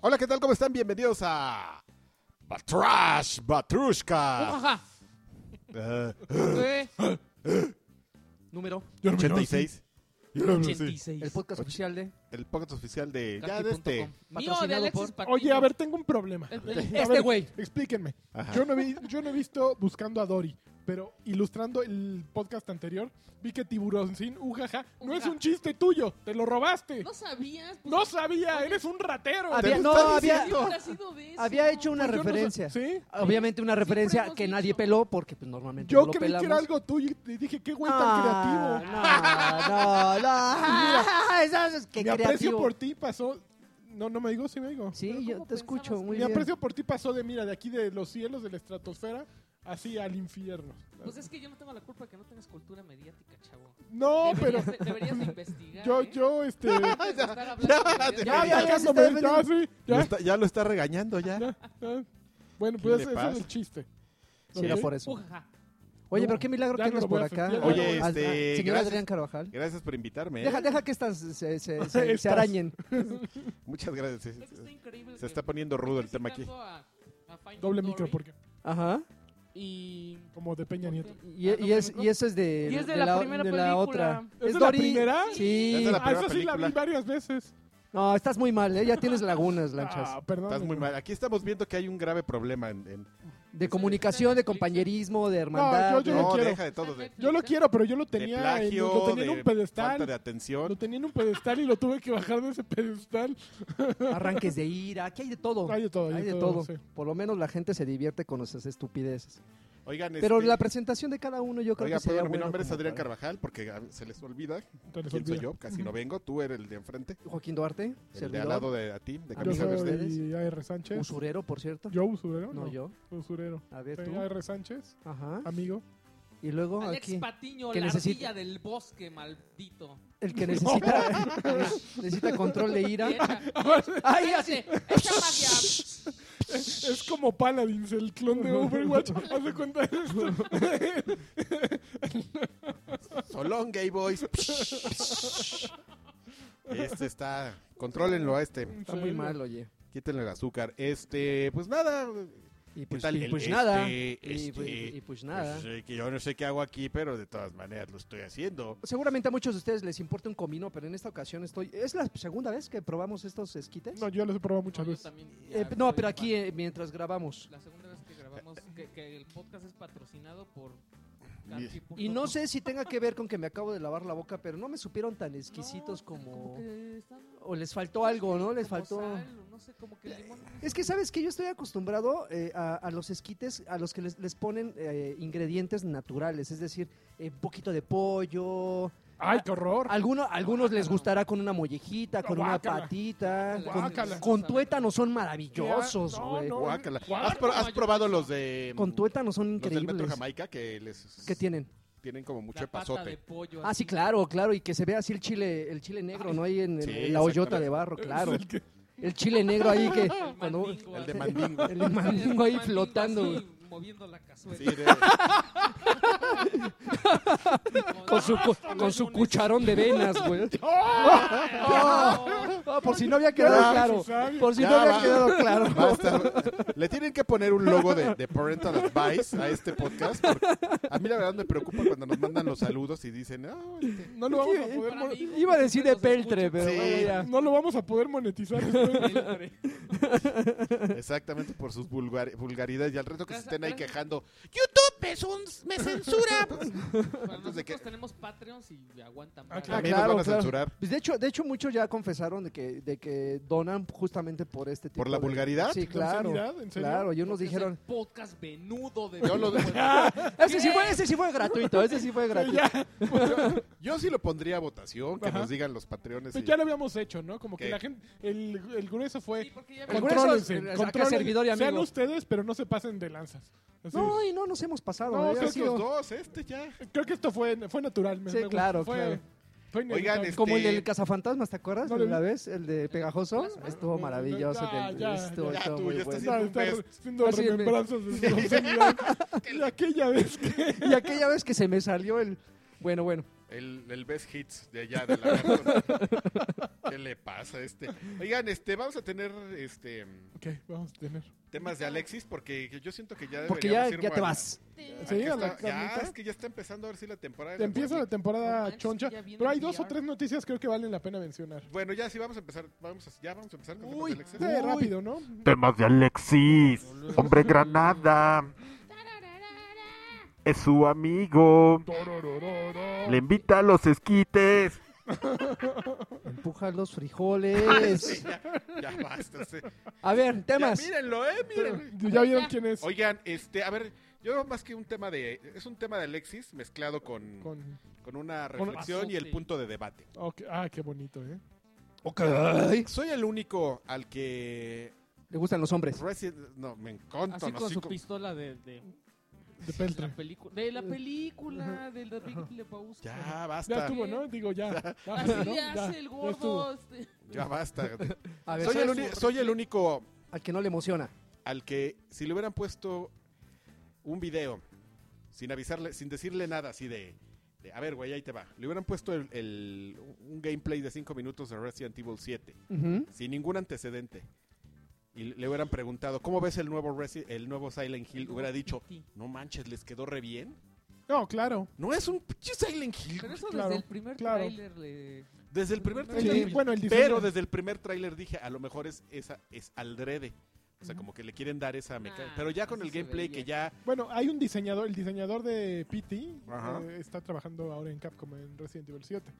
Hola, ¿qué tal? ¿Cómo están? Bienvenidos a Batrash Batrushka Ujaja. Eh, Eh. Número 86. Yo no hablo así. 86. El podcast oficial de. El podcast oficial de ya de este. Katy.com. Mío de Patrocinado Alexis por- Patiño. Oye, a ver, tengo un problema. El- A el- ver, Este güey. Explíquenme. Ajá. Yo no, vi- yo no he visto Buscando a Dory, pero ilustrando el podcast anterior, vi que Tiburón sin Ujaja no es un chiste tuyo, te lo robaste. No sabías. pues, No sabía, eres un ratero. Había- lo no, están había, ¿qué hubiera sido de eso? había hecho una Pues yo no referencia. sa- ¿Sí? Obviamente una referencia hemos que dicho. nadie peló porque pues normalmente Yo no lo creí pelamos. que era algo tuyo y te dije, qué güey tan Ah, creativo. No, no, no. Esas- qué Mi aprecio creativo. por ti pasó... No, no me digo, sí me digo. Sí, Pero yo ¿cómo te escucho pensabas muy Mi bien. aprecio por ti pasó de, mira, de aquí de los cielos, de la estratosfera, así al infierno. Pues es que yo no tengo la culpa que no tengas cultura mediática, chavo. No, pero deberías, de, deberías de investigar. yo, ¿eh? yo, este... Antes de estar hablando Ya, de- ya, ya, Ya, ya, se está me- ya, defendiendo. sí, Lo ya, está- ya lo está regañando ya. ya, ya. Bueno, ¿Qué pues le ese ese pasa? es el chiste. Sí, era Ok. por eso. Ujaja. Oye, pero qué milagro Ya que no andas lo voy por a acá. hacer, ya no Oye, Al- este, ah, Señor gracias. Adrián Carvajal. Gracias por invitarme. ¿eh? Deja, deja que estas se, se- se- se- se Estas. arañen. Muchas gracias. Es que está increíble. Se está poniendo rudo el tema aquí. Doble micro, porque Ajá. Y... como de Peña Nieto. Y, y es, y eso es de, Y es de la primera de la película. otra. ¿Es de la primera? Sí. Es de la- Ah, primera esa sí la película. vi varias veces. No, estás muy mal, ¿eh? ya tienes lagunas, lanchas. Ah, perdón. Estás muy mal. Aquí estamos viendo que hay un grave problema en. en- pues De comunicación, de compañerismo, de hermandad. Yo de- lo no, quiero. deja de todo. De, Yo lo quiero, pero yo lo de tenía, en, plagio, lo tenía en de un pedestal. falta de atención. Lo tenía en un pedestal y lo tuve que bajar de ese pedestal. Arranques de ira, aquí hay de todo. Hay de todo, hay Hay de de todo, todo. sí. Por lo menos la gente se divierte con nuestras estupideces. Oigan, Pero este, la presentación de cada uno yo creo oiga, que sería perdón, mi bueno nombre es como Adrián para- Carvajal porque ah, se les olvida Te les quién soy olvida. yo. Casi no vengo. Tú eres el de enfrente. Joaquín Duarte, El de servidor, al lado de a ti, de A Ah, Yo mí camisa saben soy verde. ustedes. AR Sánchez. usurero, por cierto. ¿Yo usurero? No, yo. Usurero. A ver, Soy tú. AR Sánchez, ¿Ah? Ajá. amigo. Y luego Alex aquí, Patiño, que la necesita- ardilla del bosque, maldito. el que necesita, necesita control de ira. Echa- Ay, así. Espérate, echa magia. Es como Paladins, el clon de Overwatch. Haz de cuenta de esto. Solón, gay boys. este está. Contrólenlo a este. Está muy mal, oye. Quítenle el azúcar. Este, pues nada. Y ¿Qué pues, tal y el pues este, nada. y, este, pues, y pues nada. Pues, eh, que yo no sé qué hago aquí, pero de todas maneras lo estoy haciendo. Seguramente a muchos de ustedes les importa un comino, pero en esta ocasión estoy... ¿Es la segunda vez que probamos estos esquites? No, yo los he probado No, muchas yo veces. también ya Eh, no, soy fan. pero aquí eh, mientras grabamos. La segunda vez que grabamos, que, que el podcast es patrocinado por... Bien. Kanji.com. Y no sé si tenga que ver con que me acabo de lavar la boca, pero no me supieron tan exquisitos No, como... que están- O les faltó algo, ¿no? Les como faltó... sal, no sé, como que el limón- Es que, ¿sabes que Yo estoy acostumbrado eh, a, a los esquites a los que les, les ponen eh, ingredientes naturales, es decir, eh, un poquito de pollo. Ah, ¡Ay, qué horror! Alguno, algunos les gustará con una mollejita, con una Guácala. patita. Con, Guácala. con tuétano son maravillosos, No, güey. no. Guácala. Guácala. ¿Has, pro- has probado los de. mm, Con tuétano son los del Metro increíbles. Jamaica que les. ¿Qué tienen? Tienen como mucho la pata pasote. de pollo. Ah, así. sí, claro, claro. Y que se vea así el chile, el chile negro, ¿no? Ahí en, en Sí, la hoyota exactamente. de barro, claro. El chile negro ahí que. El cuando- mandingo, El de así. mandingo. el mandingo ahí flotando, así, güey. moviendo la cazuela. Sí, de- Con su, cu- con su cucharón de venas, güey. Ah, por si no había quedado Ya, claro. Susana. Por si Ya, no había va. quedado claro. Basta. Le tienen que poner un logo de, de Parental Advice a este podcast. porque a mí la verdad me preocupa cuando nos mandan los saludos y dicen, "Ah, este, No lo vamos a Sí, poder para mí. mon- Iba a decir de Los escucho. peltre, pero Sí. bueno, ya. no lo vamos a poder monetizar. exactamente por sus vulgar- vulgaridades y al reto que se Gracias- estén ahí gracias. quejando. YouTube es un- me censura. Nosotros de que- tenemos Patreons y aguantan. Ah, más. claro. A mí nos claro, van a claro. censurar. Pues de hecho, de hecho muchos ya confesaron de que, de que donan justamente por este tipo ¿Por la de- vulgaridad? Sí, ¿En claro. seriedad? ¿En serio? Claro, y unos Porque es dijeron, el podcast venudo de Yo lo- ese sí fue, ese sí fue gratuito, ese sí fue gratuito. Yo, yo sí lo pondría a votación, que Ajá. nos digan los patreones. Pues y- ya lo habíamos hecho, ¿no? Como ¿Qué? que la gente, el, el grueso Sí, fue, porque ya El ves- grueso- contrólense, el- acá contrólense, servidor y sean amigo. ustedes, pero no se pasen de lanzas. Así No, es. y no nos hemos pasado. No, ¿eh? Ha Estos sido dos, este ya. Creo que esto fue, fue natural. me- Sí, me gustó. claro, Fue- claro. fue Oigan, inevitable. este- Como el del cazafantasmas, ¿te acuerdas? No lo vi. la vez, el de Pegajoso. Plasma. Estuvo maravilloso. Ya, el del- ya, estuvo, ya, estuvo tú, muy ya estás bueno. No, Haciendo un está haciendo Así me- remembranzas de su ausencia. Y aquella vez que... Y aquella vez que se me salió el... Bueno, bueno. El, el best hits de allá de la ¿Qué le pasa a este? Oigan, este, vamos a tener este Ok, vamos a tener. temas de Alexis porque yo siento que ya Porque ya, deberíamos ya ir te guarda- vas. a Sí, que a la está- ya, carnita. es que ya está empezando a ver si la temporada. de la Empieza la guarda- No temporada manches, choncha, ya viene pero hay el dos o VR. tres noticias creo que valen la pena mencionar. Bueno, ya sí vamos a empezar. Vamos a, ya vamos a empezar con temas Uy, de Alexis. sí, rápido, ¿no? Temas de Alexis. Hombre Granada. Es su amigo. Le invita a los esquites. Empuja los frijoles. Ah, Ya basta. sí. A ver, Ya, temas. mírenlo, eh, mírenlo. ¿Ya vieron quién es? Oigan, este, a ver, yo más que un tema de. Es un tema de Alexis mezclado con, con, Con- una con- reflexión y el Azote. punto de debate. ok, Ah, qué bonito, ¿eh? Oh, Soy el único al que. Le gustan los hombres. Resident- no, me encanta. Así no, con así su con- pistola de, de, la De Peltre. película. De la película, del David Lebowski. Ya Ya basta. estuvo, ¿no? Digo, ya. Así ¿no? le Ya, hace el ya estuvo. gordo. este. Ya basta. A ver, Soy el, ¿sabes? uni- soy el único Al que no le emociona. al que si le hubieran puesto un video sin avisarle, sin decirle nada así de, de, a ver, güey, ahí te va. Le hubieran puesto el, el- un gameplay de 5 minutos de Resident Evil 7 Ujú. sin ningún antecedente. Y le hubieran preguntado, ¿cómo ves el nuevo Resi- el nuevo Silent Hill? Hubiera dicho, Sí. no manches, les quedó re bien. No, claro. No es un pinche Silent Hill. Pero eso Claro, desde el primer claro. tráiler le... Desde el primer Sí. El- tráiler. bueno, el diseño. Pero desde el primer tráiler dije, a lo mejor es esa es aldrede. O sea, como que le quieren dar esa mecánica. Nah, Pero ya con eso el se gameplay veía. que ya Bueno, hay un diseñador, el diseñador de PT Ajá. eh, está trabajando ahora en Capcom en Resident Evil 7.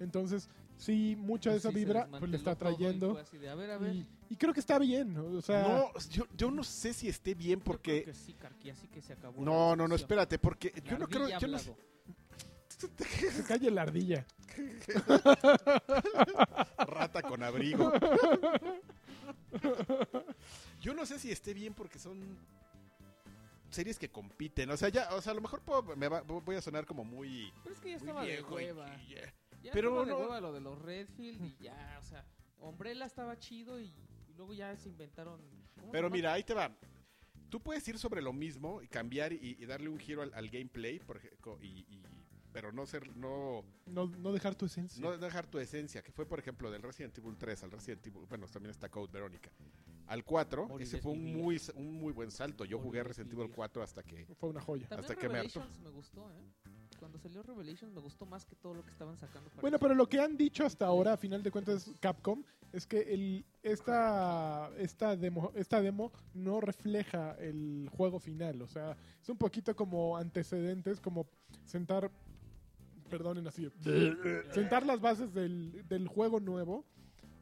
Entonces, sí, mucha de esa Sí, se vibra desmanteló pues, le está todo y trayendo. fue así de, a ver, a ver. Y, y creo que está bien, ¿no? o sea, No, yo, yo no sé si esté bien Yo creo porque... que sí, Karki, así que se No, acabó. la no, no, discusión. espérate, porque La yo no creo... ardilla Yo no, hablado. se calle la ardilla. rata con abrigo. yo no sé si esté bien porque son series que compiten. O sea, ya, o sea, a lo mejor puedo- me va- voy a sonar como muy... Pero es que ya muy estaba de viejo y- hueva. y- Ya Pero estaba de no- hueva lo de los Redfield y ya, o sea, Umbrella estaba chido y, y luego ya se inventaron... ¿cómo Pero se mira, ahí te va. Tú puedes ir sobre lo mismo y cambiar y, y darle un giro al, al gameplay, por ejemplo, y- y- pero no ser, no, No, no dejar tu esencia. No dejar tu esencia, que fue por ejemplo del Resident Evil 3 al Resident Evil, bueno, también está Code Verónica. Al 4, Moriré ese fue un vivir. muy, un muy buen salto. Yo jugué Moriré Resident Evil vivir. 4 hasta que... Fue una joya. También Hasta que me hartó. Revelations me gustó, ¿eh? Cuando salió Revelations me gustó más que todo lo que estaban sacando. para Bueno, eso. pero lo que han dicho hasta ahora, a final de cuentas, Capcom, es que el, esta, esta, demo, esta demo no refleja el juego final. O sea, es un poquito como antecedentes, como sentar. Perdonen así. sentar las bases del, del juego nuevo.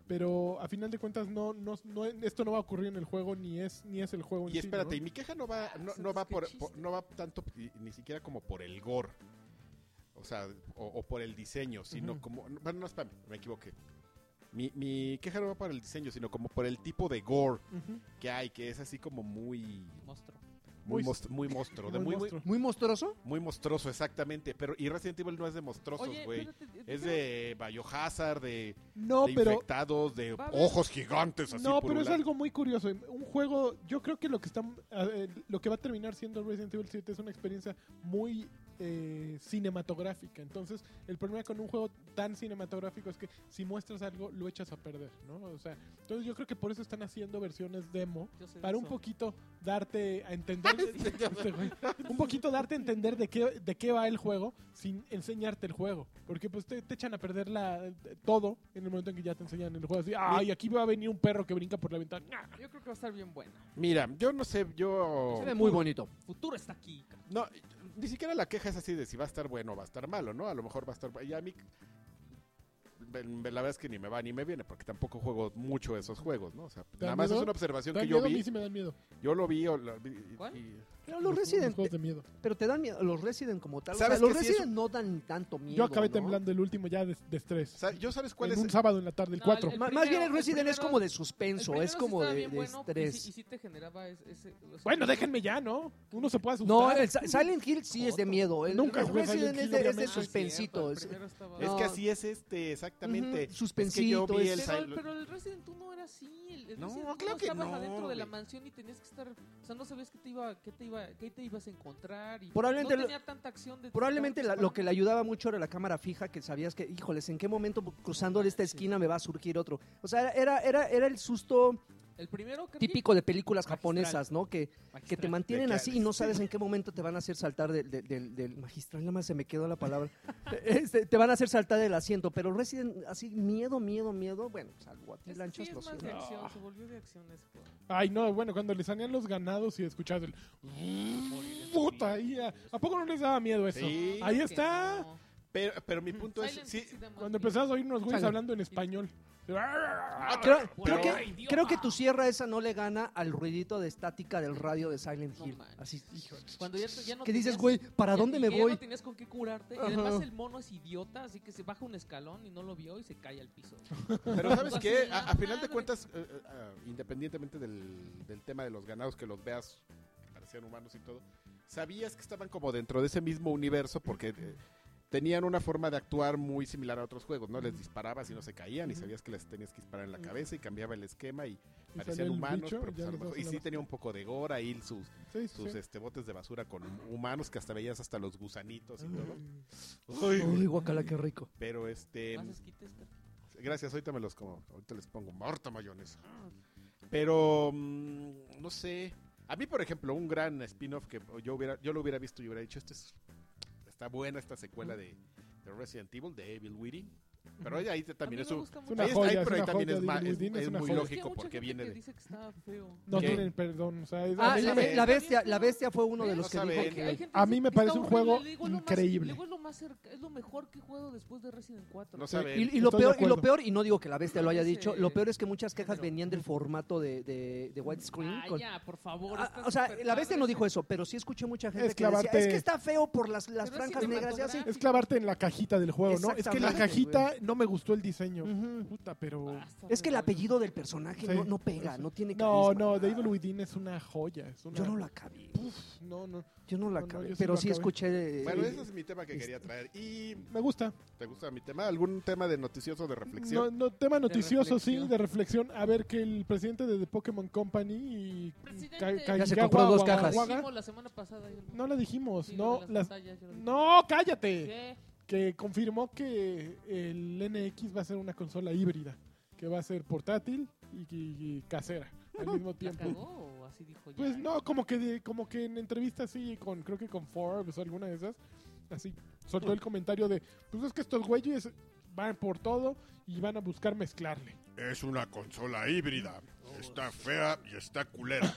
Pero a final de cuentas, no, no, no- esto no va a ocurrir en el juego, ni es, ni es el juego en Y Pues sí, espérate, y ¿no? mi queja no va, no, entonces, no va ¿qué por, chiste? por- no va tanto ni- ni siquiera como por el gore. O sea, o, o por el diseño, sino Ujú. como... Bueno, no, espérame, me equivoqué. Mi, mi queja no va por el diseño, sino como por el tipo de gore Ujú. que hay, que es así como muy... Monstruo. Muy, Muy- mos- muy monstruo, de Muy muy, muy, monstruo. Muy monstruoso. muy monstruoso, exactamente. Pero, y Resident Evil no es de monstruosos, Oye, güey. espérate, ¿te- te Es dijeron- de Biohazard, de, No, de pero. infectados, de Va a haber- ojos gigantes así No, pero es purulando. algo muy curioso. Un juego, yo creo que lo que está, eh, lo que va a terminar siendo Resident Evil 7 es una experiencia muy eh, cinematográfica. Entonces, el problema con un juego tan cinematográfico es que si muestras algo, lo echas a perder, ¿no? O sea, entonces yo creo que por eso están haciendo versiones demo Yo sé de para un eso. poquito darte a entender Este güey. un poquito darte a entender de qué de qué va el juego sin enseñarte el juego porque pues te, te echan a perder la todo en el momento en que ya te enseñan el juego así ay aquí va a venir un perro que brinca por la ventana Yo creo que va a estar bien buena. Mira, yo no sé, yo... Se ve muy bonito. Futuro está aquí. ca- No, ni siquiera la queja es así de si va a estar bueno o va a estar malo, ¿no? A lo mejor va a estar... Y a mí... be- be- La verdad es que ni me va ni me viene, porque tampoco juego mucho esos juegos, ¿no? O sea, da nada más es miedo? una observación Dan que yo miedo, a mí vi. sí me dan miedo Yo lo vi, o lo vi y- ¿Cuál? y- Pero los Resident, residentes juegos de miedo pero te dan miedo. Los Resident como tal. o ¿Sabes sea, los que sí es Resident no dan tanto miedo. yo acabé ¿no? temblando el último ya de, de estrés o sea, ¿Yo sabes cuál en es? un sábado en la tarde el No, 4 el- Ma- más bien primero- el Resident el es como de El suspenso, primero es sí como estaba de, bien de bueno, estrés. Y sí, y sí te generaba es- ese... o sea, bueno déjenme ya no uno se puede asustar no, el Si- Silent Hill sí es de miedo. El Nunca el jugué Resident Silent es Hill, de, es de obviamente. Ah, es cierto, suspensito. el es- primero estaba- Es No. que así es este, Exactamente. Ujú, suspensito, Es que yo vi el es- Pero, Silent- pero el Resident tú no era así. El, el No, Resident tú claro que estabas no, adentro de la güey. mansión y tenías que estar. O sea, no sabías qué te, iba, qué te, iba, qué te ibas a encontrar. Y Probablemente no lo- tenía tanta acción de. Probablemente la- lo que le la ayudaba mucho era la cámara fija, que sabías que, híjoles, ¿en qué momento cruzando esta esquina me va a surgir otro? O sea, era, era, era el susto El primero creo que- típico de películas Magistral. japonesas, ¿no? Que, que te Magistral. mantienen De que- así y no sabes en qué momento te van a hacer saltar del, del- del- del- magistral, nada más se me quedó la palabra. Este, te van a hacer saltar del asiento, pero Resident, así, miedo, miedo, miedo, bueno, salvo a ti, Es- lanchas sí, lo es más siento. de siento. acción, Ah. se volvió de pues. acción ese juego. Ay, no, bueno, cuando le salían los ganados y escuchabas el... ¡Puta! ahí, ¿a- ¿A poco no les daba miedo eso? Sí, Ahí Que está. no. pero, pero mi punto es... Silent Sí, Hill sí da más Cuando miedo. empezabas a oír unos güeyes Chale. hablando en español. Creo, Pero- creo que, Ah, ¡Ay, creo que idiota! tu sierra esa no le gana al ruidito de estática del radio de Silent No Hill. manches. así, Ah, Cuando ya, te- ya no ¿Qué dices, tenías- güey? ¿Para ya- dónde y me ya voy? No tenías con qué curarte. Y Ajá. además el mono es idiota, así que se baja un escalón y no lo vio y se cae al piso. Em, Pero ¿sabes Pues Vas qué? en la A, a final de madre. cuentas, eh, eh, ah, independientemente del, del tema de los ganados, que los veas, que parecían humanos y todo, sabías que estaban como dentro de ese mismo universo porque eh, tenían una forma de actuar muy similar a otros juegos, ¿no? Les disparabas y no se caían y sabías que les tenías que disparar en la cabeza y cambiaba el esquema y salía parecían el humanos, bicho pero y pues ya a lo les das mejor- y una sí basura. tenía un poco de gore ahí sus, Sí, sí, sus sí. este, botes de basura con humanos que hasta veías hasta los gusanitos y todo. Uy, guacala, qué rico. Pero este... Más esquites, cara. Gracias, ahorita me los como. Ahorita les pongo morta mayonesa. Pero mm, no sé. A mí, por ejemplo, un gran spin-off que yo hubiera, yo lo hubiera visto y hubiera dicho, este es, está buena esta secuela de, de Resident Evil, de Evil Within. Pero ahí A también mí es me un gusta Es mucho. una ahí Pero es- joya, ahí, es pero ahí una también joya, es, más, Evil es, Within es es una muy es que joya. lógico mucha porque gente viene que de... dice que está feo. No ¿Qué? tienen perdón. O sea, es- Ah, no la, saben. la bestia, la bestia fue uno de No los que saben. dijo Hay que... gente A que mí dice me que parece está un juego horrible. Le digo, es lo más- increíble. le digo, es lo más cerca- es lo mejor que juego después de Resident 4. No saben. Y, y lo Estoy de peor, y lo acuerdo. peor, y no digo que la bestia lo haya Ese- dicho, lo peor es que muchas quejas Pero- venían del formato de, de, de widescreen. Ah, con- ya, por favor. Ah, está o sea, súper la bestia padre no dijo ese- eso, pero sí escuché mucha gente Es que decía, clavarte- es que está feo por las, las Pero es franjas negras y así. cinematográfico. es clavarte en la cajita del juego, ¿no? Es que la Exactamente, cajita no me gustó el diseño. Ujú. Puta, pero... Basta, Es que el Raúl. apellido del personaje Sí. no, no pega, no tiene No, carisma. no, The Evil Within es una joya. Es una... Yo no la acabé, Uf, no, no. yo no la No, no, acabé, yo sí pero lo sí acabé. escuché... eh, Bueno, eh, ese es mi tema que Este. quería traer. ¿Y Me gusta. te gusta mi tema? ¿Algún tema de noticioso de reflexión? No, no, tema noticioso, reflexión. sí, de reflexión. A ver que el presidente de The Pokémon Company y Presidente. Ka- Ya se Kaigawa compró dos Lo cajas. Wawawaga- dijimos la semana pasada. yo- No la dijimos, Sí, lo no de las las- pantallas, yo lo dije. No, cállate. eh, ¿Qué? Que confirmó que el NX va a ser una consola híbrida, que va a ser portátil y, y- y casera al mismo ¿La tiempo. cagó o así dijo ya? Pues no, como que de- como que en entrevistas así con creo que con Forbes o alguna de esas, así soltó el comentario de, pues es que estos güeyes van por todo y van a buscar mezclarle. Es una consola híbrida. Está fea y está culera.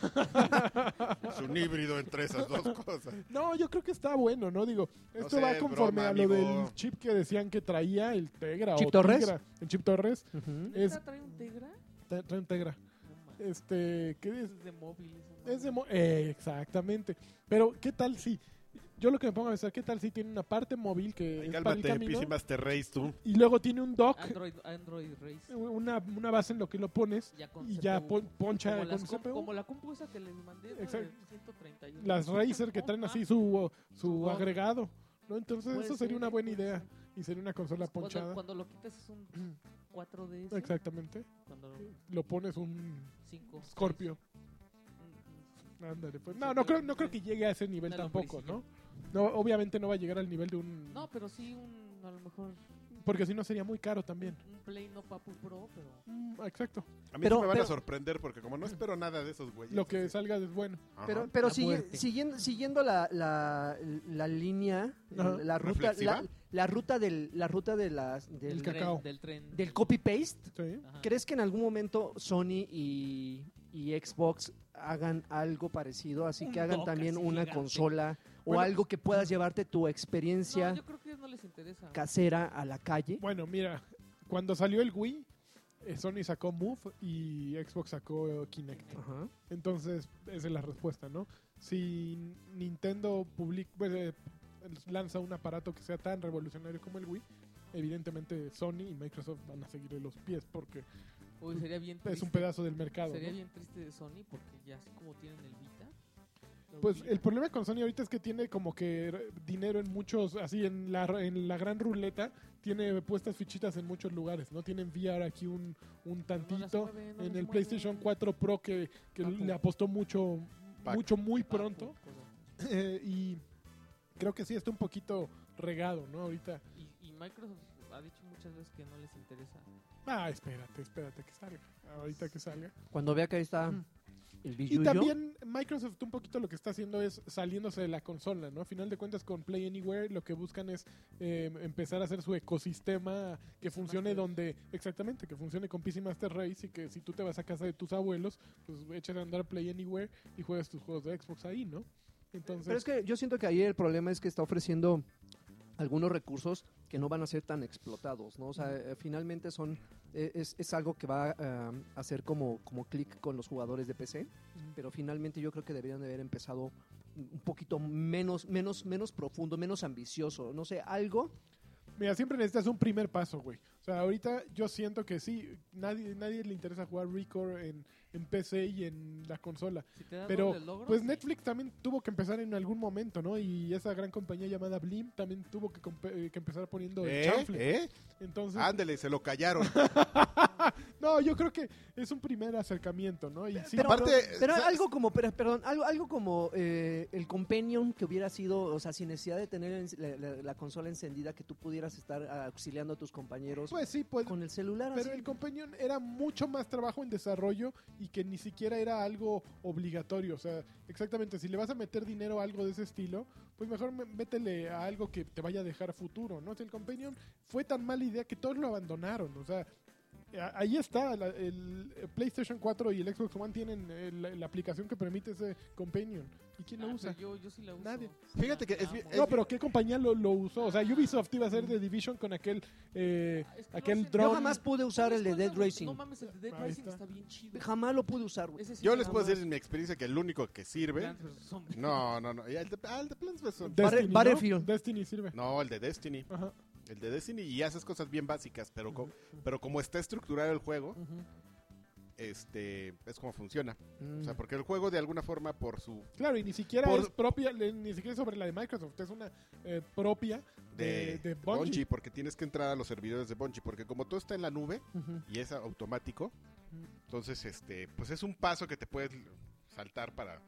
es un híbrido entre esas dos cosas. No, yo creo que está bueno, ¿no? Digo, esto sé, va conforme broma, a lo amigo. del chip que decían que traía el Tegra ¿Chip o Torres? Tigra, el chip Torres, ujú. ¿Neta es- trae un Tegra? tra- trae un Tegra. No mames, Este, ¿qué es? es de móvil. esa madre. Es de mo- eh, exactamente. Pero ¿qué tal si yo lo que me pongo a pensar, ¿qué tal si tiene una parte móvil que Ay, es para el cálmate, camino PC Master Race, tú. y luego tiene un dock, Android, Android Race. una, una base en lo que lo pones Ya con y CPU. ya pon- poncha como, con las comp- CPU. como la compu esa que les mandé. ¿no? Exacto. De 131. Las Razer que traen así su su agregado, ¿no? Entonces ah. Puede eso sería ser, una buena puede idea ser. y sería una consola Cuando- ponchada. Cuando, lo quitas es un 4DS. Exactamente. Cuando Lo pones un 5. Scorpio. Mm, Ándale, pues. No, no creo, no creo que llegue a ese nivel Una tampoco, ¿no? lombricilla. No, obviamente no va a llegar al nivel de un No, pero sí un, a lo mejor, porque si no sería muy caro también. un Play no Papu Pro, pero... Mm, Exacto. A mí Pero- sí me van pero- a sorprender porque como no espero nada de esos güeyes. Lo que así, salga es bueno. ajá. Pero, pero La sigui- muerte. siguiendo, siguiendo la, la, la línea, Ajá. la ruta, ¿Reflexiva? la, la ruta del, la ruta de las, del, El ca- cacao. Tren, del tren. del copy paste, Sí. Ajá. ¿crees que en algún momento Sony y, y Xbox hagan algo parecido? Así Un que hagan dock también así una gigante. consola o Bueno. algo que puedas llevarte tu No, experiencia yo creo que no les interesa. casera a la calle. Bueno, mira, cuando salió el Wii, eh, Sony sacó Move y Xbox sacó eh, Kinect. Ajá. Entonces, esa es la respuesta, ¿no? Si Nintendo public- pues, eh, lanza un aparato que sea tan revolucionario como el Wii, evidentemente Sony y Microsoft van a seguirle los pies porque Uy, sería bien es triste. un pedazo del mercado. Sería ¿no? bien triste de Sony porque ya así como tienen el Vita, Pues el problema con Sony ahorita es que tiene como que r- dinero en muchos, así en la, r- en la gran ruleta, tiene puestas fichitas en muchos lugares, ¿no? Tienen VR aquí un, un tantito. en el PlayStation 4 Pro que, que Paco. le apostó mucho, Paco. mucho muy pronto. Eh, y creo que sí está un poquito regado, ¿no? Ahorita. Y, y Microsoft ha dicho muchas veces que no les interesa. Ah, espérate, espérate que salga. Ahorita que salga. Cuando vea que ahí está el Y billuyo. también Microsoft un poquito lo que está haciendo es saliéndose de la consola, ¿no? A final de cuentas con Play Anywhere lo que buscan es eh, empezar a hacer su ecosistema que funcione donde, exactamente, que funcione con PC Master Race y que si tú te vas a casa de tus abuelos, pues echas a andar Play Anywhere y juegas tus juegos de Xbox ahí, ¿no? Entonces, Pero es que yo siento que ahí el problema es que está ofreciendo algunos recursos que no van a ser tan explotados, ¿no? O sea, eh, finalmente son eh, es, es algo que va eh, a hacer como, como clic con los jugadores de PC, pero finalmente yo creo que deberían de haber empezado un poquito menos menos menos profundo, menos ambicioso, no sé, algo. Mira, siempre necesitas un primer paso, güey. O sea, ahorita yo siento que sí, nadie, nadie le interesa jugar Record en, en PC y en la consola. Si te dan Pero, doble logro, Pues Netflix también tuvo que empezar en algún momento, ¿no? Y esa gran compañía llamada Blim también tuvo que, comp- eh, que empezar poniendo el ¿Eh? chanfle. ¿Eh? Entonces, Ándele, se lo callaron. no, yo creo que es un primer acercamiento, ¿no? Y sí, Aparte, Pero sa- algo como, pero- perdón, algo, algo como eh, el Companion que hubiera sido, o sea, sin necesidad de tener en- la, la- la consola encendida, que tú pudieras estar auxiliando a tus compañeros pues sí, pues, con el Ah, celular. Pero así. el Companion era mucho más trabajo en desarrollo y que ni siquiera era algo obligatorio. O sea, exactamente, si le vas a meter dinero a algo de ese estilo, pues mejor me- métele a algo que te vaya a dejar futuro, ¿no? O sea, el Companion fue tan mala idea que todos lo abandonaron. O sea, a- ahí está, la- el eh, PlayStation 4 y el Xbox One tienen eh, la, la aplicación que permite ese Companion. ¿Y quién Ah, pero lo usa? Yo, yo sí la uso. Nadie. Sí, Fíjate la- que la es bien- amo. es No, pero ¿qué compañía lo, lo usó? O sea, Ubisoft iba a hacer The Division con aquel... eh, Ah, Es que lo aquel hacen- drone. Yo jamás pude usar el de Dead Racing. No mames, el de Dead Ahí Racing está. está bien chido. Jamás lo pude usar, güey. Ese sí yo me les puedo mama. decir en mi experiencia que el único que sirve. Plants vs. Zombies. No, no, no. y el de, ah, el de Plants vs. Zombies. Destiny, ¿no? Battlefield. Destiny sirve. No, el de Destiny. Ajá. El de Destiny y haces cosas bien básicas, pero, co- pero como está estructurado el juego, este es como funciona. Mm. O sea, porque el juego de alguna forma por su Claro, y ni siquiera Por- es propia, le- ni siquiera es sobre la de Microsoft, es una eh, propia de, de, de Bungie. Bungie. porque tienes que entrar a los servidores de Bungie, porque como todo está en la nube Ujú. y es automático, Ujú. entonces este pues es un paso que te puedes saltar para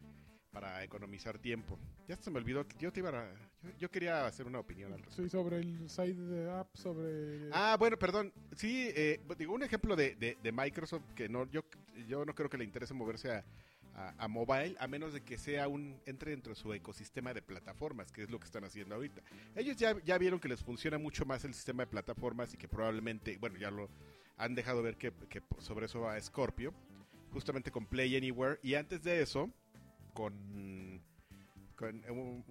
para economizar tiempo. Ya se me olvidó, que yo te iba a- yo, yo quería hacer una opinión al respecto. Sí, sobre el side app, sobre... Ah, bueno, perdón. Sí, eh, digo, un ejemplo de, de- de Microsoft que no, yo, yo no creo que le interese moverse a, a- a mobile, a menos de que sea un, entre dentro de su ecosistema de plataformas, que es lo que están haciendo ahorita. Ellos ya, ya vieron que les funciona mucho más el sistema de plataformas y que probablemente, bueno, ya lo han dejado ver que, que sobre eso va Scorpio, justamente con Play Anywhere, y antes de eso, con, con, eh, un-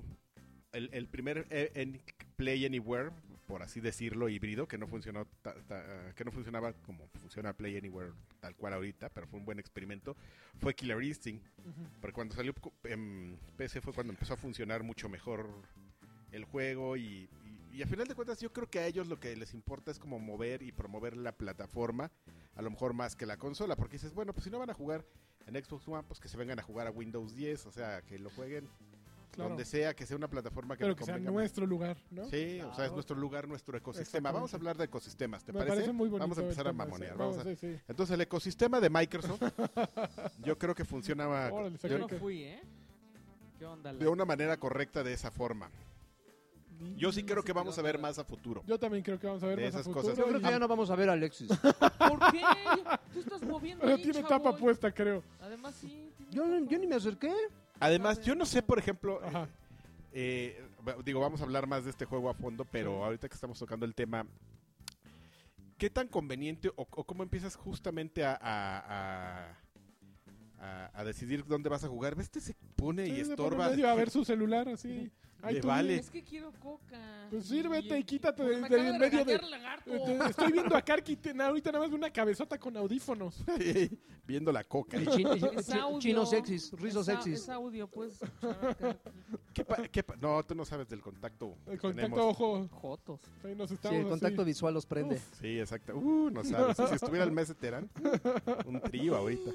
el, el primer eh, en Play Anywhere, por así decirlo, híbrido, que no funcionó ta- ta- que no funcionaba como funciona Play Anywhere tal cual ahorita, pero fue un buen experimento, fue Killer Instinct. Ujú. Porque cuando salió cu- en PC fue cuando empezó a funcionar mucho mejor el juego y, y, y a final de cuentas yo creo que a ellos lo que les importa es como mover y promover la plataforma, a lo mejor más que la consola, porque dices, bueno, pues si no van a jugar en Xbox One, pues que se vengan a jugar a Windows 10, o sea, que lo jueguen Claro. donde sea, que sea una plataforma que pero nos que sea convenga más. nuestro lugar, ¿no? Sí, o sea, es Claro. nuestro lugar, nuestro ecosistema. Exactamente. Vamos a hablar de ecosistemas, ¿te Me parece? parece muy bonito. Vamos a el empezar a tema ese. mamonear. Vamos, Vamos a- sí, sí. Entonces, el ecosistema de Microsoft, yo creo que funcionaba Órale, Yo Creo no que- fui, ¿eh? ¿Qué onda? la- de una manera correcta de esa forma. Yo sí creo sé que qué vamos a onda. ver más a futuro. Yo también creo que vamos a ver De más a esas futuro cosas. Yo creo y- que ya no vamos a ver a Alexis. ¿Por qué? Tú estás moviendo ahí, tiene chavo. tapa puesta, creo. Además, sí. tiene Yo, tapa. yo ni me acerqué. Además, yo no sé, por ejemplo, Ajá. eh, eh, digo, vamos a hablar más de este juego a fondo, pero ahorita que estamos tocando el tema, ¿qué tan conveniente o, o cómo empiezas justamente a... a- a- a- a decidir dónde vas a jugar, ves que se pone Sí, y se pone estorba. medio a ver su celular, así. Ay, Le tú, eh, vale. Es que quiero coca. Pues sírvete y quítate Pues de- me de acaba en medio de- regañar el lagarto. eh, Estoy viendo a Karki, te- ahorita nada más veo una cabezota con audífonos. viendo la coca. El chin- el Es chi- audio. chino sexys, rizo Es au- sexys. Es audio, pues. chaval, ¿Qué pa- qué pa- no, tú no sabes del contacto. que El contacto tenemos. Eh, ojo, Jotos. ahí nos Sí, estamos el contacto así. visual los prende. Uf. Sí, exacto. Uh, no sabes. Si estuviera el mes de Terán, un trío ahorita.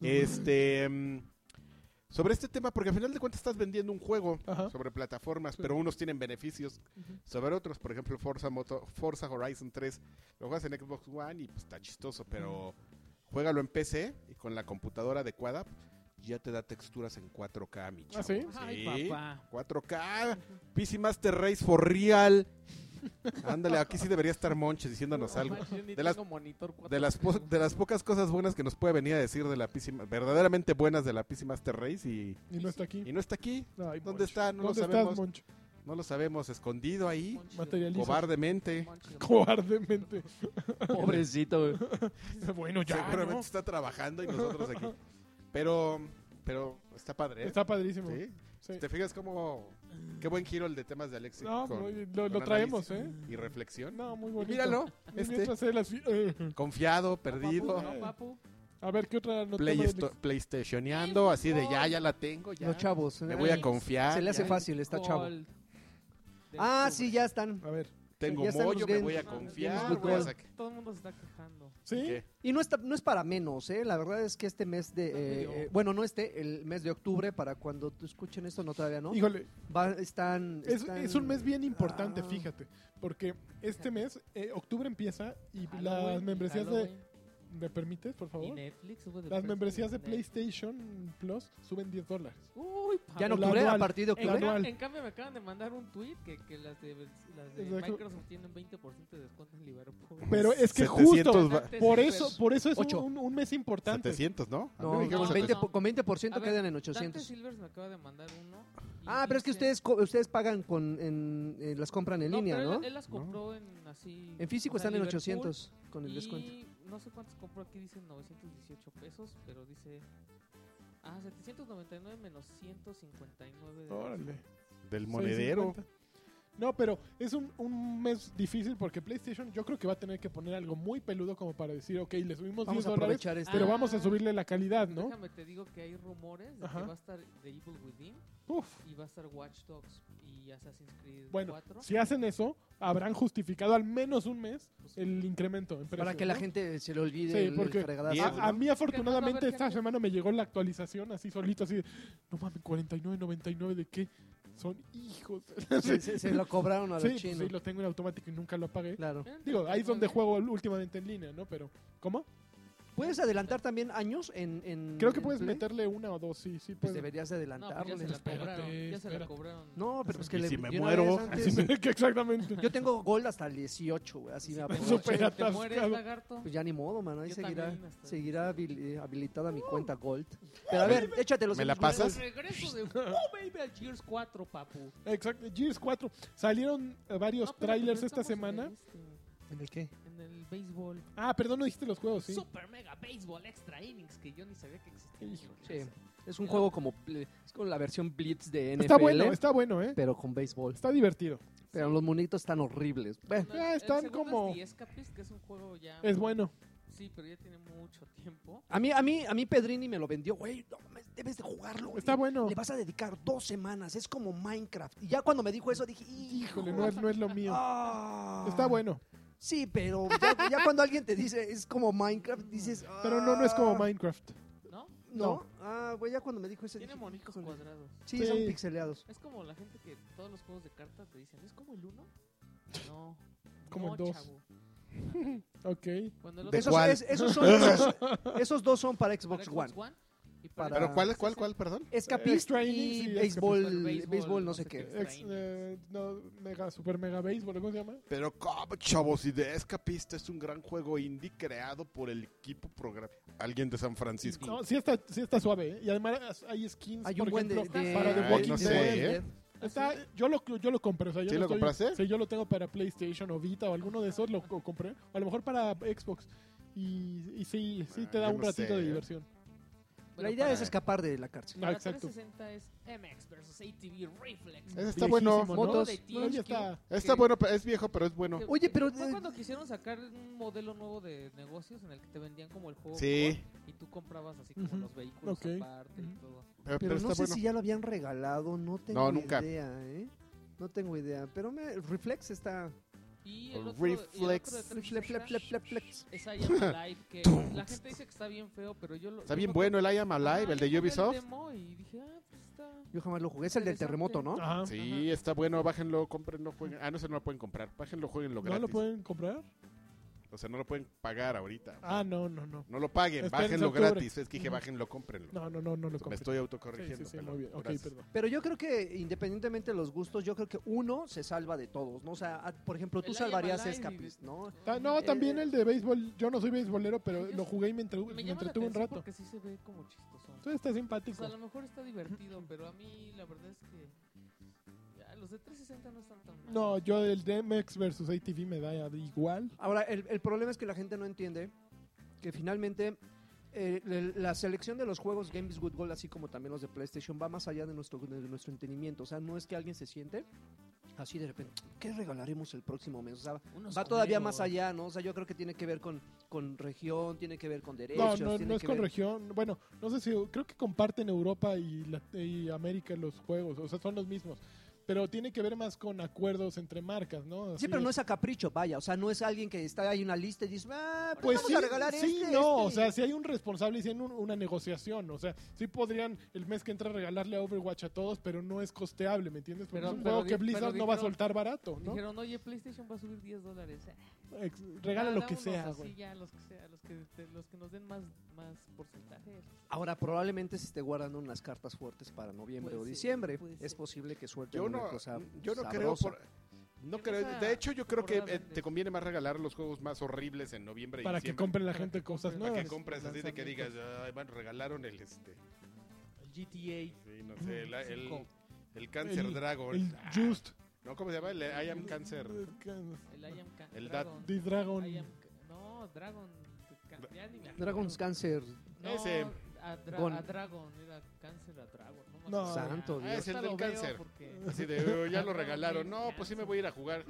Este. mm, sobre este tema, porque al final de cuentas estás vendiendo un juego Ajá. sobre plataformas, Sí. pero unos tienen beneficios Ujú. sobre otros. Por ejemplo, Forza, Moto, Forza Horizon 3 lo juegas en Xbox One y pues está chistoso, pero juégalo en PC y con la computadora adecuada ya te da texturas en 4K, mi chavo. ¿Ah, sí? Ay, papá. 4K, PC Master Race for real. Ándale, aquí sí debería estar Monches diciéndonos No algo. manches, yo ni De las- tengo monitor cuatro De las, po- de las pocas cosas buenas que nos puede venir a decir de la PC, Ma- verdaderamente buenas de la PC Master Race y, Y no está y aquí. no está aquí. Ay, ¿Dónde Monch. está? No lo ¿Dónde sabemos. estás, Monch? No lo sabemos, escondido ahí, Monchis de- Materializa. cobardemente. Monchis de- Cobardemente. Pobrecito, güey. bueno, ya. Seguramente ¿no? está trabajando y nosotros aquí. Pero, pero está padre. ¿eh? Está padrísimo. ¿Sí? Sí. ¿Te fijas cómo qué buen giro el de temas de Alexis? No, con- muy- lo, lo con traemos, ¿eh? análisis Y reflexión. No, muy Y bonito. míralo, Y este. mientras él así, eh. confiado, No, perdido, papu, no, papu. A ver, ¿qué otra nota? play más, esto- PlayStationeando, así de ya, ya la tengo, ya. Los chavos. Me eh, voy a Ay, confiar. se le hace ya. fácil, está chavo. Gol de Ah, octubre. sí, ya están. Alex? A ver. Tengo Ya están mollo, los me games. voy a No, confiar. los voy a games. sacar- Todo el mundo se está quejando. ¿Sí? ¿Qué? Y no, está, no es para menos, ¿eh? La verdad es que este mes de... Está eh, medio- eh, bueno, no este, el mes de octubre, para cuando tú escuchen esto, no todavía, ¿no? Híjole, Va- están, es, están- es un mes bien importante, Ah. fíjate. Porque este mes, eh, octubre empieza y las Halloween, membresías de... Halloween. ¿Me permites, por Y favor? Netflix. güey, de Las Netflix, membresías de Net- PlayStation Plus suben 10 dólares. Uy, papu. Ya en no- La octubre, a dual, partir de En, octubre. anual. en cambio me acaban de mandar un tweet que, que las de, las de Exacto. Microsoft tienen 20% de descuento en Liverpool. Pero es que 700 justo... va- Por eso, pues. por eso es un- Ocho. un, un mes importante. 700, ¿no? A mí me No, dijeron no, con 700. 20%, no. po- con 20% A ver, quedan en Dante 800. Silvers me acaba de mandar uno. y Ah, pero es que dice- ustedes co- ustedes pagan con en, eh, las compran en No, línea, pero ¿no? Él, él las compró en así. en físico o sea, están en Liverpool, 800 con el descuento. Y no sé cuántos compró aquí, dicen 918 pesos, pero dice. Ah, 799 menos 159. de- Órale. Del monedero. 6.50. No, pero es un, un mes difícil porque PlayStation yo creo que va a tener que poner algo muy peludo como para decir, ok, le subimos Vamos 10 a dólares, aprovechar este. pero vamos a subirle la calidad, ¿no? Ah. Déjame te digo que hay rumores de Ajá. que va a estar The Evil Within Uf. y va a estar Watch Dogs y Assassin's Creed Bueno, 4. Si hacen eso, habrán justificado al menos un mes Pues, el incremento en precio, para que la ¿no? gente se le olvide Sí, el- el porque- fregadazo, Ah, Diez, ¿no? A, a Porque no mí va a afortunadamente haber esta gente. semana me llegó la actualización así solito, así de, no mames, 49.99 de qué son hijos. se, se- se lo cobraron a Sí, los pues chinos. sí, lo tengo en automático y nunca lo apagué. Claro. Digo, ahí es donde juego últimamente en línea, ¿no? Pero, ¿cómo? ¿Puedes adelantar también años en, en- Creo que en puedes Play? meterle una o dos, sí, sí. Pues Puedes. deberías de No, pues ya adelantarle. se la cobraron. Ya se espérate. la cobraron. No, pero es que ¿Y le si me de una muero? vez antes- Sí, que Exactamente. Yo tengo gold hasta el 18, güey, así me pues, aprovecho. Súper Te atascado. mueres, lagarto. Pues ya ni modo, mano. Ahí Yo seguirá, también hasta- Uh. seguirá habili- eh, habilitada mi cuenta Gold. Pero a ver, échatelos. ¿Me la Xbox pasas? Gold. Regreso de Oh Baby al Gears 4, papu. Exacto. Gears 4. Salieron eh, varios No, pues pero trailers no esta estamos semana. En, este, ¿En el qué? en el béisbol. Ah, perdón, no dijiste los juegos, sí. Super Mega Béisbol Extra Innings que yo ni sabía que existía. Hijo, Sí. Es un No. juego como. pl- Es como la versión Blitz de NFL. Está bueno, está bueno, ¿eh? Pero con béisbol. Está divertido. Pero los monitos están horribles. Bueno, No, Ya el Ah, están segundo como- Es The Escapist, que es un juego Ah, ya. Es bueno. Sí, pero ya tiene mucho tiempo. a mí, a mí, a mí Pedrini me lo vendió, güey. No mames, debes de jugarlo. güey. Está bueno. Le vas a dedicar dos semanas. Es como Minecraft. Y ya cuando me dijo eso dije, híjole, Híjole, no es, no es lo mío. Ah. Está bueno. Sí, pero ya, ya cuando alguien te dice es como Minecraft, dices. Pero no, no es como "Ah". Minecraft. ¿No? No. Ah, güey, ya cuando me dijo ese. Tiene dije, monitos "Híjole". cuadrados. Sí, Sí. son pixeleados. Es como la gente que todos los juegos de cartas te dicen, ¿es como el 1? No. Como no, el dos. chavo. Ok. Cuando el ¿De otro- Esos, cuál? es- esos, son, esos, esos dos son para para Xbox, One. y para- Para- ¿Pero cuál, cuál, cuál, perdón? Escapist Extra y, innings y béisbol, escapist. béisbol, Béisbol, no sé qué. Extra Ex- eh, no, mega, super mega baseball, ¿cómo se llama? Pero, ¿cómo, chavos? Y de Escapista es un gran juego indie creado por el equipo programa. Alguien de San Francisco. No, sí está, sí está suave, ¿eh? Y además hay skins, Hay por un buen de, ejemplo, de- para The Ay, Walking no sé, Dead. ¿eh? Está- yo, lo, yo lo compré. O sea, yo ¿Sí no lo estoy- compraste? Sí, yo lo tengo para PlayStation o Vita o alguno de esos lo co- compré. O a lo mejor para Xbox. Y, y sí, sí te Ah, da yo un no ratito sé. de diversión. La Bueno, idea para- es escapar de la cárcel. No, para exacto. 360 es MX versus ATV Reflex. Ese está bueno. Viejísimo, Motos. ¿no? de No, THQ. ya está. Está que- bueno, pero es viejo, pero es bueno. que- Oye, pero- eh, Fue cuando quisieron sacar un modelo nuevo de negocios en el que te vendían como el juego. Sí, Gold Y tú comprabas así como Ujú. los vehículos Ok. aparte y Ujú. todo. Ah, pero, Pero pero no está sé bueno. si ya lo habían regalado, no tengo nunca. idea, ¿eh? No tengo idea. Pero me, Reflex está. Y O el otro, y el otro de Reflex. 360 Flex. es I Am Alive, que la gente dice que está bien feo, pero yo lo... Está yo bien me bueno acuerdo- el I Am Alive, Ajá, el de yo jugué Ubisoft. demo y dije, ah, pues está... Yo jamás lo jugué, es el del terremoto, ¿no? Ajá. Sí, está bueno, bájenlo, cómprenlo, jueguen. Ah, no, se no lo pueden comprar. Bájenlo, jueguenlo ¿No gratis. lo pueden comprar? O sea, no lo pueden pagar ahorita. Ah, no, no, no. No lo paguen, Espérense bájenlo octubre. gratis. Es que dije, Ujú. bájenlo, cómprenlo. No, no, no, no lo Me compré. estoy Sí, autocorrigiendo. sí, sí, pelón. muy bien. Ok, Gracias. perdón. Pero yo creo que independientemente de los gustos, yo creo que uno se salva de todos, ¿no? O sea, a- por ejemplo, tú El I Am salvarías Alive y- Escapist, ¿no? Ta- No, Eh, también eh. el de béisbol. Yo no soy beisbolero, pero Yo- lo jugué y me, entretuve- Eh, Me me llama la entretuve atención un rato. porque sí se ve como chistoso. Entonces está O sea, a simpático. lo mejor está divertido, pero a mí la verdad es que... ya, los de 360 no están tan mal. No, yo el DMX versus ATV me da igual. Ahora, el, el problema es que la gente no entiende que finalmente eh, el- la selección de los juegos Games with Gold, así como también los de PlayStation, va más allá de nuestro, de nuestro entendimiento. O sea, no es que alguien se siente así de repente, ¿qué regalaremos el próximo mes? O sea, Unos va todavía comeros. más allá, ¿no? O sea, yo creo que tiene que ver con, con región, tiene que ver con No, derechos. no, tiene no es que con ver- región. Bueno, no sé si. Creo que comparten Europa y, la- y América los juegos. O sea, son los mismos. Pero tiene que ver más con acuerdos entre marcas, ¿no? Sí, pero no es a capricho, vaya. O sea, no es alguien que está ahí en una lista y dice, ah, pues Pues vamos sí, a regalar sí, este, no, o este". sea, si hay un responsable y si hay un- una negociación, o sea, sí podrían el mes que entra regalarle a Overwatch a todos, pero no es costeable, ¿me entiendes? Porque Pero- es un pero juego que di- Blizzard pero no va a dijeron- soltar barato, ¿no? Dijeron, oye, PlayStation va a subir 10 dólares. Eh, Ex- regala da- lo da que unos sea, así, güey. ya, los que sea, los que, te- los que nos den más, más porcentaje. Ahora, probablemente se esté guardando unas cartas fuertes para noviembre Puede o ser, diciembre. puede es ser. posible que suelten Yo una no, cosa yo no creo. sabrosa. por- no Qué creo. cosa De hecho, yo creo que horrible. eh, te conviene más regalar los juegos más horribles en noviembre y Para que diciembre. compren la Para gente que cosas compren. Para nuevas. que compres así de que digas, lanzamientos. "Ay, bueno, regalaron el este. GTA. sí, no sé, el, el, Cinco. el Cancer El- Dragon. El Ah, Just, No, ¿cómo se llama? El eh, I Am Cancer. El I am Ca- El Dragon. The Dragon. I am Ca- no, Dragon. Ca- ya ni me acuerdo. Dragon's Cancer. No, Ese. A, dra- Gon. a Dragon. Era cáncer a Dragon. No, me No. acuerdo. Santo Dios. Ah, es el Ahorita del lo veo cáncer. porque- Así de, "Oh, ya lo regalaron. No, pues sí me voy a ir a jugar.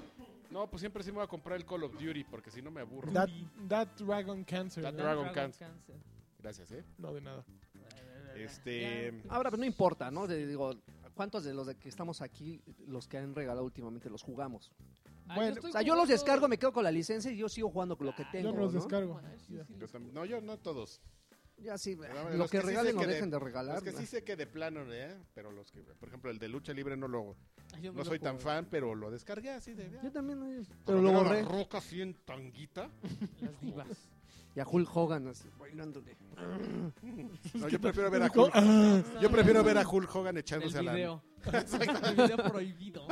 No, pues siempre sí me voy a comprar el Call of Duty porque si no me aburro. That, that Dragon Cancer. That ¿no? Dragon Cáncer. Cáncer. Gracias, ¿eh? No, de nada. Este, Ya, Ahora, pero no importa, ¿no? De- digo, ¿cuántos de los de que estamos aquí, los que han regalado últimamente, los jugamos? Ah, Bueno, estoy O sea, yo los jugando- descargo, me quedo con la licencia y yo sigo jugando con lo que Ah, tengo, yo no los ¿no? descargo. Ah, sí, Ya. sí, yo los- también- no, yo no todos. Ya sí, eh, Pero, lo los que que sí regalen se no queden- dejen de Los regalar. que sí ¿no? sé que de plano, ¿eh? Pero los que, por ejemplo, el de lucha libre no lo, Ah, yo me no soy tan juego. fan, pero lo descargué así de. "Ah". Yo también, eh, pero Pero lo La borré. roca así en tanguita. Las divas. Y a Hulk Hogan así, bailándole. No, yo prefiero ver a Dijo, Hulk. "Ah". Yo prefiero ver a Hulk Hogan echándose a El la. video. El video prohibido.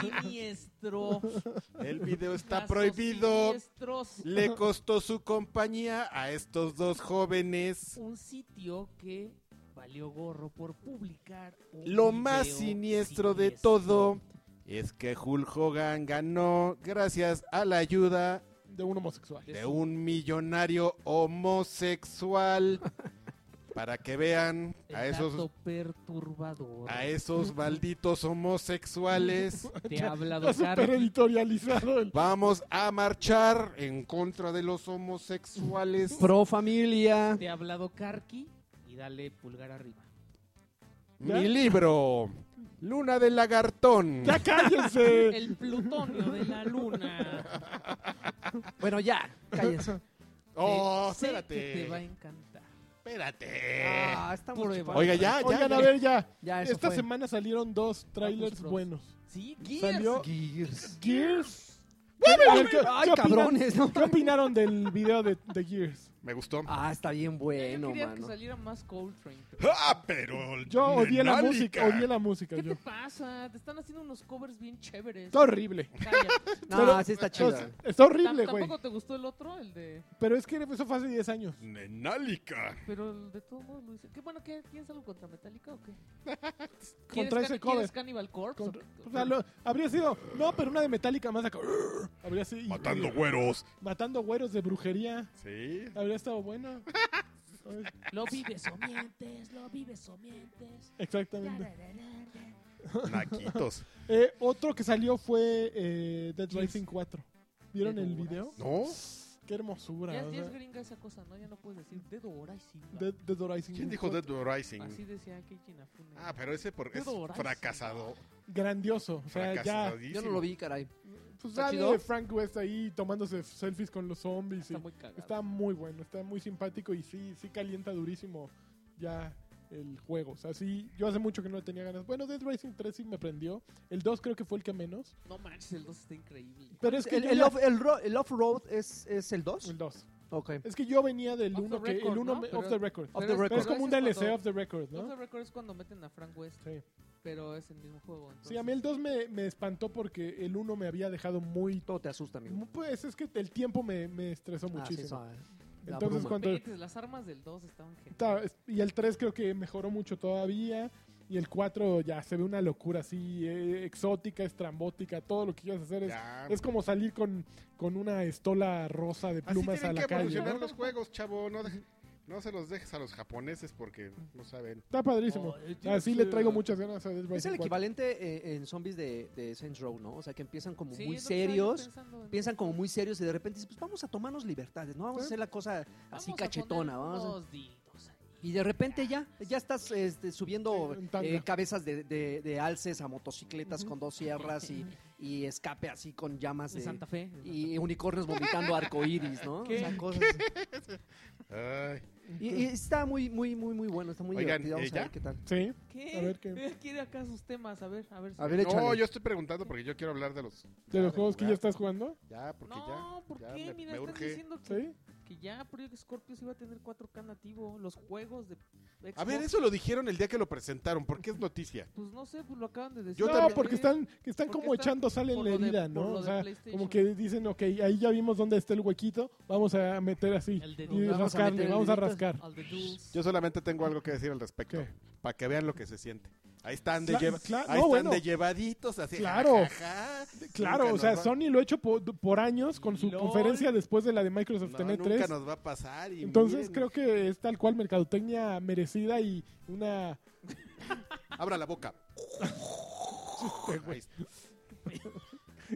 Siniestro. El video está Casos prohibido. siniestros. Le costó su compañía a estos dos jóvenes. Un sitio que valió gorro por publicar. un Lo más video siniestro de siniestro. todo es que Hulk Hogan ganó gracias a la ayuda De un homosexual. de un millonario homosexual. Para que vean El a esos, dato perturbador. a esos malditos homosexuales. Te ha hablado Está súper Carmen. editorializado el Vamos a marchar en contra de los homosexuales. Pro familia. Te ha hablado Karki y dale pulgar arriba. Mi libro, Luna del Lagartón. ¡Ya cállense! El plutonio de la luna. Bueno, ya, cállense. Oh, Sé que te va a espérate. encantar. Espérate. Ah, está muy Oiga, ya, ya. ya. Oigan, a ver Eh, pues, ya. Ya, Ah, eso Esta fue. semana salieron dos trailers Bros. buenos. Sí, Gears. Salió Gears. Gears. A ver, ¿qué- Ay, qué opinan- cabrones, ¿no? ¿Qué opinaron del video de, de Gears? Me gustó. Ah, está bien Yo bueno, quería que mano. saliera más Coltrane. pero- Ah, pero el Yo odié la Menálica. música, odié la música ¿Qué te yo. pasa? Te están haciendo unos covers bien chéveres. Está horrible. Cállate. No, Pero- eh, sí está Entonces, chido. Está Tam- horrible, güey. ¿Tampoco te gustó el otro? El de... Pero es que eso fue hace 10 años. Menálica. Pero el de todos modos lo hice. ¿Qué bueno? ¿qué? ¿Tienes algo contra Metallica o qué? ¿Quieres Contra ese Can- ¿Quieres cover. Cannibal Corpse? Contra- o sea, lo- habría sido. No, pero una de Metallica más acá. Habría sido. Matando güeros. Matando güeros de brujería. Sí. Habría estado bueno. Lo vives o mientes, lo vives o mientes. Exactamente. Naquitos. Eh, otro que salió fue eh, Dead Gears. Rising 4. ¿Vieron el Dead video? ¿No? Qué hermosura. Ya, o ya sea, es gringa esa cosa, ¿no? Ya no puedes decir dedo ahora y sin Dead, Dead Rising ¿Quién dijo 4. Dead Rising? Así decía Keiji Inafune. Ah, pero ese por, es Dead Rising. fracasado. Grandioso. O sea, ya. Yo no lo vi, caray. Pues ¿Está sale chido? Frank West ahí tomándose selfies con los zombies. y Está muy cagado. Está muy bueno, está muy simpático y sí, sí calienta durísimo ya el juego. O sea, sí, yo hace mucho que no le tenía ganas. Bueno, Dead Racing 3 sí me prendió. El 2 creo que fue el que menos. No manches, el 2 está increíble. Pero es que el, yo el ya- off, el ro- el off-road es, es el 2. el 2. Ok. Es que yo venía del Off the 1 que record, el 1 ¿no? me- Pero- off the record. Off Pero the es- record. pero es como un ese DLC cuando- off the record, Off the ¿no? record es cuando meten a Frank West, Sí. pero es el mismo juego. Sí, a mí el 2 me, me espantó porque el 1 me había dejado muy Todo te asusta, amigo. pues es que el tiempo me, me estresó Ah, sí, muchísimo. sabe. La Entonces bruma. cuando Fíjate, las armas del 2 estaban geniales. Ta- es- Y el 3 creo que mejoró mucho todavía. Y el 4 ya se ve una locura así, eh, exótica, estrambótica. Todo lo que quieras hacer es, Ya. es como salir con, con una estola rosa de Así plumas a tienen la que calle. evolucionar ¿no? los juegos, chavo. No, deje- no se los dejes a los japoneses porque no saben. Está padrísimo. así Ah, le traigo muchas ganas a Dead Es el Rising 4. equivalente eh, en zombies de, de Saints Row, ¿no? O sea, que empiezan como Sí, muy es lo que estaba yo serios. pensando en- Piensan como muy serios y de repente dicen, pues vamos a tomarnos libertades, ¿no? Vamos a Sí. hacer la cosa así Vamos a poner cachetona, vamos. a- unos dildos ahí. Y de repente ya, ya estás este, subiendo Sí, en tanga. eh, cabezas de, de- de alces a motocicletas Ujú. con dos sierras y, y escape así con llamas De de, Santa Fe. y unicornios vomitando arcoíris, ¿no? ¿Qué? O sea, cosas. Ay, Y, y está muy, muy, muy, muy bueno, está muy Oigan, divertido. ¿eh, Vamos a ver ya? qué tal. Sí. ¿Qué? A ver qué- Eh, Quiere acá sus temas, a ver, a ver. A ver, échale. No, yo estoy preguntando porque yo quiero hablar de los. De los de juegos que ya jugar. estás jugando. Ya, porque no, ya. ¿por ya qué? me- Mira, me están urge. diciendo que, Sí. que ya Project Scorpius iba a tener 4K nativo. Los juegos de Xbox. A ver, eso lo dijeron el día que lo presentaron, porque es noticia. Pues no sé, pues lo acaban de decir. Yo no, también- porque están, que están Porque como están echando sal en por la lo de- herida, por ¿no? lo O de sea, PlayStation. como que dicen, ok, ahí ya vimos dónde está el huequito, vamos a meter así. El dedito. Y Vamos a meter rascarle, el vamos a dedito. rascar. Al de Duels. Yo solamente tengo algo que decir al respecto. ¿Qué? Para que vean lo que se siente. Ahí están de, Cla- lleva- cla- ahí no, están bueno. de llevaditos. Así, Claro. ja, ja, ja. Claro, Nunca o sea, nos va- Sony lo ha hecho po- por, años con su LOL. conferencia después de la de Microsoft no, en Nunca E3. nos va a pasar. y Entonces miren, creo que es tal cual mercadotecnia merecida y una... Abra la boca. pues Ahí está.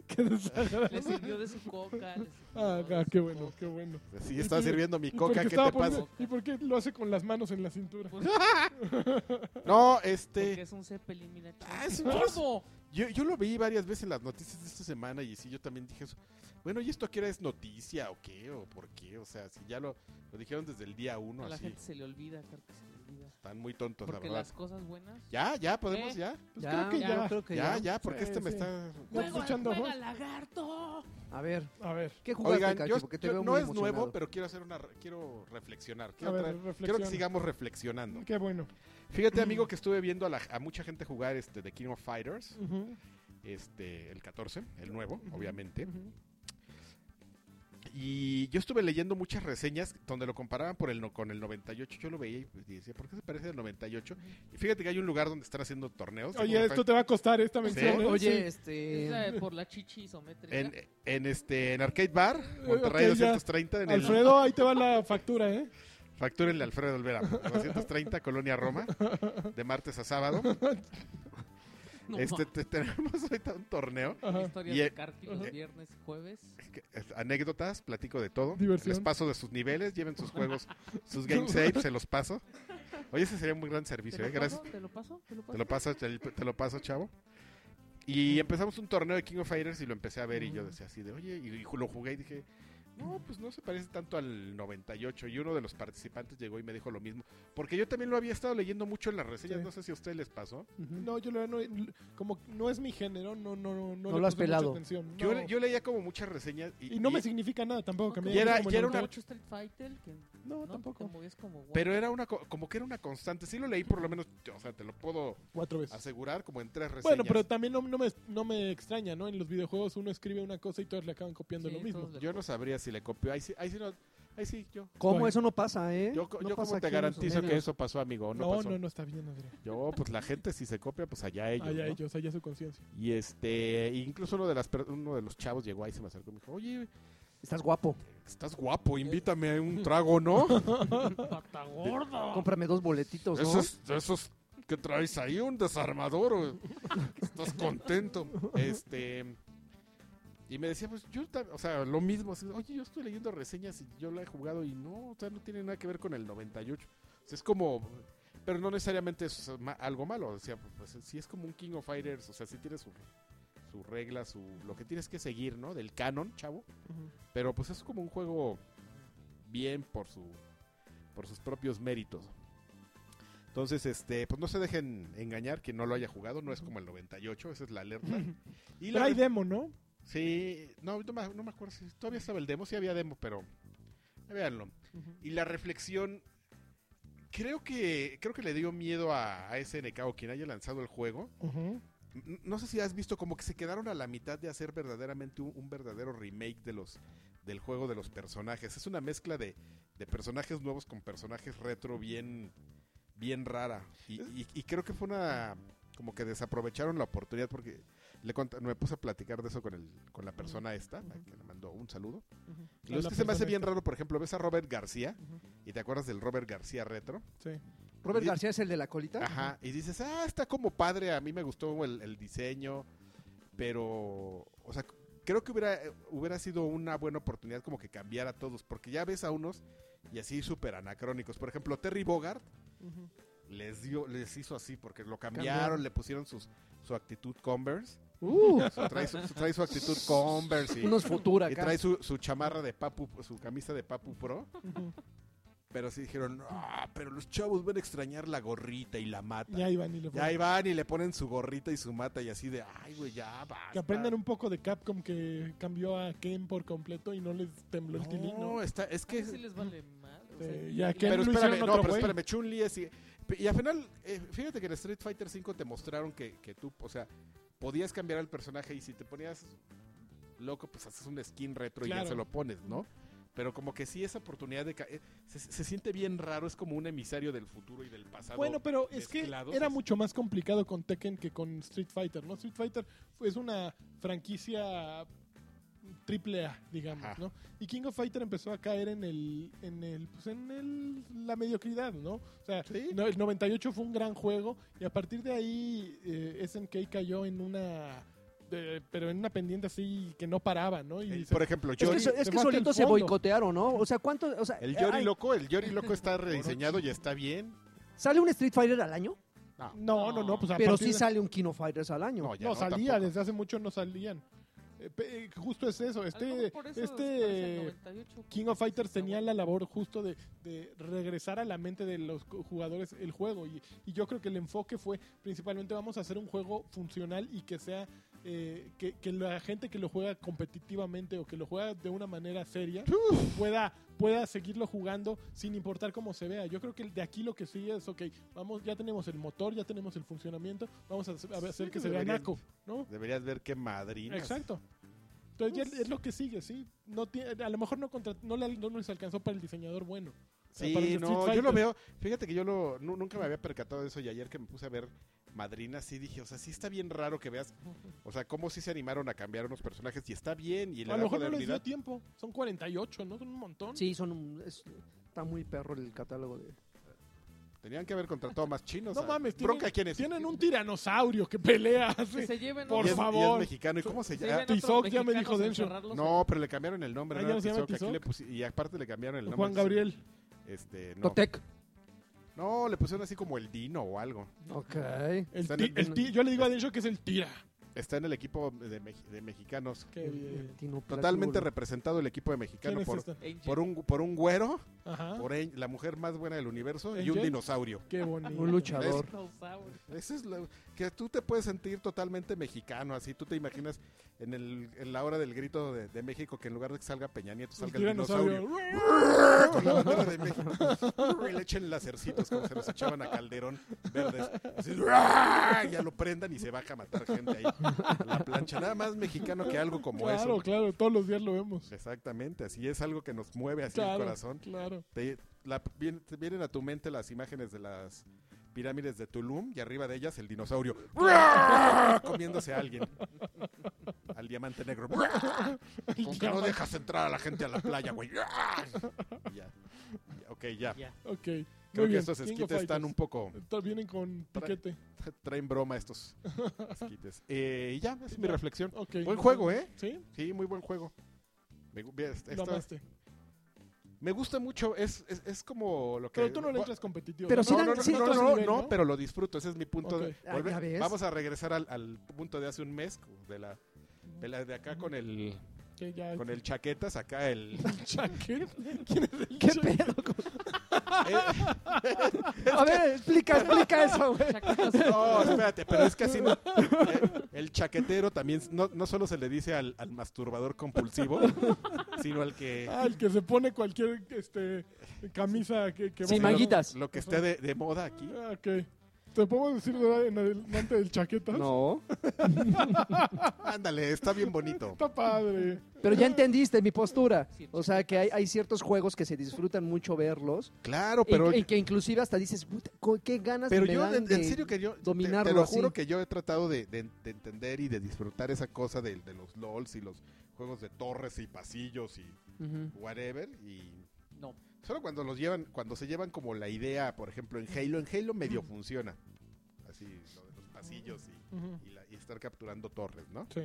qué desagradable. Le sirvió de su coca. le sirvió Ah, de ah, su qué bueno, coca. qué bueno. Sí, está sirviendo mi ¿Y coca. por qué ¿Qué estaba te pasa? poniendo- ¿Y por qué lo hace con las manos en la cintura? Pues, No, Porque este. es un Zeppelin, mira. chico. Ah, es un- ¡Turbo! Yo, yo lo vi varias veces en las noticias de esta semana y sí, yo también dije eso. Bueno, ¿y esto a qué hora es noticia o qué? ¿O por qué? O sea, si ya lo, lo dijeron desde el día uno, A la así. gente se le olvida, claro que se le olvida. Están muy tontos, la Porque verdad. las cosas buenas. Ya, ya, podemos, ¿Eh? ya. Pues creo que ya, ya. yo creo que ya, ya. ya, porque Sí, este me sí. está. Ya ¡Juega, escuchando, juega, ¿no? lagarto! A ver, A ver, ¿qué jugaste, Oigan, Cacho? yo, Porque te yo- veo no muy es nuevo, emocionado. pero quiero hacer una re- quiero reflexionar. a Quiero, ver, traer- quiero reflexiona. que sigamos reflexionando. Qué bueno. Fíjate, amigo, que estuve viendo a, la- a mucha gente jugar este de King of Fighters, Ujú, este, el 14, el nuevo, Ujú. obviamente. ujú. Y yo estuve leyendo muchas reseñas donde lo comparaban por el, no- con el 98. Yo lo veía y pues, decía, ¿por qué se parece al 98? Y fíjate que hay un lugar donde están haciendo torneos. de Oye, King of esto te va a costar esta mención. Sí. ¿eh? Oye, Sí. Es la este... de por la chichi isométrica. En, en este en Arcade Bar, Monterrey Eh, ok, ya. 230, en el Alfredo, ahí te va la factura, ¿eh? Factúrenle a Alfredo Olvera, 230 Colonia Roma, de martes a sábado. No, Este te- tenemos ahorita un torneo, Ajá. Historias Y, eh, de Karki los eh, viernes y jueves. que- es- anécdotas, platico de todo, Diversión. les paso de sus niveles, lleven sus juegos, sus game saves, se los paso. Oye, ese sería un muy gran servicio, ¿eh? ¿Te, lo gracias. paso? ¿Te lo paso? ¿Te lo paso? Te lo paso, te, te lo paso, chavo. Y empezamos un torneo de King of Fighters y lo empecé a ver y yo decía así de, oye, y, y lo jugué y dije, no, pues no se parece tanto al 98. Y uno de los participantes llegó y me dijo lo mismo. Porque yo también lo había estado leyendo mucho en las reseñas, Sí. no sé si a ustedes les pasó. Ujú. No, yo la verdad no, como no es mi género, no, no, no, No le lo has puse mucha pelado. atención, no. Yo, yo leía como muchas reseñas y, y no me y- significa nada tampoco. que me Y hayan era- dicho como y era el una- 98. Mucho Street Fighter. Que, no, No, tampoco. tampoco. como guay. pero era una co- como que era una constante. Sí lo leí por lo menos, o sea, te lo puedo Cuatro veces. asegurar como en tres reseñas. Bueno, pero también no, no, me, no me extraña, ¿no? En los videojuegos uno escribe una cosa y todos le acaban copiando Sí, lo mismo. todos le- yo no sabría si le copió. Ahí sí, ahí sí no- ahí sí, yo. ¿Cómo Oye. eso no pasa, eh? Yo, No yo pasa como te aquí en los garantizo que medios. eso pasó, amigo. No, No, no, pasó. no, está bien, Andrea. Yo, pues la gente si se copia, pues allá ellos. allá ¿no? ellos, allá su conciencia. Y este, incluso uno de, las, per- uno de los chavos llegó ahí, se me acercó y me dijo, oye, Estás guapo. estás guapo, invítame a un trago, ¿no? ¡Pata Oh. gorda! Cómprame dos Pues, boletitos, ¿no? esos, esos que traes ahí, un desarmador, o- estás contento. Este, y me decía, pues yo, tam- o sea, lo mismo, así, oye, yo estoy leyendo reseñas y yo la he jugado y no, o sea, no tiene nada que ver con el 98. O sea, es como... Pero no necesariamente es ma- algo malo, o sea, pues sí es como un King of Fighters, o sea, sí tiene su, su su regla, su lo que tienes que seguir, ¿no? Del canon, chavo. Pero pues es como un juego bien por su por sus propios méritos. Entonces, este, pues no se dejen engañar quien no lo haya jugado, no es como el 98, esa es la alerta. Y Pero la hay demo, ¿no? Sí, no, no, me- no me acuerdo si todavía estaba el demo, sí había demo, pero eh, véanlo. Y la reflexión, creo que creo que le dio miedo a, a SNK o quien haya lanzado el juego. Ujú. N- No sé si has visto como que se quedaron a la mitad de hacer verdaderamente un, un verdadero remake de los del juego de los personajes. Es una mezcla de, de personajes nuevos con personajes retro bien bien rara. Y, y- y creo que fue una como que desaprovecharon la oportunidad porque le cont- me puse a platicar de eso con el con la persona esta, la que le mandó un saludo. Ujú. Y lo La es que se me hace persona bien raro, por ejemplo, ves a Robert García Ujú. y te acuerdas del Robert García retro. Sí. Robert Di- García es el de la colita. Ajá, y dices, ah, está como padre, a mí me gustó el, el diseño, pero, o sea, creo que hubiera, eh, hubiera sido una buena oportunidad como que cambiar a todos, porque ya ves a unos y así súper anacrónicos. Por ejemplo, Terry Bogart Ujú. les dio, les hizo así, porque lo cambiaron, Cambiaron. le pusieron sus, su actitud Converse, Uh, o sea, trae, su, trae su actitud Converse y, unos futura y acá. trae su, su chamarra de Papu, su camisa de Papu Pro. Ujú. Pero sí dijeron, ah, pero los chavos van a extrañar la gorrita y la mata. Ya iban y le Ya ahí van y le ponen su gorrita y su mata y así de, ay, güey, ya va. Que aprendan un poco de Capcom que cambió a Ken por completo y no les tembló el No, tilino. está, es que... Ah, sí les vale madre. o Sí, sea, ya y- que- Pero lo espérame, hicieron no, otro pero güey. espérame, Chun-Li es... Y, y al final, eh, fíjate que en Street Fighter V te mostraron que, que tú, o sea, podías cambiar al personaje y si te ponías loco, pues haces un skin retro y Claro. ya se lo pones, ¿no? Pero como que sí, esa oportunidad de... ca- eh, Se, se siente bien raro, es como un emisario del futuro y del pasado. Bueno, pero es que mezclados, era así. mucho más complicado con Tekken que con Street Fighter, ¿no? Street Fighter fue- es una franquicia triple A, digamos, Ajá. ¿no? Y King of Fighter empezó a caer en el en el pues en el, la mediocridad, ¿no? O sea, Sí. no, el 98 fue un gran juego y a partir de ahí eh, SNK cayó en una eh, pero en una pendiente así que no paraba, ¿no? Y El- se- por ejemplo, Es que, Yori- so- es se que va hasta el solitos se fondo. boicotearon, ¿no? O sea, ¿cuánto? O sea, El eh, Yori ay, Loco, el Yori Loco está rediseñado y está bien. ¿Sale un Street Fighter al año? no, no, no, pues a Pero partir sí de- sale un Kino Fighters al año. No, pues ya no, no, salía, tampoco. desde hace mucho no salían. Eh, pe- eh, justo es eso, a lo mejor este, por eso parece el este 98, porque King of sí Fighters está tenía bueno. la labor justo de, de regresar a la mente de los co- jugadores el juego y, y yo creo que el enfoque fue principalmente vamos a hacer un juego funcional y que sea eh, que, que la gente que lo juega competitivamente o que lo juega de una manera seria pueda pueda seguirlo jugando sin importar cómo se vea. Yo creo que de aquí lo que sigue es, ok, vamos, ya tenemos el motor, ya tenemos el funcionamiento, vamos a hacer, a hacer Sí, que se vea deberían. naco, ¿no? Deberías ver qué madrinas. Exacto. Entonces Pues ya es lo que sigue, sí. No tiene, a lo mejor no, contra- no, le- no les alcanzó para el diseñador bueno. Sí, Para el no, Street yo lo Fighter. veo. Fíjate que yo lo, nu- nunca me había percatado de eso y ayer que me puse a ver madrinas sí dije, o sea, sí está bien raro que veas, o sea, cómo sí se animaron a cambiar unos personajes y está bien y le A da lo mejor no les dio modernidad. tiempo. Son 48, ¿no? Son un montón. Sí, son un- es- está muy perro el catálogo de... Tenían que haber contratado más chinos. No ah, mames, tienen- bronca quién es. Tienen un tiranosaurio que pelea. Que así. se lleven Por Y es- y otro- es favor. mexicano, ¿y cómo se se lleven llama? Tizoc, otros ya me dijo mexicanos a Denso. encerrarlos No, pero le cambiaron el nombre, Ah, ¿no? ya Era no se llama Tizoc, aquí Tizoc. le pusi- y aparte le cambiaron el nombre. Juan Gabriel. Este, no. Totec. No, le pusieron así como el Dino o algo. Ok. El Están ti- en- el ti- yo le digo a Dencho que es el tira. Está en el equipo de, mex- de mexicanos. Que, eh, Kino Plat Totalmente Gold. representado el equipo de ¿Quién mexicano es este? por, esta? Ah. Angel. por un por un güero, Ajá. por en- la mujer más buena del universo y un ¿Angel? dinosaurio. Qué bonito. Un luchador. Dinosaurio. Eso es lo que tú te puedes sentir totalmente mexicano, así tú te imaginas en, el, en la hora del grito de, de México que en lugar de que salga Peña Nieto El salga el dinosaurio tiranosaurio. con la bandera de México y le echen lacercitos como se los echaban a Calderón verdes. Así, ¡ah! ya lo prendan y se baja a matar gente ahí. a La plancha nada más mexicano que algo como Claro, eso. claro. Todos los días lo vemos. Exactamente, así es algo que nos mueve así el Claro, corazón. claro. Te, la- vien- te vienen a tu mente las imágenes de las pirámides de Tulum y arriba de ellas el dinosaurio comiéndose a alguien. Al diamante negro. Con que no diamante. dejas entrar a la gente a la playa, güey. Y ya. Ya, Ok, ya. Ya. Ok. Creo muy que bien. estos King of esquites están Fighters. un poco... Todos Vienen con piquete. Traen broma estos esquites. Eh, y ya, esa es mi Ya. reflexión. Ok. Buen juego, ¿eh? Sí, Sí, muy buen juego. Me gu- lo esta- amaste. Me gusta mucho, es, es, es como lo que... Pero tú no le entras competitivo. Pero No, sí no, dan- no, sí- no, no, otro no, nivel, no, pero lo disfruto, ese es mi punto. Ok. de- Ah, ya ves. Vamos a regresar al, al punto de hace un mes, de la de, la de acá con el Que ya- con el chaquetas, acá el... ¿El chaquet? ¿Quién es el ¿Qué chaquet? pedo? eh, A ver, explica, explica eso, güey. Chaquetas. No, espérate, pero es que así no. eh, El chaquetero también no, no solo se le dice al, al masturbador compulsivo, sino al que Ah, el que se pone cualquier este, camisa que, que Sin va a- manguitas. lo que esté de, de moda aquí. Ah, ok. ¿Te puedo decir de- en adelante del chaquetas? No. Ándale, está bien bonito. Está padre. Pero ya entendiste mi postura. O sea, que hay, hay ciertos juegos que se disfrutan mucho verlos. Claro, Y, pero y que inclusive hasta dices, "Puta, co- ¿qué ganas pero me yo dan en, de- en serio que yo te- te, dominarlo lo así. juro que yo he tratado de, de- de entender y de disfrutar esa cosa de, de los LOLs y los juegos de torres y pasillos y Ujú. whatever y No. Solo cuando los llevan, cuando se llevan como la idea, por ejemplo, en Halo, en Halo medio funciona. Así, lo de los pasillos y, Ujú. y la- y estar capturando torres, ¿no? Sí.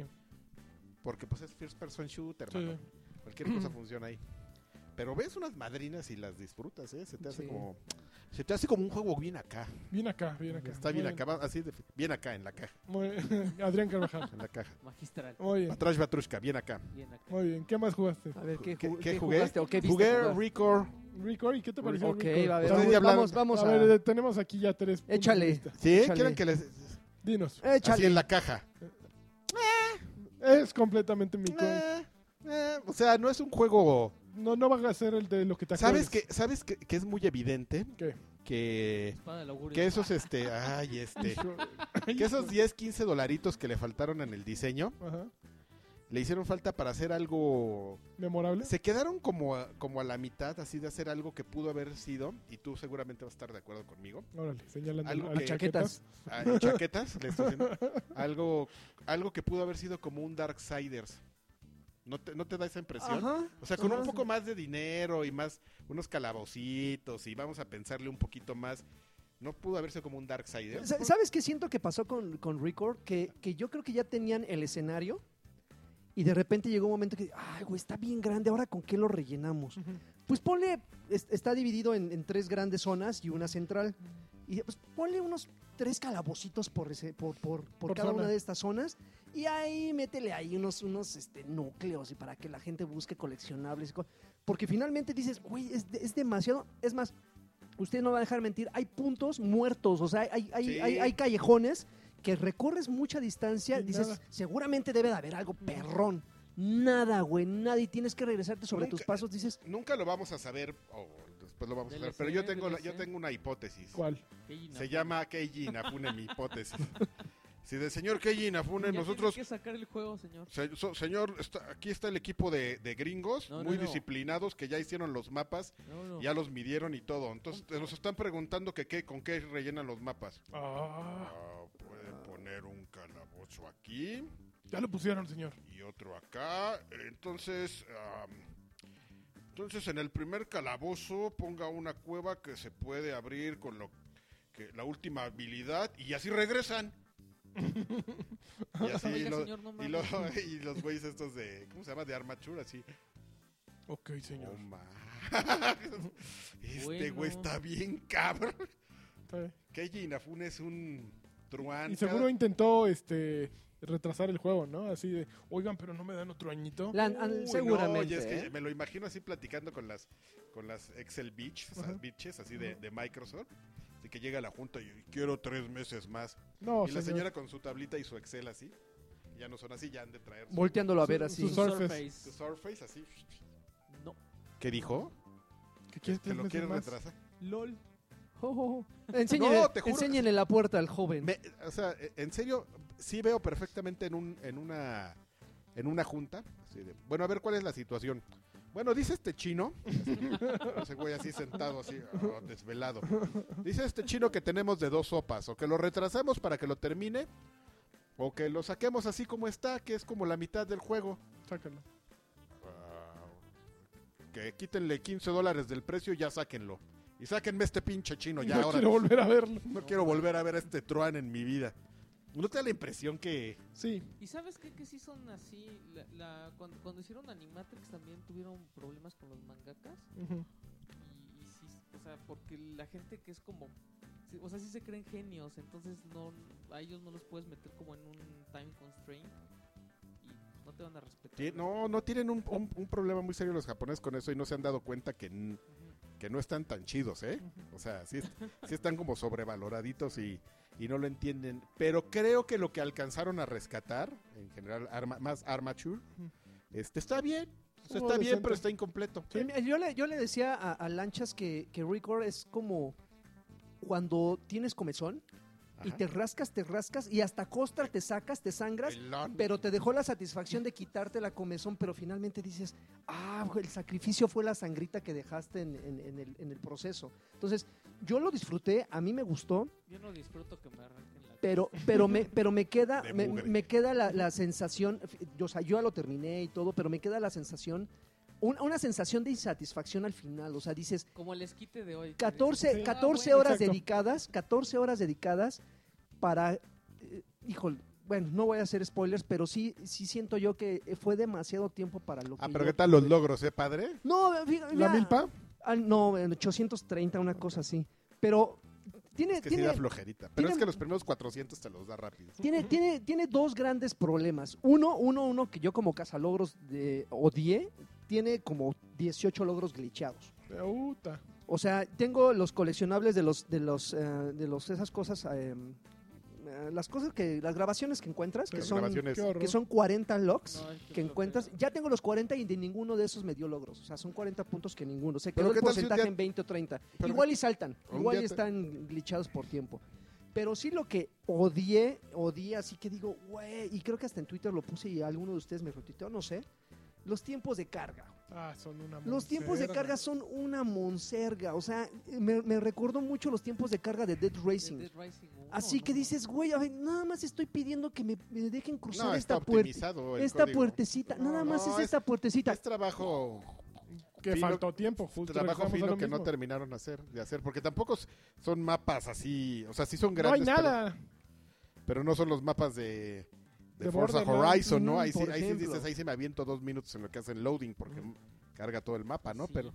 Porque pues es first person shooter, hermano. Cualquier cosa funciona ahí. Pero ves unas madrinas y las disfrutas, ¿eh? Se te hace Sí. como... Se te hace como un juego bien acá. Bien acá, bien acá. Está bien Ah, Muy acá, va- así de- bien acá, en la caja, Muy bien. Adrián Carvajal. en la caja. Magistral. Muy bien. Batrash Batrushka, bien acá. Bien acá. Muy bien. ¿Qué más jugaste? A ver, ¿qué, ¿Qué- ju- qué qué jugué? jugaste o qué viste? Jugué jugar? Record. Record, ¿y qué te pareció Ok, Record? va a ver, Ustedes ya vamos, hablaron. vamos, vamos A a... ver, eh, tenemos aquí ya tres. puntos de Échale. vista. ¿Sí? Échale. ¿Quieren que les...? Dinos. Así Échale. en la caja. Es completamente mi. co- Eh, eh, o sea, no es un juego... No, no vas a ser el de lo que te ¿Sabes acuerdes. que sabes que, que es muy evidente ¿Qué? que Espada del augurio. que esos este, ay, este, que esos 10, 15 dolaritos que le faltaron en el diseño Ajá. le hicieron falta para hacer algo ¿Memorable? se quedaron como a, como a la mitad así de hacer algo que pudo haber sido y tú seguramente vas a estar de acuerdo conmigo. Órale, señalando Algo a que- chaquetas. Ah, y chaquetas, le estoy haciendo algo algo que pudo haber sido como un Darksiders. ¿No te, ¿No te da esa impresión? Ajá. O sea, con un Ajá. poco más de dinero y más unos calabocitos y vamos a pensarle un poquito más. No pudo haberse como un Darksider. Sa- ¿Sabes qué siento que pasó con, con Record? Que, que yo creo que ya tenían el escenario y de repente llegó un momento que, ay, güey, está bien grande, ¿ahora con qué lo rellenamos? Pues ponle, es- está dividido en, en tres grandes zonas y una central. Y pues ponle unos tres calabocitos por, ese- por, por, por Por cada zona. una de estas zonas y ahí métele ahí unos, unos este, núcleos y para que la gente busque coleccionables. y co- Porque finalmente dices, güey, es, de- es demasiado. Es más, usted no va a dejar mentir, hay puntos muertos, o sea, hay, hay, Sí. hay, hay callejones que recorres mucha distancia, Y dices, nada. seguramente debe de haber algo perrón. Nada, güey, nada. Y tienes que regresarte sobre Nunca- tus pasos, dices, Nunca lo vamos a saber, o después lo vamos a saber, DLC, pero yo tengo, la- yo DLC. tengo una hipótesis. ¿Cuál? Keiji Inafune. Se llama Keiji Inafune, mi hipótesis. Si del señor Keiji Ya Inafune, tiene nosotros... que sacar el juego, señor. se- so- señor, está- aquí está el equipo de, de gringos, No, no, muy no. disciplinados, que ya hicieron los mapas, No, no. ya los midieron y todo. Entonces, nos están preguntando que qué, con qué rellenan los mapas. Ah, Ah, puede poner un calabozo aquí ya lo pusieron, señor. y otro acá. Entonces, am, entonces en el primer calabozo ponga una cueva que se puede abrir con lo que la última habilidad y así regresan. y así Oiga, lo- señor, no y, mames. lo- y los güeyes estos de ¿cómo se llama? de armachura así. Ok, señor. Oh, Um, ma- este Bueno. güey está bien cabrón. Está bien. Keiji Inafune es un truán. Y seguro intentó este retrasar el juego, ¿no? Así de, oigan, pero no me dan otro añito. la- an- Uy, no, seguramente. y es que ¿eh? me lo imagino así platicando con las con las Excel Beach, o sea, Ajá. bitches así de, de Microsoft. Así que llega a la junta y quiero tres meses más. No, y la señor. señora con su tablita y su Excel así. Ya no son así, ya han de traer su, Volteándolo a Su- ver su así. sol- su Surface. Surface así. No. ¿Qué dijo? ¿Qué Que, quieres tres lo meses quiere más? retrasar. LOL. Oh, oh, oh. Enséñele, No, te juro que- enséñele la puerta al joven. Me- o sea, e- en serio, sí veo perfectamente en, un, en una en una junta. así de, bueno, a ver cuál es la situación. Bueno, dice este chino, ese güey así sentado, así ah, desvelado. Dice este chino que tenemos de dos sopas, o que lo retrasemos para que lo termine, o que lo saquemos así como está, que es como la mitad del juego. Sácalo. Ah, que quítenle 15 dólares del precio y ya sáquenlo. Y sáquenme este pinche chino, ya no ahora. quiero volver a verlo. No quiero volver a ver a este truán en mi vida. ¿No te da la impresión que Sí, ¿Y sabes qué? Que sí son así. La, la- cuando, cuando hicieron Animatrix también tuvieron problemas con los mangakas. ujú, Y, y sí, o sea, porque la gente que es como. sí, O sea, sí se creen genios, entonces no a ellos no los puedes meter como en un time constraint y no te van a respetar. ti- no, no tienen un, un- un problema muy serio los japoneses con eso y no se han dado cuenta que, n- Ujú. que no están tan chidos, ¿eh? O sea, sí, est- sí están como sobrevaloraditos y, y no lo entienden. Pero creo que lo que alcanzaron a rescatar, en general, arma- más Armature, este, está bien. O sea, Estuvo está bien, decente. pero está incompleto. Eh, mira, Yo le, yo le decía a, a Lanchas que, que Record es como cuando tienes comezón y Ajá. te rascas, te rascas y hasta costra te sacas, te sangras, Pelón. pero te dejó la satisfacción de quitarte la comezón, pero finalmente dices, ah, el sacrificio fue la sangrita que dejaste en, en- en el, en el proceso. Entonces, yo lo disfruté, a mí me gustó, Yo no disfruto que me arranquen la pero, pero, me, pero me queda, De me, mugre. me queda la, la sensación, f- yo, o sea, yo ya lo terminé y todo, pero me queda la sensación, un- una sensación de insatisfacción al final, o sea, dices, Como el esquite de hoy. que 14, dices, "Ah, 14 bueno, horas exacto. dedicadas, 14 horas dedicadas para, eh, híjole, bueno, no voy a hacer spoilers, pero sí, sí siento yo que eh, fue demasiado tiempo para lo que Ah, pero yo- ¿qué tal los logros, eh, padre? No, eh, fija- ¿La mira, milpa? ah, no, en 830, una cosa así, pero tiene, Es que sí tiene, da flojerita. Pero es tiene- que los primeros 400 te los da rápido. tiene, tiene, tiene dos grandes problemas. Uno, uno, uno que yo como cazalogros de, odié, tiene como 18 logros glitchados. Uta. O sea, tengo los coleccionables de los de los eh, de los esas cosas eh, eh, las cosas que las grabaciones que encuentras que Las son grabaciones. Qué horror. que son 40 No, logs es que que es lo encuentras. peor. Ya tengo los 40 y de ninguno de esos me dio logros. O sea, son 40 puntos que ninguno. Se Pero quedó el ¿qué tal si un porcentaje día- en 20 o 30. Pero- Igual y saltan. Un Igual día y te- están glitchados por tiempo. Pero sí lo que odié, odié, así que digo, güey, y creo que hasta en Twitter lo puse y alguno de ustedes me retuiteó, no sé. Los tiempos de carga. Ah, son una Los tiempos de monserga. carga son una monserga. O sea, me, me recordó mucho los tiempos de carga de Dead De Racing. Dead Rising uno, Así que ¿no? dices, güey, a ver, nada más estoy pidiendo que me, me dejen cruzar No, está esta puerta. optimizado el Esta código. puertecita, No, nada más no, es es- esta puertecita. Es trabajo, Que Fino- faltó tiempo, justo. trabajo regresamos a fino lo que no mismo. terminaron de hacer, de hacer. Porque tampoco s- son mapas así. O sea, sí son No hay grandes. pero- nada. Pero, no son los mapas de, de De Forza Borderlands. Horizon, ¿no? Mm, Ahí sí, por ahí sí ejemplo. dices, ahí sí me aviento dos minutos en lo que hacen loading porque Ujú. carga todo el mapa, ¿no? Sí. Pero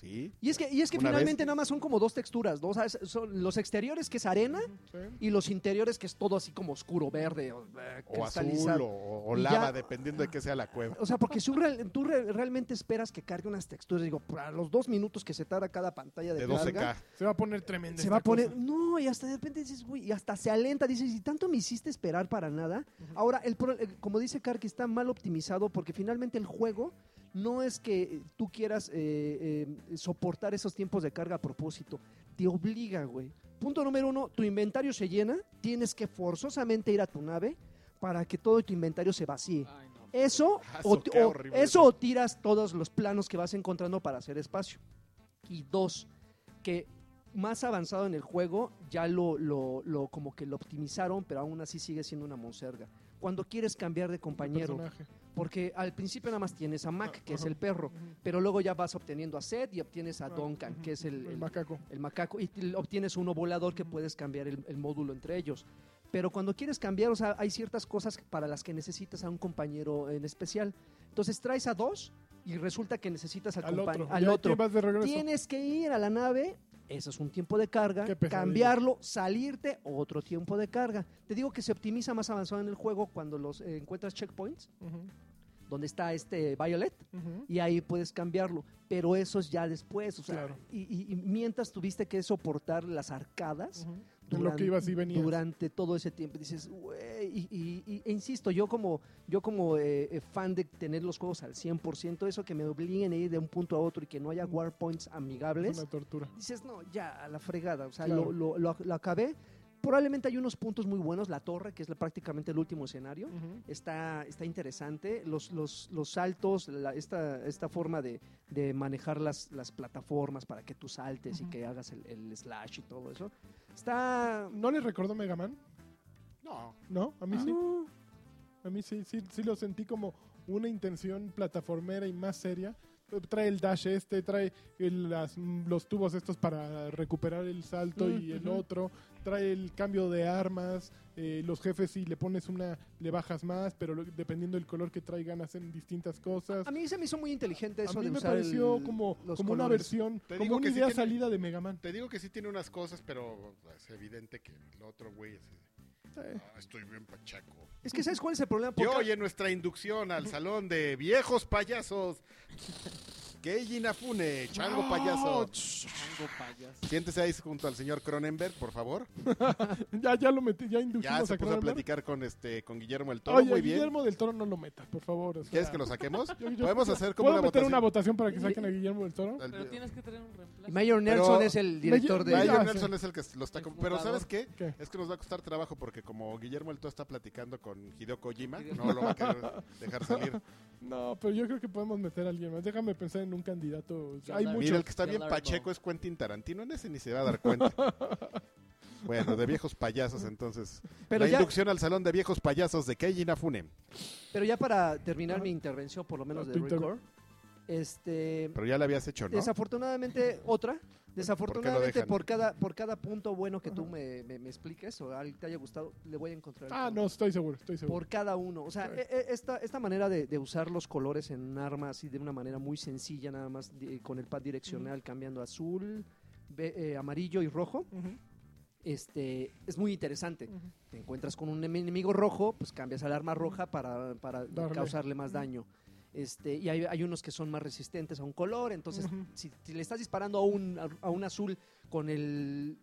sí. Y es que, y es que Una vez- finalmente nada más son como dos texturas, ¿no? O sea, es- son los exteriores que es arena Sí. y los interiores que es todo así como oscuro, verde, o, eh, O azul cristalizado. o, o Y ya- lava, dependiendo de que sea la cueva. O sea, porque si un real- tú re- realmente esperas que cargue unas texturas, digo, para los dos minutos que se tarda cada pantalla de, De carga, 12K. Se va a poner tremendo. se va a poner, no, y hasta de repente dices, güey, y hasta se alenta, dices, y tanto me hiciste esperar para nada. Ahora, el pro- eh, como dice Karki, está mal optimizado porque finalmente el juego no es que eh, tú quieras eh, eh, soportar esos tiempos de carga a propósito, te obliga, güey. Punto número uno, tu inventario se llena, tienes que forzosamente ir a tu nave para que todo tu inventario se vacíe. Ay, no. pues, Eso, Ah, o, eso, ti- qué o- horrible eso eso. o tiras todos los planos que vas encontrando para hacer espacio. Y dos, que más avanzado en el juego ya lo, lo, lo- como que lo optimizaron, pero aún así sigue siendo una monserga. Cuando quieres cambiar de compañero, porque al principio nada más tienes a Mac, que es el perro, pero luego ya vas obteniendo a Seth y obtienes a Ah, Duncan, ujú, que es el, El el- macaco. el macaco y te- obtienes uno volador que puedes cambiar el, el módulo entre ellos. Pero cuando quieres cambiar, o sea, hay ciertas cosas para las que necesitas a un compañero en especial. Entonces traes a dos y resulta que necesitas al, Al compa- otro. al Ya otro. llevas de regreso. Tienes que ir a la nave, eso es un tiempo de carga, Qué pesadilla. cambiarlo, salirte, otro tiempo de carga. Te digo que se optimiza más avanzado en el juego cuando los eh, encuentras checkpoints, Ujú, donde está este Violet, ujú. y ahí puedes cambiarlo. Pero eso es ya después. O sea, Claro. y, y- y mientras tuviste que soportar las arcadas Ujú. De durante, lo que ibas y venías. durante todo ese tiempo, dices, "Güey", y, y- y- e insisto, yo como, yo como eh, eh, fan de tener los juegos al 100%, eso que me obliguen a ir de un punto a otro y que no haya war points Es amigables, una tortura. dices, no, ya, a la fregada. O sea, Claro. lo, lo- lo- lo acabé. Probablemente hay unos puntos muy buenos, la torre, que es la- prácticamente el último escenario Ujú. está, está interesante. Los, los, los saltos, la- esta, esta forma de, de manejar las, las plataformas para que tú saltes y Ujú. que hagas el, el slash y todo eso. Está. ¿No les recordó Mega Man? No, No, a mí sí. No, A mí sí, sí, sí lo sentí como una intención plataformera y más seria eh, trae el dash este, trae el- las- mm, los tubos estos para recuperar el salto Mm, y el ujú. otro, trae el cambio de armas, eh, los jefes si le pones una le bajas más, pero lo- dependiendo del color que traigan hacen distintas cosas. A mí se me hizo muy inteligente eso A mí de me usar pareció el- como, los como una colores. versión, Te como digo una que sí idea tiene- salida de Mega Man. Te digo que sí tiene unas cosas, pero es evidente que el otro güey es... Eh, Ah, estoy bien pachaco. Es que ¿sabes cuál es el problema? Y Porque- hoy en nuestra inducción al salón de viejos payasos, Keiji Inafune, chango payaso. Chango payaso. Siéntese ahí junto al señor Cronenberg, por favor. ya, ya lo metí, ya inducimos Ya se puso a a Cronenberg. platicar con este con Guillermo el Toro, Oye, muy bien. Guillermo del Toro no lo metas, por favor. o sea, ¿Quieres que lo saquemos? yo- yo- Podemos hacer como ¿Puedo una meter votación. una votación para que saquen a Guillermo del Toro? Al- Pero tienes que traer un Y reemplazo. Mayor Pero- Nelson es el director de... Mayor- Ryan Ya, Nelson es el que lo está... El con- Pero fundador. ¿sabes qué? ¿Qué? Es que nos va a costar trabajo porque como Guillermo el Toro está platicando con Hideo Kojima, no lo va a querer dejar salir. No, pero yo creo que podemos meter a alguien más. Déjame pensar en un candidato. Hay Mira, Mira, muchos. el que está Qué bien largo. pacheco es Quentin Tarantino, en ese ni se va a dar cuenta. Bueno, de viejos payasos entonces. Pero la ya, inducción al salón de viejos payasos de Keiji Inafune. pero ya para terminar Ajá. mi intervención, por lo menos Ah, de tu inter- Record, este... Pero ya la habías hecho, ¿no? Desafortunadamente, otra. Desafortunadamente, dejan? por cada, por cada punto bueno que tú me, me- me expliques o al que te haya gustado, le voy a encontrar. el Ah, punto. no, estoy seguro, estoy seguro. Por cada uno. O sea, Ok. e- e- esta, esta manera de, de usar los colores en un arma así de una manera muy sencilla, nada más de- con el pad direccional cambiando a azul, ve- eh, amarillo y rojo, Ujú, este, es muy interesante. ujú. Te encuentras con un enemigo rojo, pues cambias al arma roja para, para Darle. causarle más daño. Este, y hay, hay unos que son más resistentes a un color, entonces Ujú. si, si le estás disparando a un, a un azul con el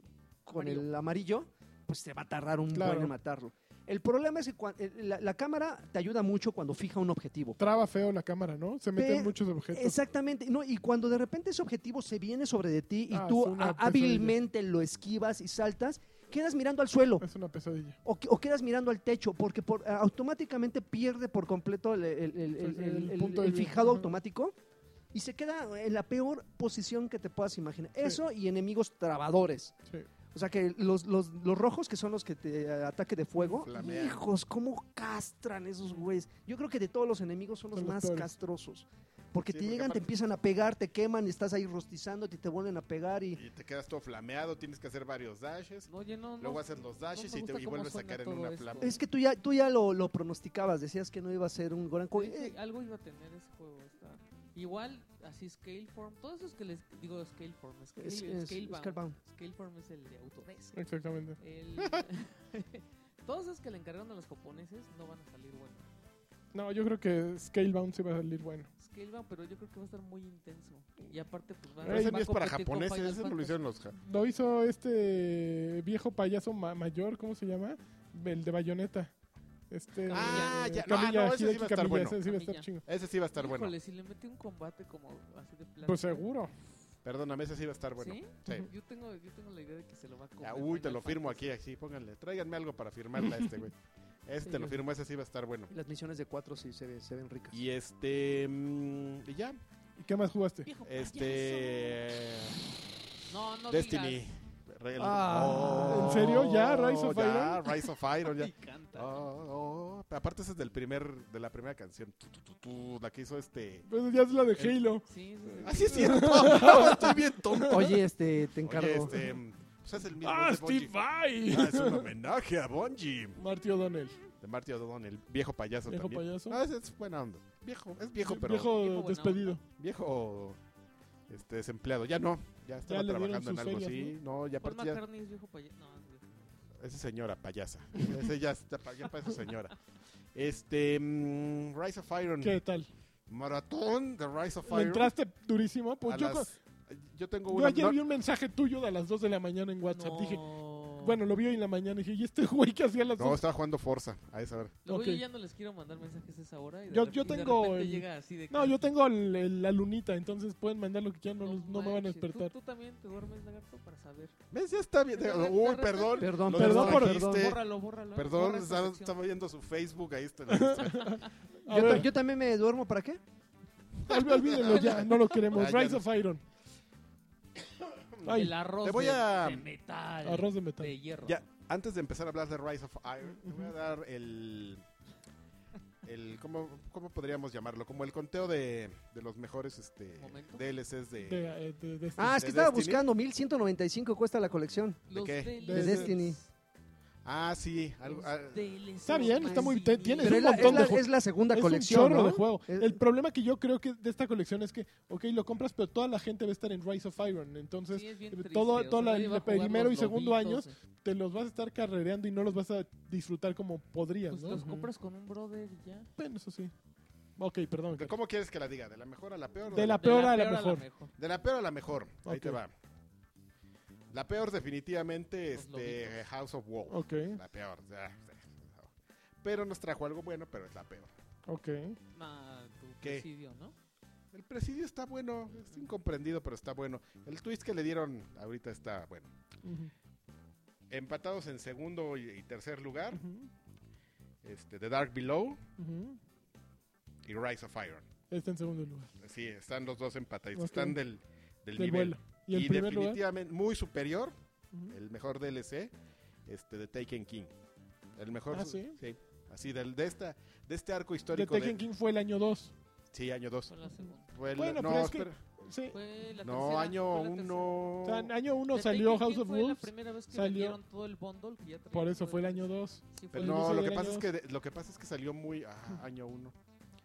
con el amarillo, pues te va a tardar un Claro. buen en matarlo. El problema es que cuan- eh, la, la cámara te ayuda mucho cuando fija un objetivo. Traba feo la cámara, ¿no? Se meten Pe- muchos objetos. Exactamente, no, y cuando de repente ese objetivo se viene sobre de ti y Ah, es tú una a- hábilmente lo esquivas y saltas, quedas mirando al suelo Es una pesadilla. o, que- o quedas mirando al techo, porque por- a- automáticamente pierde por completo el, el- el- el- Pues, El- el el- punto de el vista, fijado ajá. automático y se queda en la peor posición que te puedas imaginar. Eso y enemigos trabadores. Sí. O sea que los, los- los rojos que son los que te eh, ataque de fuego, Flamean. hijos, cómo castran esos güeyes. Yo creo que de todos los enemigos son los Son los más peores. castrosos. Porque Sí, te porque llegan, aparte- te empiezan a pegar, te queman y estás ahí rostizándote y te vuelven a pegar y Y te quedas todo flameado, tienes que hacer varios dashes. No, oye, no, no. Luego haces los dashes no me y, te- gusta y cómo vuelves a suena caer en todo una esto. flama. es que tú ya, tú ya lo, lo pronosticabas, decías que no iba a ser un gran co- Dije, eh, algo iba a tener ese juego. Está. Igual, así Scaleform. Todos esos que les digo Scaleform. Scale, Es- es- Scalebound. Scalebound. Scaleform es el de Autodesk. Exactamente. El- Todos esos que le encargaron a los japoneses no van a salir buenos. No, yo creo que Scalebound se va a salir bueno. Scalebound, pero yo creo que va a estar muy intenso. Y aparte, pues va, Pero ese va no a es para competir con japoneses, Final ese no lo Fantasy. hicieron los ja- Lo hizo este viejo payaso ma- mayor, ¿cómo se llama? El de Bayoneta. Este, Ah, eh, ya. No, ah, no, ese sí Hideki va a estar bueno. ese sí va a estar Camilla. chingo. Ese sí va a estar Híjole, bueno. si le metí un combate como así de plano. Pues seguro. Perdóname, ese sí va a estar bueno. ¿Sí? Sí. Yo tengo, yo tengo la idea de que se lo va a comer. Ah, uy, te Final lo firmo Fantasy. aquí, aquí, pónganle. Tráiganme algo para firmarla a este güey. Este te lo firmo, ese sí va a estar bueno. y las misiones de cuatro sí se, ve- se ven ricas. Y este... mm, Y ya, ¿Y qué más jugaste? Viejo payaso. este... No, no Destiny. digas. Real- Ah, ¿en serio? ¿Ya? ¿Rise of ya, Iron? Rise of Iron, ya. Me encanta. Oh, oh. Aparte esa es del primer, de la primera canción, Tu, tu, tu, tu, la que hizo este... Pues ya es la de El- Halo. Sí, sí, sí. Así es cierto, Ah, estoy bien tonto. Oye, este, te Oye, encargo. este, pues es el mismo ¡Ah, de Steve Bungie. Vai! Ah, es un homenaje a Bungie. Marty O'Donnell. De Marty O'Donnell, viejo payaso Viejo también. payaso. Ah, ese es buena onda. Viejo, es viejo, pero viejo, Viejo, Viejo buena despedido. este, desempleado. Ya no, ya estaba le dieron trabajando en sus algo ferias, así. No, ya Paul aparte ya... McCartney es viejo payaso. No, es viejo. Esa señora payasa. Ese ya está pa- ya para esa señora. Este. mm, Rise of Iron. ¿Qué tal? Maratón de Rise of ¿Le Iron. entraste durísimo? Pues A yo, co- las- yo tengo yo una. ayer no- vi un mensaje tuyo de a las 2 de la mañana en WhatsApp. Dije, No. bueno, lo vi hoy en la mañana y dije, ¿y este güey que hacía a las no, 2? estaba jugando Forza. A esa hora. Luego ok. yo ya no les quiero mandar mensajes a esa hora. Y de Yo- rep- yo y de tengo repente el- llega así de No, que- yo tengo el- el- la lunita, entonces pueden mandar lo que quieran, no, los- no me van a manches, ¿tú- despertar. ¿Tú, también te duermes, lagarto, para saber. ¿Ves? Ya está bien. De repente- Uy, de perdón. Perdón, Lo perdón por- distrajiste. Bórralo, bórralo. Eh, Perdón, borra esa estaba, sección. estaba viendo su Facebook. Ahí está. Rise A Yo, ta- ver, yo también me duermo, ¿para qué? olví- olvídenlo ya, no lo queremos. Ah, ya Rise no. of Iron. Ay, El arroz Te voy de, a- de metal. arroz de metal. de hierro. Ya, antes de empezar a hablar de Rise of Iron, te voy a dar el. el ¿cómo, cómo podríamos llamarlo? Como el conteo de, de los mejores este, ¿Momento? DLCs de... de- eh, de- de este- Ah, es ¿De que estaba Destiny? buscando, 1195 cuesta la colección. Los qué? DLCs. De Destiny. Ah, sí. Algo, Los ah, DLCs Está bien, está muy- te- tienes más Pero un es la, indignos. es montón la- de ju- es la segunda es un colección, chorro ¿no? de juego. Es- El problema que yo creo que de esta colección es que, ok, lo compras, pero toda la gente va a estar en Rise of Iron. Entonces, Sí, es bien todo- triste, todo o sea, la- nadie va a el jugar primero y los segundo lobitos, eh. te los vas a estar carrereando y no los vas a disfrutar como podrías, Pues ¿no? los compras con un brother y ya. Bueno, eso sí. Ok, perdón. ¿de Caro. ¿Cómo quieres que la diga? ¿De la mejor a la peor? o De de la- la peor a la mejor. De la peor a la mejor. Ahí Ok. te va. La peor definitivamente Los este lobitos. House of Wolves. Ok, La peor. ah, Pero nos trajo algo bueno, pero es la peor. ok. Nah, tu ¿Qué? presidio, ¿no? El presidio está bueno, es incomprendido, pero está bueno. El twist que le dieron ahorita está bueno. Ujú, Empatados en segundo y, y tercer lugar, ujú, este, The Dark Below ujú. y Rise of Iron. Está en segundo lugar. Sí, están los dos empataditos, Ok. están del, del Del nivel. vuelo. Y el y primer lugar. definitivamente muy superior, Ujú. el mejor DLC, este, de Taken King. El mejor. Ah, su- ¿sí? así, del, de, esta, de este arco De histórico. de- Tekken King fue el año 2. Sí, año 2. Fue la segunda. Bueno, no, pero es que- espera. Sí. Fue la no, tercera, año fue la tercera. 1. O sea, en año 1 The salió Taken House King of fue la Wolves. primera vez que salió- vendieron todo el bundle que ya traía Por eso todo fue el año 2. Sí, fue Pero el no no, año lo que salió pasa año es que de- lo que pasa es que salió muy ah, año uno.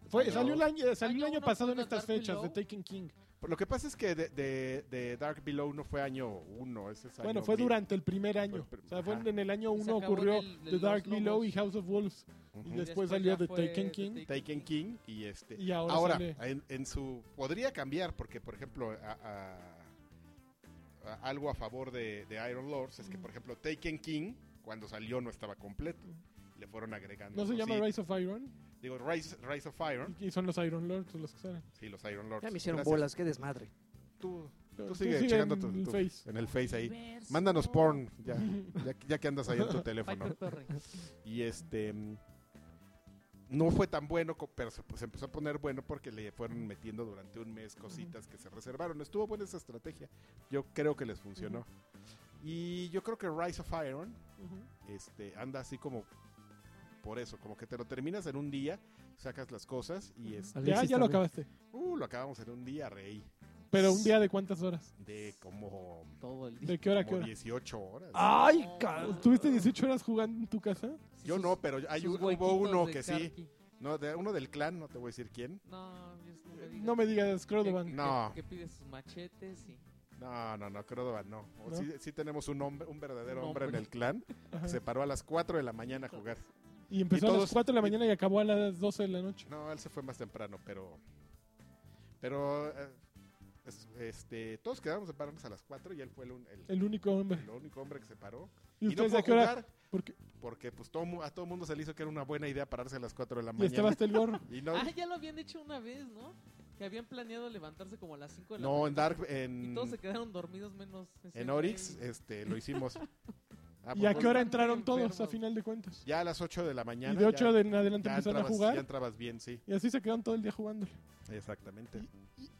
Fue, Pero- salió el año, eh, salió el Año año uno pasado fue en de estas Dark fechas de Below. Taken King. Por Lo que pasa es que de, de- de Dark Below no fue año uno, ese es año Bueno, fue mil. durante el primer año. Fue- fue- O sea, fue ajá. en el año Y se 1 acabó ocurrió en el- de The los Dark Below lobos. y House of Wolves. Ujú. Y Y después ya salió The fue Taken The King. Taken King y este. Y ahora, Ahora, sale- en, en su podría cambiar porque por ejemplo a- a- a- algo a favor de, de Iron Lords es que por ejemplo Taken King cuando salió no estaba completo, le fueron agregando. ¿No se llama cositas. Rise of Iron? Digo Rise, Rise of Iron, Y y son los Iron Lords los que salen. sí los Iron Lords. Ya me hicieron Gracias. bolas, qué desmadre. Tú, tú Tú sigue sigue checando en tu- el tu- Face. en el Face ahí. Universo. Mándanos porn, ya, ya, ya que andas ahí en tu teléfono. Piper Perry. Y este. mm, No fue tan bueno, co- pero se, pues, se empezó a poner bueno porque le fueron metiendo durante un mes cositas que se reservaron. Estuvo buena esa estrategia. Yo creo que les funcionó. Y yo creo que Rise of Iron Ujú. este, anda así como por eso, como que te lo terminas en un día, sacas las cosas y es. Ya, Alexis ya lo también. acabaste. Uh, lo acabamos en un día, rey. Pero un día de cuántas horas? De como, Todo el día. ¿De qué hora a qué como hora? Ah, 18 horas. ¡Ay, cabrón! ¿Tuviste 18 horas jugando en tu casa? Sí, Yo sus- no, pero hay sus un- hubo huequitos uno de que sí. Karki. No, de, uno del clan, no te voy a decir quién. No, Dios, no me digas. No me digas, Que- Crodovan. que- No. Que pide sus machetes y. No, no, no, Córdoba no. O ¿No? Sí, sí tenemos un hombre, un verdadero Un hombre en hombre. el clan. Ajá. que Se paró a las 4 de la mañana a jugar. Y empezó y a todos- las 4 de la mañana y acabó a las 12 de la noche. No, él se fue más temprano, pero... Pero... eh, es- este, todos quedamos de pararnos a las 4 y él fue el, un- el- El único hombre. el único hombre que se paró. ¿Y no ustedes pudo a qué hora? jugar Porque, porque pues todo, mu- a todo mundo se le hizo que era una buena idea pararse a las 4 de la y mañana. estabas el gorro. Y no, Ah, ya lo habían hecho una vez, ¿no? Que habían planeado levantarse como a las 5 de la no, en mañana. Dark, Y en, todos se quedaron dormidos menos. ese en güey. Orix, este, lo hicimos. Ah, ¿Y a pues, qué hora Están muy entraron todos a enfermos. final de cuentas? Ya a las 8 de la Y mañana. de 8 ya- de en adelante ya empezaron a entrabas- Ya jugar. entrabas bien, sí. Y así se quedaron todo el día jugando. Exactamente.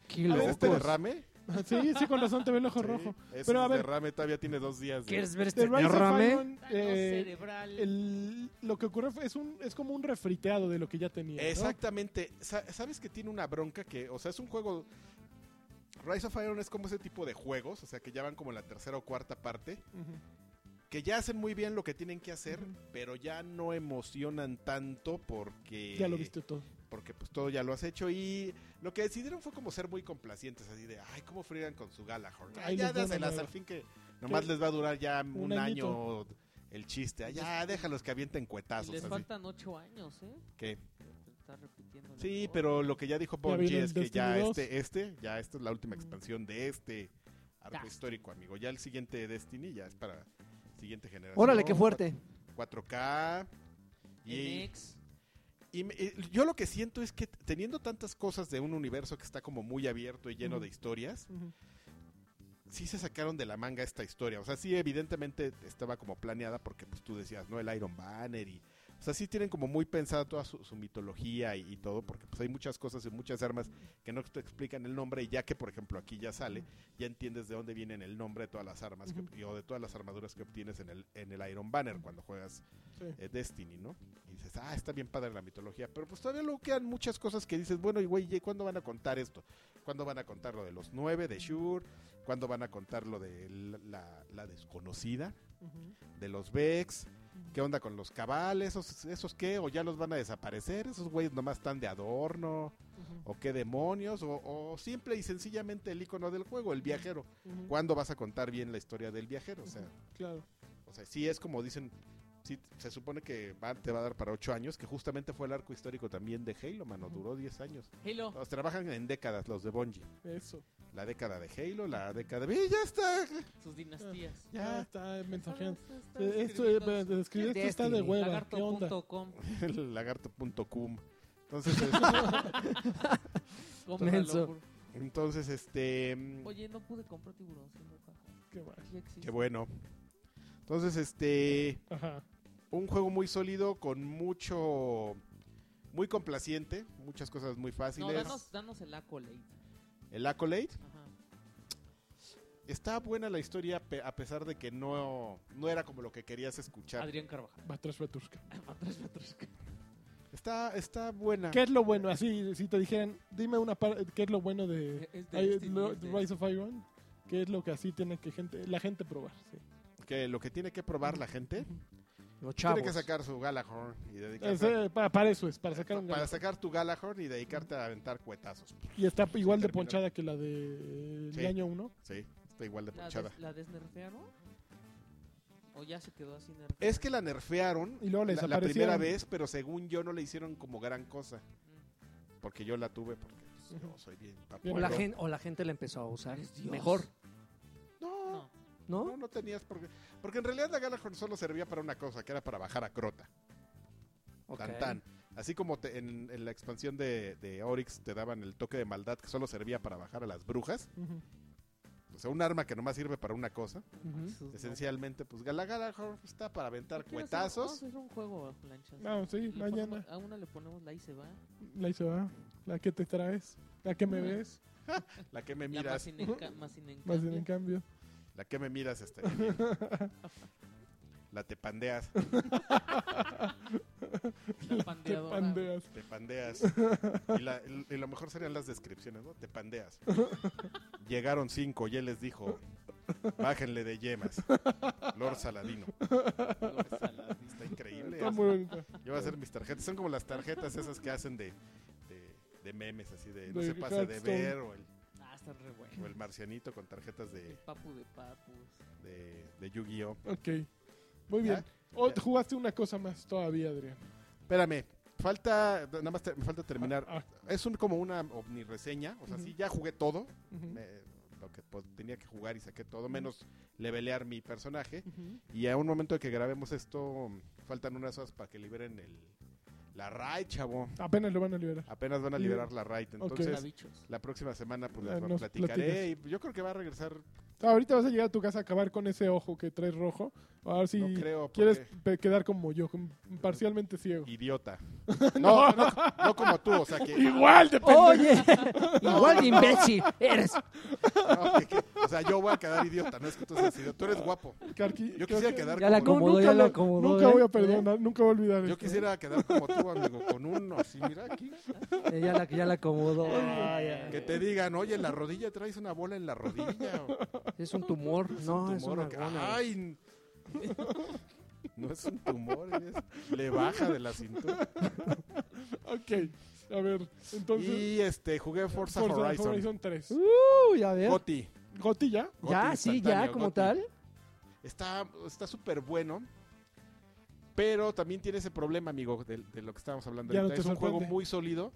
qué ¿Ves ver, este locos. derrame? Sí, sí, con razón te ve el ojo Sí, rojo. ese Pero a ver- derrame todavía tiene dos días. de- ¿Quieres ver The este Rise of derrame? Iron, Daño eh, cerebral. el- lo que ocurre fue- es, un, es como un refriteado de lo que ya tenía. ¿no? Exactamente. Sa- Sabes que tiene una bronca que, o sea, es un juego... Rise of Iron es como ese tipo de juegos, o sea, que ya van como en la tercera o cuarta parte, Ujú. que ya hacen muy bien lo que tienen que hacer, Ujú. pero ya no emocionan tanto porque... Ya lo viste todo. porque pues todo ya lo has hecho y lo que decidieron fue como ser muy complacientes, así de, ay, cómo friegan con su Galahorn. Ay, Ahí ya les va una dáselas, nueva. al fin que nomás les va a durar ya un, añito. año el chiste. Ay, ya, déjalos que avienten Y cuetazos. les Ah, así faltan 8 años, ¿eh? que- Está repitiendo. la Sí, cosa. pero lo que ya dijo Bungie viene el es que ya Destiny 2. este, este, ya esta es la última Mm. expansión de este arco Ya. histórico, amigo. Ya el siguiente Destiny ya es para siguiente generación. Órale, qué fuerte. 4K. En Y, ex. y me- eh, yo lo que siento es que t- teniendo tantas cosas de un universo que está como muy abierto y lleno Ujú. de historias, Ujú. sí se sacaron de la manga esta historia. O sea, sí, evidentemente estaba como planeada porque pues tú decías, ¿no? El Iron Banner y... O sea, sí tienen como muy pensada toda su, su mitología y, y todo, porque pues hay muchas cosas y muchas armas que no te explican el nombre y ya que, por ejemplo, aquí ya sale, ya entiendes de dónde vienen el nombre de todas las armas que- y- o de todas las armaduras que obtienes en el, en el Iron Banner cuando juegas Sí. eh, Destiny, ¿no? Y dices, ah, está bien padre la mitología, pero pues todavía lo quedan muchas cosas que dices, bueno, y güey, ¿y ¿cuándo van a contar esto? ¿Cuándo van a contar lo de los nueve de Shure? ¿Cuándo van a contar lo de la, la desconocida? de los Vex, qué onda con los cabales, esos, esos qué, o ya los van a desaparecer, esos güeyes nomás están de adorno, o qué demonios, o, o simple y sencillamente el icono del juego, el viajero. Ujú. ¿Cuándo vas a contar bien la historia del viajero? O sea, Claro. o sea sí es como dicen, sí, se supone que va- te va a dar para ocho años, que justamente fue el arco histórico también de Halo, mano, duró 10 años. Halo. Los trabajan en décadas los de Bungie. Eso. La década de Halo, la década de... ¡Eh, ya está! Sus dinastías. Ya Ya. está mensajeando. Estás- estás Eh, Esto, eh, escribiendo para su- describir esto está de Destiny. hueva. ¿Qué onda? Lagarto.com. El lagarto.com. Entonces... este, Cómpralo, Menso. por- Entonces, este. mm, Oye, no pude comprar tiburón. sí, no, caja. Qué mal. Ya existe. Qué bueno. Entonces, este. Ajá. Un juego muy sólido, con mucho. Muy complaciente, muchas cosas muy No, fáciles. danos, danos el accolade. El Accolade. Ajá. Está buena la historia, pe- a pesar de que no, no era como lo que querías escuchar. Adrián Carvajal. Batrash Baturska. Batrash, batrash. Está, está buena. ¿Qué es lo bueno? Así, si te dijeran, dime una par- ¿qué es lo bueno de, Es de Ay, Destiny, lo- es de- Rise of Iron? ¿Qué es lo que así tiene que gente, la gente probar? Sí. Que lo que tiene que probar la gente. Los chavos. Tiene que sacar su Galahorn y dedicarse. Ese, para, eh, para eso es, para sacar un para ganador. sacar tu Galahorn y dedicarte a aventar cuetazos. Y está igual de terminar. ponchada que la de eh, Sí. el año 1. Sí, está igual de ¿La, ponchada. des, ¿La desnerfearon? ¿O ya se quedó así nerfeada? Es que la nerfearon Y luego le la, la primera desaparecieron. vez, pero según yo no le hicieron como gran cosa. Porque yo la tuve, porque pues, yo Ujú. soy bien O papucho. la, Pero- gente, o la gente la empezó a usar Eres Dios. mejor, No, No. ¿no? no, no tenías porque Porque en realidad la Galahorn solo servía para una cosa, que era para bajar a Crota. Ok. Tan, tan. Así como te- en, en la expansión de, de Oryx te daban el toque de maldad que solo servía para bajar a las brujas. Ujú. O sea, un arma que nomás sirve para una cosa. Ujú. ¿Mm? Jesús, no. Esencialmente, pues la Galahorn está para aventar Quiero hacer- cuetazos. Vamos a hacer un juego a planchas. Ah, sí, Le mañana. ponemos- a una le ponemos la y se va. La hice, ¿verdad? La que te traes, la que me Ujú. ves, La que me La miras, más sin enca- más sin más encambio. bien en cambio. la que me miras está bien. La te pandeas, La Te pandeadora. pandeas. te pandeas. Y, la- y lo mejor serían las descripciones, ¿no? Te pandeas. Llegaron cinco y él les dijo, bájenle de yemas. Lord Saladino. Lord Saladino. Está increíble. Está muy bonita. Yo voy a hacer mis tarjetas. Son como las tarjetas esas que hacen de, de- de memes, así de no De se pase de Hearthstone. ver o el, Ah, está re o bueno. el marcianito con tarjetas El de, papu de papus. de, de Yu-Gi-Oh. Ok. Muy bien. ¿Ya? Oh, Ya. jugaste una cosa más todavía, Adrián. Espérame, falta, nada más te- me falta terminar. Ah, Es un, como una omnireseña. O sea, Ujú. sí, ya jugué todo. ujú. me- lo que po- tenía que jugar y saqué todo, menos levelear mi personaje. Ujú. Y a un momento de que grabemos esto, faltan unas horas para que liberen el, la raid, chavo. Apenas lo van a liberar. Apenas van a Sí. liberar la raid. Entonces, Hola, bichos. la próxima semana pues Mm. Ah, les nos platicaré. Y yo creo que va a regresar, Ah, Ahorita vas a llegar a tu casa a acabar con ese ojo que traes rojo. A ver si no creo, quieres porque- pe- quedar como yo, con- parcialmente ciego. idiota. no, no, no como tú, o sea que... Igual de pendejo. Oye, igual de imbécil eres. no, que- que- o sea, yo voy a quedar idiota, no es que tú seas idiota. Tú eres guapo. Carqui- Oh. Yo Ah. creo quisiera que- quedar Ya la como... acomodó, nunca ya la lo- acomodó. Nunca ¿eh? voy a perdonar, nunca voy a olvidar Yo Este, esto. quisiera quedar como tú, amigo, con uno así, mira aquí. Eh, Ya la, ya la acomodó. Ay, ay. Que te digan, oye, en la rodilla traes una bola en la rodilla. o- Es un tumor. No, es tumor, una o que- gona. ¡Ay! n- No es un tumor, es- le baja de la cintura. Ok, a ver, entonces... Y este, jugué Forza, Forza Horizon. Horizon 3. Uh, ya ves. Goti. ¿Goti ya? Goti Ya, sí, ya, instantáneo, como Goti. tal. Está está súper bueno. Pero también tiene ese problema, amigo, de, de lo que estábamos hablando. Ya no ahorita. te es un juego sorprende. muy sólido.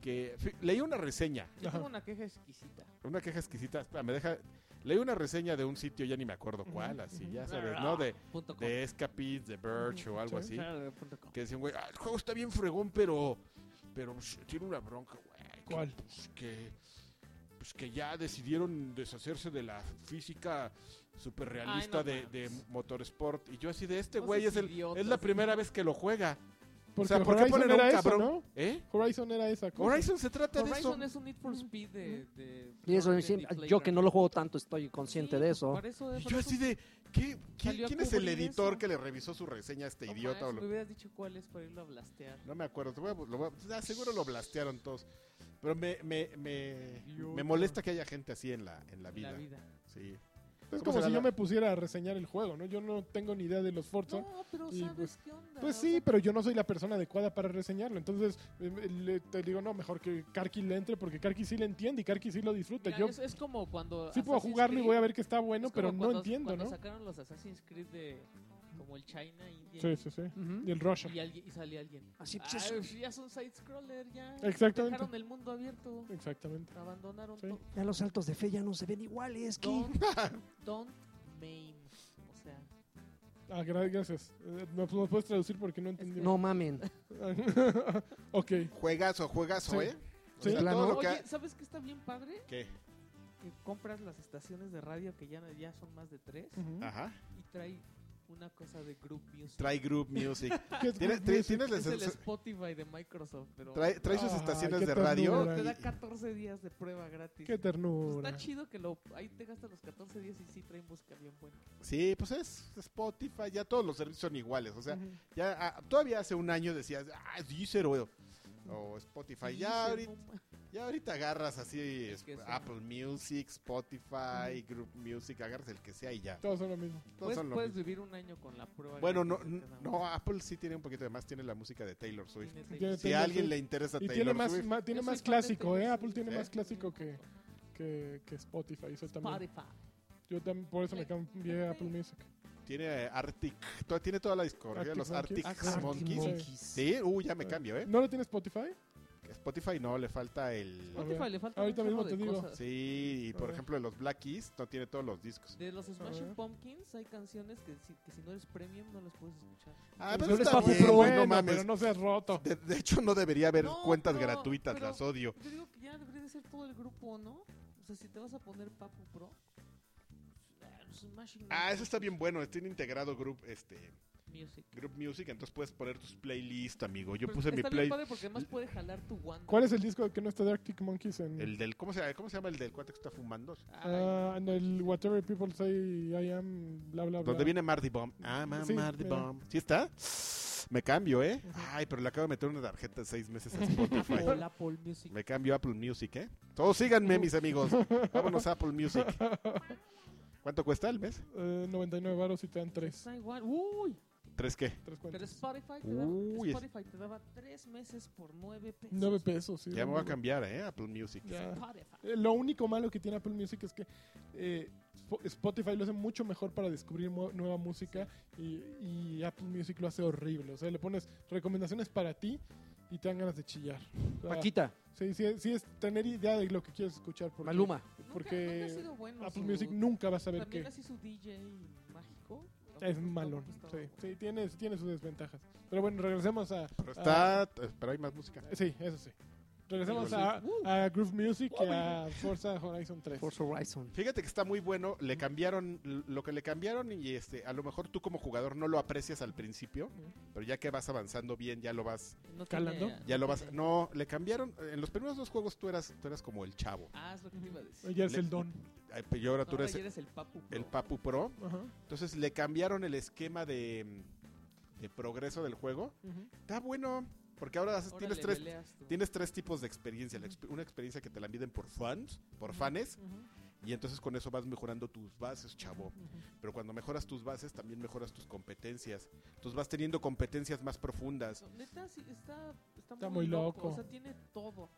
Que fi- leí una reseña, Yo Ajá. tengo una queja exquisita. una queja exquisita. espera, me deja. Leí una reseña de un sitio, ya ni me acuerdo cuál, así, ya sabes, ¿no? De, Punto com. de Escapade, de Birch o algo Sí. así. Claro, punto com. Que decían, güey, "Ah, el juego está bien fregón, pero. Pero sh, tiene una pues, bronca, güey. que, ¿Cuál? pues, que. pues, pues que ya decidieron deshacerse de la física super realista no de, de mames. Motorsport. Y yo así de este No güey seas es, el- idiota, es la sí. primera vez que lo juega. Porque o sea, ¿por qué Horizon ponen a era un eso, cabrón? ¿no? ¿Eh? Horizon era esa cosa. Horizon se trata Horizon de eso. es un Need for Speed de... de- Y eso, de- sí, de Playground. yo que no lo juego tanto estoy consciente Sí, de pues, eso. para eso Y es- yo para así eso- de, ¿qué, qué- Salió a quién es el cubrir editor eso. que le revisó su reseña a este No pues, idiota? manches, o lo- me hubieras dicho cuál es para irlo a blastear. No me acuerdo, te voy a bu- lo voy a- ah, seguro lo blastearon todos. Pero me, me, me, me Idiota. molesta que haya gente así en la, en la en vida. La vida. Sí. Es ¿Cómo como será si yo la- me pusiera a reseñar el juego, ¿no? Yo no tengo ni idea de los Forza. No, pero Y, ¿sabes pues, qué onda? Pues O sí, sea, pero yo no soy la persona adecuada para reseñarlo. Entonces eh, le- te digo, no, mejor que Karki le entre porque Karki sí le entiende y Karki sí lo disfruta. mira, yo es, es como cuando... sí puedo Assassin's jugarlo y Creed- voy a ver que está bueno, es pero como no cuando- entiendo, cuando ¿no? sacaron los Assassin's Creed de... Como el China, India. Sí, sí, sí. Ujú. Y el Russia. Y, alguien, y sale alguien. Así "Ay, pues, es- ya son side-scroller, ya. Exactamente. Dejaron el mundo abierto. Exactamente. Abandonaron Sí. todo. ya los saltos de fe ya no se ven iguales. ¿qué? Don't, don't maim. O sea, Ah, gra- gracias. Eh, ¿Nos nos puedes traducir porque no entendí? No mamen. ok. Juegazo, juegazo, Sí. ¿eh? O Sí. sea, todo lo que... oye, ha- ¿sabes qué está bien padre? ¿Qué? Que compras las estaciones de radio que ya, ya son más de tres Ujú. Ajá. y trae una cosa de group music. Trae Group Music. ¿Qué es Tienes, Good trae- Music? tienes las- es el Spotify de Microsoft, pero trae- trae sus Ay, estaciones de qué ternura. radio. te da y- 14 días de prueba gratis. Qué Pues ternura. está chido que lo ahí te gastas los 14 días y sí traen música bien buena. Sí, pues es Spotify, ya todos los servicios son iguales. O sea, Ujú. ya ah, todavía hace un año decías, ah, es Deezer, o, o Spotify. Sí, ya, sí, ahorita, no ma- ya ahorita agarras así El que es- sea. Apple Music, Spotify, Group Music, agarras el que sea y ya. Todos son lo mismo. Todos Puedes, son lo pues, puedes mismo. vivir un año con la prueba. Bueno, no, gratis de cada uno. no, Apple sí tiene un poquito de más, tiene la música de Taylor Swift. Tiene Ya Taylor Taylor Si a alguien Swift. le interesa Y Taylor tiene más, Swift, ma- tiene Yo soy más fan de clásico, Taylor ¿eh? Swift. Apple tiene Sí. más clásico que, que, que Spotify. Eso también. Spotify. Yo también, por eso me cambié a Apple Music. tiene eh, Arctic, to- tiene toda la discografía de Arctic los Monkeys. Ah, Arctic, Arctic Monkeys. Monkeys. Sí, uh, ya me cambio, ¿eh? ¿No lo tiene Spotify? Spotify no, le falta el... A ver, Spotify le falta ahorita un chorro mismo de te digo. cosas. Sí, y A por ver. ejemplo de los Black Keys no tiene todos los discos. De los Smashing ver. Pumpkins hay canciones que si, que si no eres premium no las puedes escuchar. Ah, Pues eres está papu, bien, pero güey, bueno, no mames. pero no seas roto. De, de hecho no debería haber No, cuentas pero- gratuitas, pero- las odio. Yo digo que ya debería de ser todo el grupo, ¿no? O sea, si te vas a poner Papu Pro, ah, los Smashing Ah, eso está bien bueno, tiene integrado Group este Music. Group Music, entonces puedes poner tus playlists, amigo. Yo Pero puse mi está play bien padre porque además puede jalar tu Wanda. ¿Cuál es el disco que no está de Arctic Monkeys en el del ¿cómo se, cómo se llama el del cuate que está fumando? Ay, Ah, en el Whatever People Say I Am, bla, bla, bla? Donde viene Mardi Bomb. Ah, ma- Sí, Mardi mira. Bomb. ¿Sí está? Me cambio, ¿eh? Ay, pero le acabo de meter una tarjeta de seis meses a Spotify. Apple, Apple Music. Me cambio a Apple Music, ¿eh? Todos síganme, mis amigos. Vámonos a Apple Music. ¿Cuánto cuesta el mes? Eh, 99 baros y te dan 3. Está igual. Uy, ¿Tres qué? Tres pero cuentas. Spotify te, Uy, es- daba, Spotify te daba tres meses por nueve pesos. 9 pesos, sí. Ya me voy a güey. cambiar, ¿eh? Apple Music. Ya. Spotify. Eh, Lo único malo que tiene Apple Music es que eh, Spo- Spotify lo hace mucho mejor para descubrir mu- nueva música y, y Apple Music lo hace horrible. O sea, le pones recomendaciones para ti y te dan ganas de chillar. O sea, Paquita, sí, sí, sí es tener idea de lo que quieres escuchar. Porque, Maluma. Nunca- nunca ha Porque sido bueno Apple su- Music nunca vas a ver También que así su DJ mágico. es tampoco malo. estaba Sí, bueno. sí, tiene, tiene sus desventajas. Pero bueno, regresemos a... Pero a- está... Pero hay más música. sí, eso sí. Regresemos Digo, a, sí. Uh. a Groove Music y a Forza Horizon 3. Forza Horizon. Fíjate que está muy bueno. Le cambiaron lo que le cambiaron y este, a lo mejor tú como jugador no lo aprecias al principio, pero ya que vas avanzando bien, ya lo vas, No Calando. tiene- ya lo vas. tiene- No, le cambiaron. En los primeros dos juegos tú eras, tú eras como el chavo. Ah, es lo que te iba a decir. Ya es Le- el don. Ay, pero Y ahora tú Ahora eres ya eres el papu. el papu. Papu Pro. Ajá. Entonces le cambiaron el esquema de, de progreso del juego. Ujú. Está bueno, porque ahora haces- tienes tres, tienes tres tipos de experiencia. La exp- una experiencia que te la miden por fans, por fanes, y entonces con eso vas mejorando tus bases, chavo. Pero cuando mejoras tus bases, también mejoras tus competencias. Entonces vas teniendo competencias más profundas. Neta, sí, está, está, Está muy muy loco. loco. O sea, tiene todo.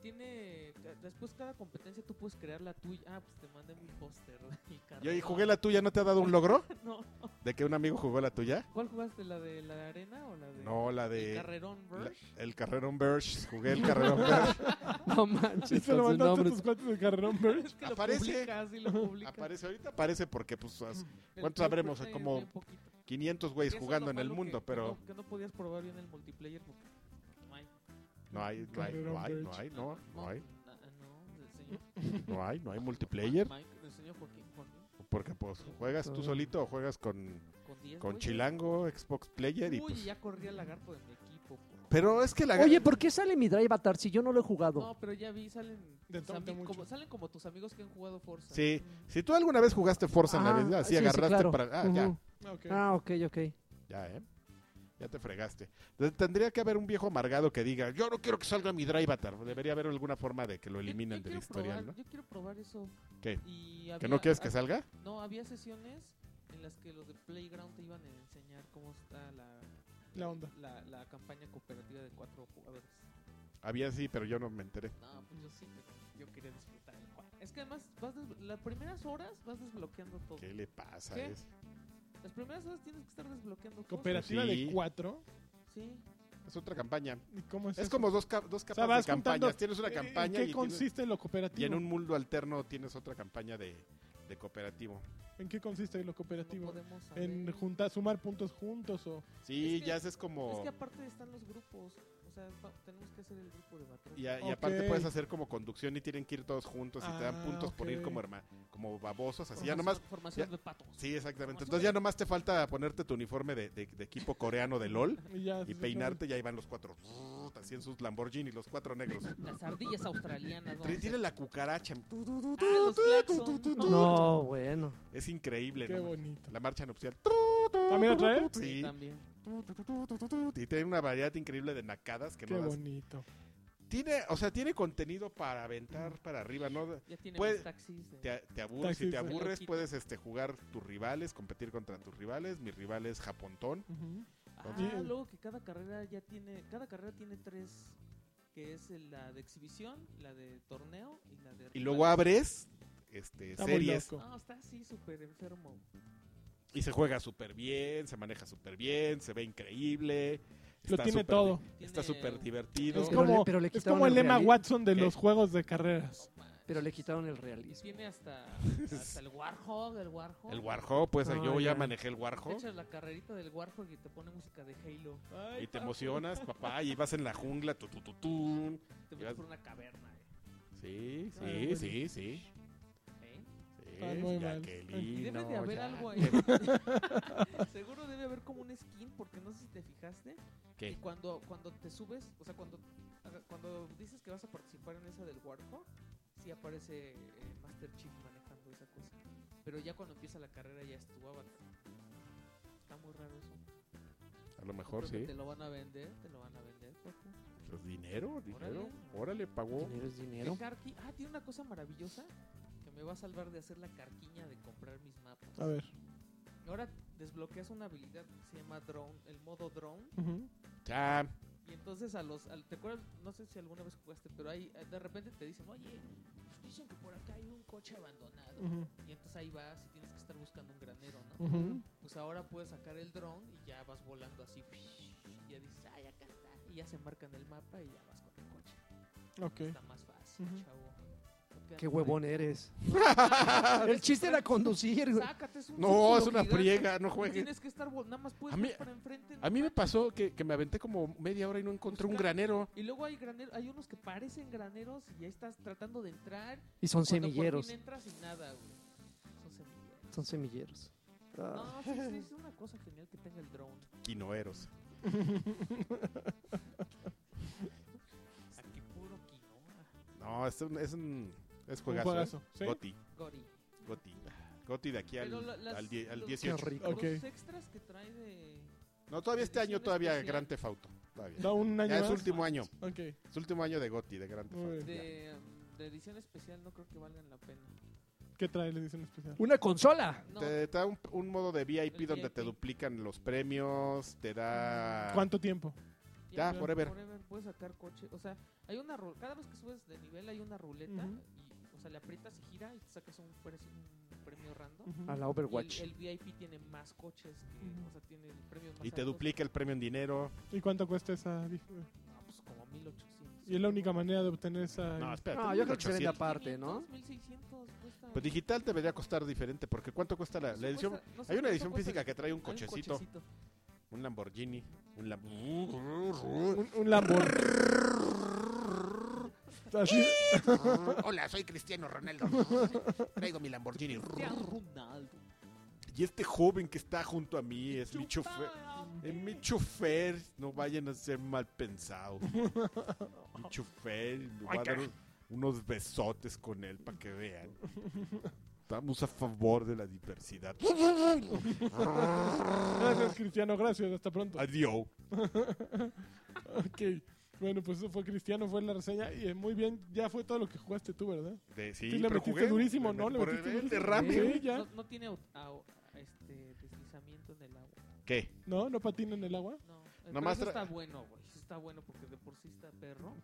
Tiene. ca- Después, cada competencia tú puedes crear la tuya. Ah, pues te mandé mi póster. del Yo ahí carnaval. jugué la tuya, ¿no te ha dado un logro? No. ¿De que un amigo jugó la tuya? ¿Cuál jugaste? ¿La de la arena o la de.? No, la El de... carrerón, la- Verge? el Carrerón Birch, jugué el Carrerón Birch. No manches. Sí, se lo con su mandaste a nombre. tus cuates de carrerón, Bird. Es que lo Aparece. publicas y lo publicas. Aparece ahorita, aparece porque pues as- El ¿Cuántos Play habremos? Fortnite Como es bien poquito. 500 güeyes Eso es jugando lo en el malo mundo, que- pero Que no, que no podías probar bien el multiplayer porque. no hay. Ah, no hay, no hay, no hay, no hay, no, no hay. No, no, se enseñó. No hay, no hay multiplayer. Mike me enseñó Joaquín Joaquín, Porque pues juegas tú solito o juegas con, con 10. con güeyes. Chilango, Xbox Player y Uy, pues... ya corría el lagarto de mi equipo. güey. Pero es que la... Oye, ¿por qué sale mi Drive Avatar si yo no lo he jugado? No, pero ya vi, salen, De tus tonto ami- mucho. como, salen como tus amigos que han jugado Forza. Sí, si tú alguna vez jugaste Forza en Ah, la vida, así sí, sí, agarraste claro. para... Ah, Ujú. Ah, ok. Ah, ok, ok. ya, ya, ¿eh? Ya te fregaste. Entonces, Tendría que haber un viejo amargado que diga, yo no quiero que salga mi Drive Avatar. Debería haber alguna forma de que lo Yo- eliminen yo del quiero historial, probar- ¿no? Yo quiero probar eso. ¿Qué? Y ¿Que había- no quieres que hab- salga? No, había sesiones en las que los de Playground te iban a enseñar cómo está la, La onda. Pues la, la campaña cooperativa de cuatro jugadores. Había sí, pero yo no me enteré. No, pues yo sí, me- yo quería disfrutar. el juego. Es que además, vas des- las primeras horas vas desbloqueando todo. ¿Qué le pasa? ¿Qué? Es- Las primeras horas tienes que estar desbloqueando todo. Cooperativa Sí. de cuatro. Sí. Es otra campaña. ¿Y ¿Cómo es, Es eso? como dos, ca- dos O capas sea, vas de campañas. juntando- Tienes una ¿En- en campaña qué y, tienes- consiste lo y cooperativo? en un mundo alterno tienes otra campaña de, de cooperativo. ¿En qué consiste lo No cooperativo? podemos saber. en juntar, sumar puntos juntos o Sí, Es que- ya haces como... Es que aparte están los grupos. O sea, va- tenemos que hacer el grupo de batalla. Y, a- y Ok. aparte puedes hacer como conducción y tienen que ir todos juntos y te dan Ah, puntos por ir ok. como herma- como babosos, así Formación- pues, ya nomás... Formación ya- de patos. Sí, exactamente. Entonces ya nomás te falta ponerte tu uniforme de, de- de equipo coreano de LOL y ya y peinarte y ahí van los cuatro. Así en sus Lamborghini, los cuatro negros. Las ardillas australianas. vamos a Tri- Tiene hacer. la cucaracha. Ah, los claxon. No, bueno. Es increíble. Qué ¿no? bonito. La marcha nupcial. ¿También lo trae? Sí, Sí. también. Y tiene una variedad increíble de nacadas que Qué no das. bonito. Tiene, o sea, tiene contenido para aventar para arriba, ¿no? Ya tiene Puede- más taxis. de- Te, te aburres, si te Taxista. aburres Loquito. puedes este, jugar tus rivales, competir contra tus rivales. Mi rival es Japontón. Ujú. Ah, Sí. luego que cada carrera ya tiene, cada carrera tiene tres, que es el- la de exhibición, la de torneo y la de Y luego rival. abres este, Está muy series loco. No, está así súper enfermo. y se juega súper bien, se maneja súper bien, se ve increíble. Lo está tiene súper todo. di- Está Tiene- súper divertido. Es Pero le- como, pero le es quitaron como el el Emma realismo. Watson de ¿Qué? los juegos de carreras. Pero le quitaron el Y realismo. tiene hasta, hasta el Warhog, el Warhog. El Warhog, pues Ah, yo ya ya. manejé el Te Warhog. echas la carrerita del Warhog y te pone música de Halo. Y te emocionas, papá, y vas en la jungla, tu, tu, tu, tun. Te Llevas- metes por una caverna. eh, Sí, Ah, sí, bueno. sí, sí. ¿eh? Ah, muy Sí, mal. Y debe de Jaquelino, haber ya- algo ahí. Seguro debe haber como un skin, porque no sé si te fijaste. ¿Qué? Y cuando, cuando te subes, o sea, cuando, haga- cuando dices que vas a participar en esa del Warhawk, sí aparece eh, Master Chief manejando esa cosa. Pero ya cuando empieza la carrera ya es tu avatar. Está muy raro eso. Yo A lo mejor creo que Oh, sí. Te lo van a vender, te lo van a vender. Paco. Pues dinero, dinero. Órale, pagó. Dinero es Que dinero. Karki- Ah, tiene una cosa maravillosa que me va a salvar de hacer la carquiña de comprar mis mapas. A ver. Ahora desbloqueas una habilidad que se llama drone, el modo drone. Ujú. Ya, Y entonces a los, al- ¿te acuerdas? No sé si alguna vez jugaste, pero ahí eh, de repente te dicen, oye, pues dicen que por acá hay un coche abandonado. Ujú. Y entonces ahí vas y tienes que estar buscando un granero, ¿no? Ujú. Pues ahora puedes sacar el dron y ya vas volando así. Y ya dices, ay, acá está. Y ya se marca en el mapa y ya vas con el coche. Ok. Está más fácil, Ujú. chavo. No quedan Qué por huevón eres. el chiste era conducir, ahí. güey. Sácate, es un No, círculo es una gigante. friega, no Y juegues. Tienes que estar, vol- nada más puedes A mí- ver para enfrente. A mí me pasó que, que me aventé como media hora y no encontré un Busca- granero. Y luego hay granero, hay unos que parecen graneros y ya estás tratando de entrar. Y son Cuando por semilleros. fin entras y nada, güey. Son semilleros. Son semilleros. Ah, No, sí, sí, es una cosa genial que tenga el drone. Quinoeros. Aquí puro quinoa. No, es un, es un es Un juegazo. juegazo. ¿eh? ¿Sí? Goti, Gori. Goti. Goti de aquí al, Pero la- las- al, die- al los- 18. Qué rico. Los Ok. extras que trae de... No, todavía este año Edición todavía especial. Gran Tefauto. Todavía. Da un año Ya es más. último año. Ok. Es último año de Goti, de Gran Muy Theft Auto. bien. de, um, de edición especial no creo que valgan la pena. ¿Qué trae la edición especial? Una consola. No, Te, te da un, un modo de VIP El donde te VIP. duplican los premios, te da... ¿Cuánto tiempo? ya, forever. puedes sacar coche. O sea, hay una ru- cada vez que subes de nivel hay una ruleta Ujú. y, o sea, le aprietas y gira y te sacas un, pre- un premio random. Ujú. A la Y el- Overwatch. El, VIP tiene más coches, que, Ujú. o sea, tiene el premio más Y te alto. duplica el premio en dinero. ¿Y cuánto cuesta esa? dif- No, pues como 1800. Y es la única manera de obtener esa. No, espérate. No, yo creo que se 1800. vende aparte, ¿no? 500, 1600 cuesta. Pues digital debería costar diferente, porque ¿cuánto cuesta la, No sé, la edición? cuesta- no sé Hay una cuánto edición cuesta física el- que trae un hay cochecito, cochecito. un Lamborghini, un Lam- Un, un Lamborghini. Así, Hola, soy Cristiano Ronaldo. Traigo mi Lamborghini. Ronaldo. Y este joven que está junto a mí es mi chofer. Es mi chofer. No vayan a ser mal pensados. Mi chofer. Me voy a dar un- unos besotes con él para que vean. Estamos a favor de la diversidad. gracias, Cristiano, gracias, hasta pronto. Adiós. Ok. Bueno, pues eso fue Cristiano, fue la reseña. Y eh, muy bien, ya fue todo lo que jugaste tú, ¿verdad? De, sí, Sí, le pero metiste jugué. durísimo, Le ¿no? metí Le por metiste el durísimo. derrame. Sí. ya. No, no tiene au- au- este, deslizamiento en el agua. ¿Qué? ¿No? ¿No patina en el agua? No, eh, pero Nomás eso tra- está bueno, güey. Eso está bueno porque de por sí está perro.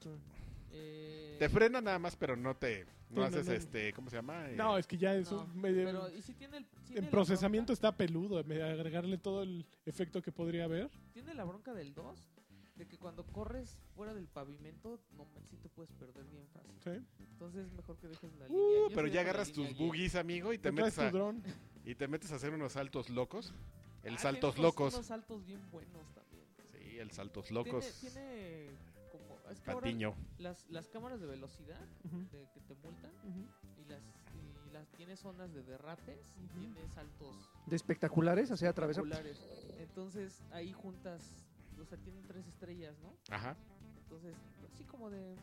Eh, Te frena nada más, pero no te. No no, haces no. este. ¿Cómo se llama? Eh, No, es que ya eso. No, medio- pero, ¿y si tiene el, tiene en la procesamiento está peludo. me- Agregarle todo el efecto que podría haber. bronca- tiene la bronca del 2 de que cuando corres fuera del pavimento, no man, sí te puedes perder bien fácil. ¿sí? Entonces es mejor que dejes la uh, línea. Yo pero sí dejo ya la agarras línea tus y- boogies, amigo, y te, Te traes metes tu a, dron. y te metes a hacer unos saltos locos. El Ah, saltos tiene unos- locos. Unos saltos bien buenos también. Sí, el saltos locos. Tiene, tiene como... Es que ahora Patiño. las, las cámaras de velocidad Ujú, de, que te multan ujú. y las, y las tiene zonas de derrapes y Ujú. tiene saltos De espectaculares, así atravesar. populares. Entonces ahí juntas, o sea, tienen tres estrellas, ¿no? Ajá. Entonces, así como de.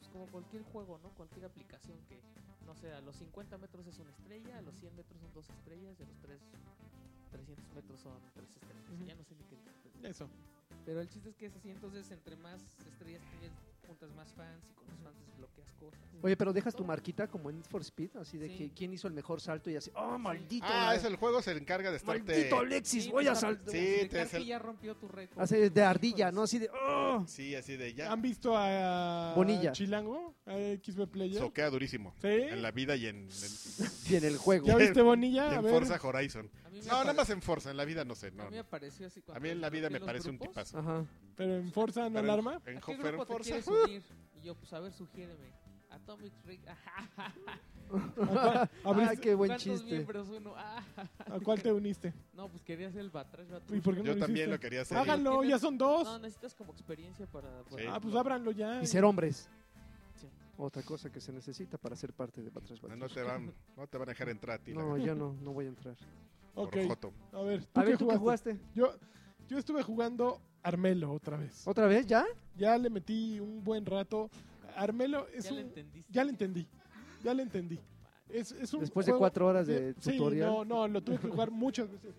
Pues como cualquier juego, ¿no? Cualquier aplicación que, no sé, a los 50 metros es una estrella, a los 100 metros son dos estrellas, y a los tres- 300 metros son tres estrellas. Ujú. Ya no sé ni qué. dije. Eso. Pero el chiste es que es así, entonces entre más estrellas tienes, juntas más fans y con los fans desbloqueas cosas. Oye, pero dejas tu marquita como en Need for Speed, así de Sí. que quién hizo el mejor salto y así, ¡oh, maldito! Ah, es el juego se encarga de estarte. ¡Maldito Alexis, Sí, voy o a sea, saltar! Sí, ah, pues, de te Karki sal- ya rompió tu récord. Así de ardilla, ¿no? Así de, ¡oh! Sí, así de ya. ¿Han visto a Bonilla. Chilango? A XB Player. Soquea durísimo. ¿Sí? En la vida y en, en- Y en el juego. ¿Ya viste y Bonilla? A en ver. Forza Horizon. A mí me No, nada apare- más en Forza. En la vida no sé. A No, mí me no. apareció así A cuando mí en la vida me desbloqueé los parece un grupos. tipazo. Ajá. Pero en Forza no Pero en- alarma. En, ¿A qué Hofer- grupo te Forza. quieres unir? Y yo, pues a ver, sugiéreme. Atomic Rig. Ajá. ¡Ah, ¿Abriste- qué buen ¿Cuántos chiste! miembros uno? Ah. ¿A cuál te uniste? No, pues quería hacer el Batrash Batrush. ¿Y por qué no Yo lo también lo hiciste? quería hacer. Háganlo, ya son dos. No, necesitas como experiencia para... para- Sí. Ah, pues ábranlo ya. Y ser hombres. Sí. Otra cosa que se necesita para ser parte de Batrash No, Batrash. no te van, no te van a dejar entrar a ti. la- No, yo no, no voy a entrar. Ok, por joto. a ver, ¿tú, A ver, qué, ¿tú jugaste? qué jugaste? Yo, yo estuve jugando Armelo otra vez. ¿Otra vez ya? Ya le metí un buen rato. Armelo es Ya un... le entendiste. ya le entendí. Ya le entendí. Es, es un Después de juego- cuatro horas de Sí, tutorial. no, no, lo tuve que jugar muchas veces.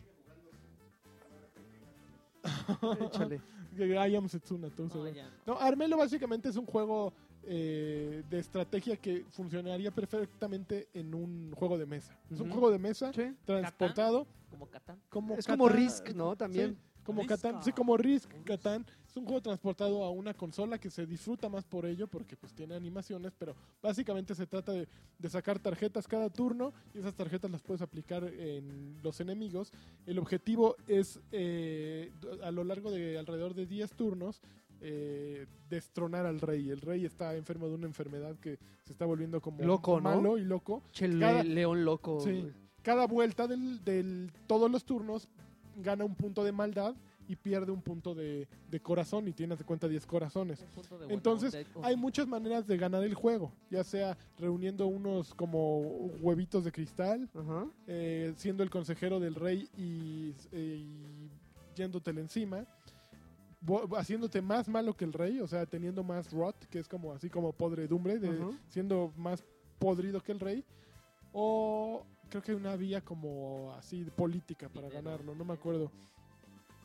Échale. I am Setsuna, todo se No, ve. ya no. No, Armelo básicamente es un juego eh, de estrategia que funcionaría perfectamente en un juego de mesa. Es un Ujú. juego de mesa Sí. transportado Como Catán. como Es como Catán. Risk, ¿no? También. Sí, como Risk, Catán, ah. sí, como Risk, Catán. Es un juego transportado a una consola que se disfruta más por ello porque pues tiene animaciones, pero básicamente se trata de, de sacar tarjetas cada turno y esas tarjetas las puedes aplicar en los enemigos. El objetivo es eh, a lo largo de alrededor de 10 turnos eh, destronar al rey. El rey está enfermo de una enfermedad que se está volviendo como Loco, ¿no? malo y loco. Che, le- Cada- león loco. Sí. güey. Cada vuelta del, del- todos los turnos gana un punto de maldad y pierde un punto de, de corazón y tienes de cuenta 10 corazones. Un punto de buena Entonces, onda. Hay muchas maneras de ganar el juego, ya sea reuniendo unos como huevitos de cristal, Ajá. eh, siendo el consejero del rey y, eh, y yéndotele encima, vo- haciéndote más malo que el rey, o sea, teniendo más rot, que es como así como podredumbre, de, Ajá. siendo más podrido que el rey. O creo que una vía como así de política para Dinero. ganarlo, no me acuerdo.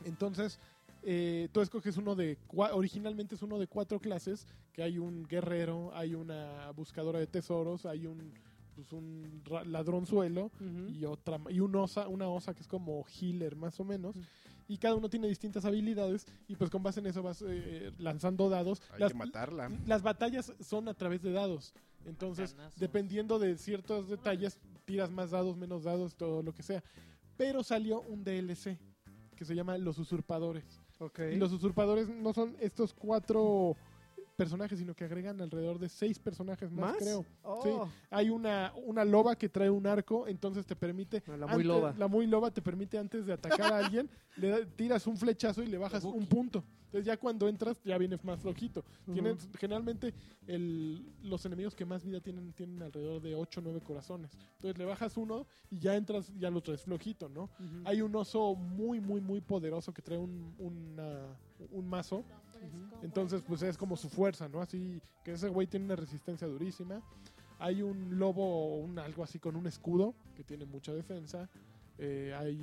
Entonces, eh, tú escoges uno de. cua- Originalmente es uno de cuatro clases: que hay un guerrero, hay una buscadora de tesoros, hay un, pues un ra- ladronzuelo Ujú. y otra y un osa, una osa que es como healer más o menos. Y cada uno tiene distintas habilidades y pues con base en eso vas eh, eh, lanzando dados. Hay Las, que matarla. las batallas son a través de dados. Entonces, Bacanazos. dependiendo de ciertos detalles, tiras más dados, menos dados, todo lo que sea. Pero salió un DLC que se llama Los Usurpadores. Ok. Y los usurpadores no son estos cuatro personajes, sino que agregan alrededor de seis personajes más, ¿Más? creo. Oh, Hay una, una loba que trae un arco, entonces te permite... No, la muy antes- loba. La muy loba te permite antes de atacar a alguien, le da- tiras un flechazo y le bajas un punto. Entonces ya cuando entras ya vienes más flojito. Tienes, generalmente el- los enemigos que más vida tienen tienen alrededor de 8 o 9 corazones. Entonces le bajas uno y ya entras, ya lo traes flojito, ¿no? ujú. Hay un oso muy, muy, muy poderoso que trae un, una- un mazo. Entonces, pues es como su fuerza, ¿no? Así que ese güey tiene una resistencia durísima. Hay un lobo o un algo así con un escudo que tiene mucha defensa. Eh, hay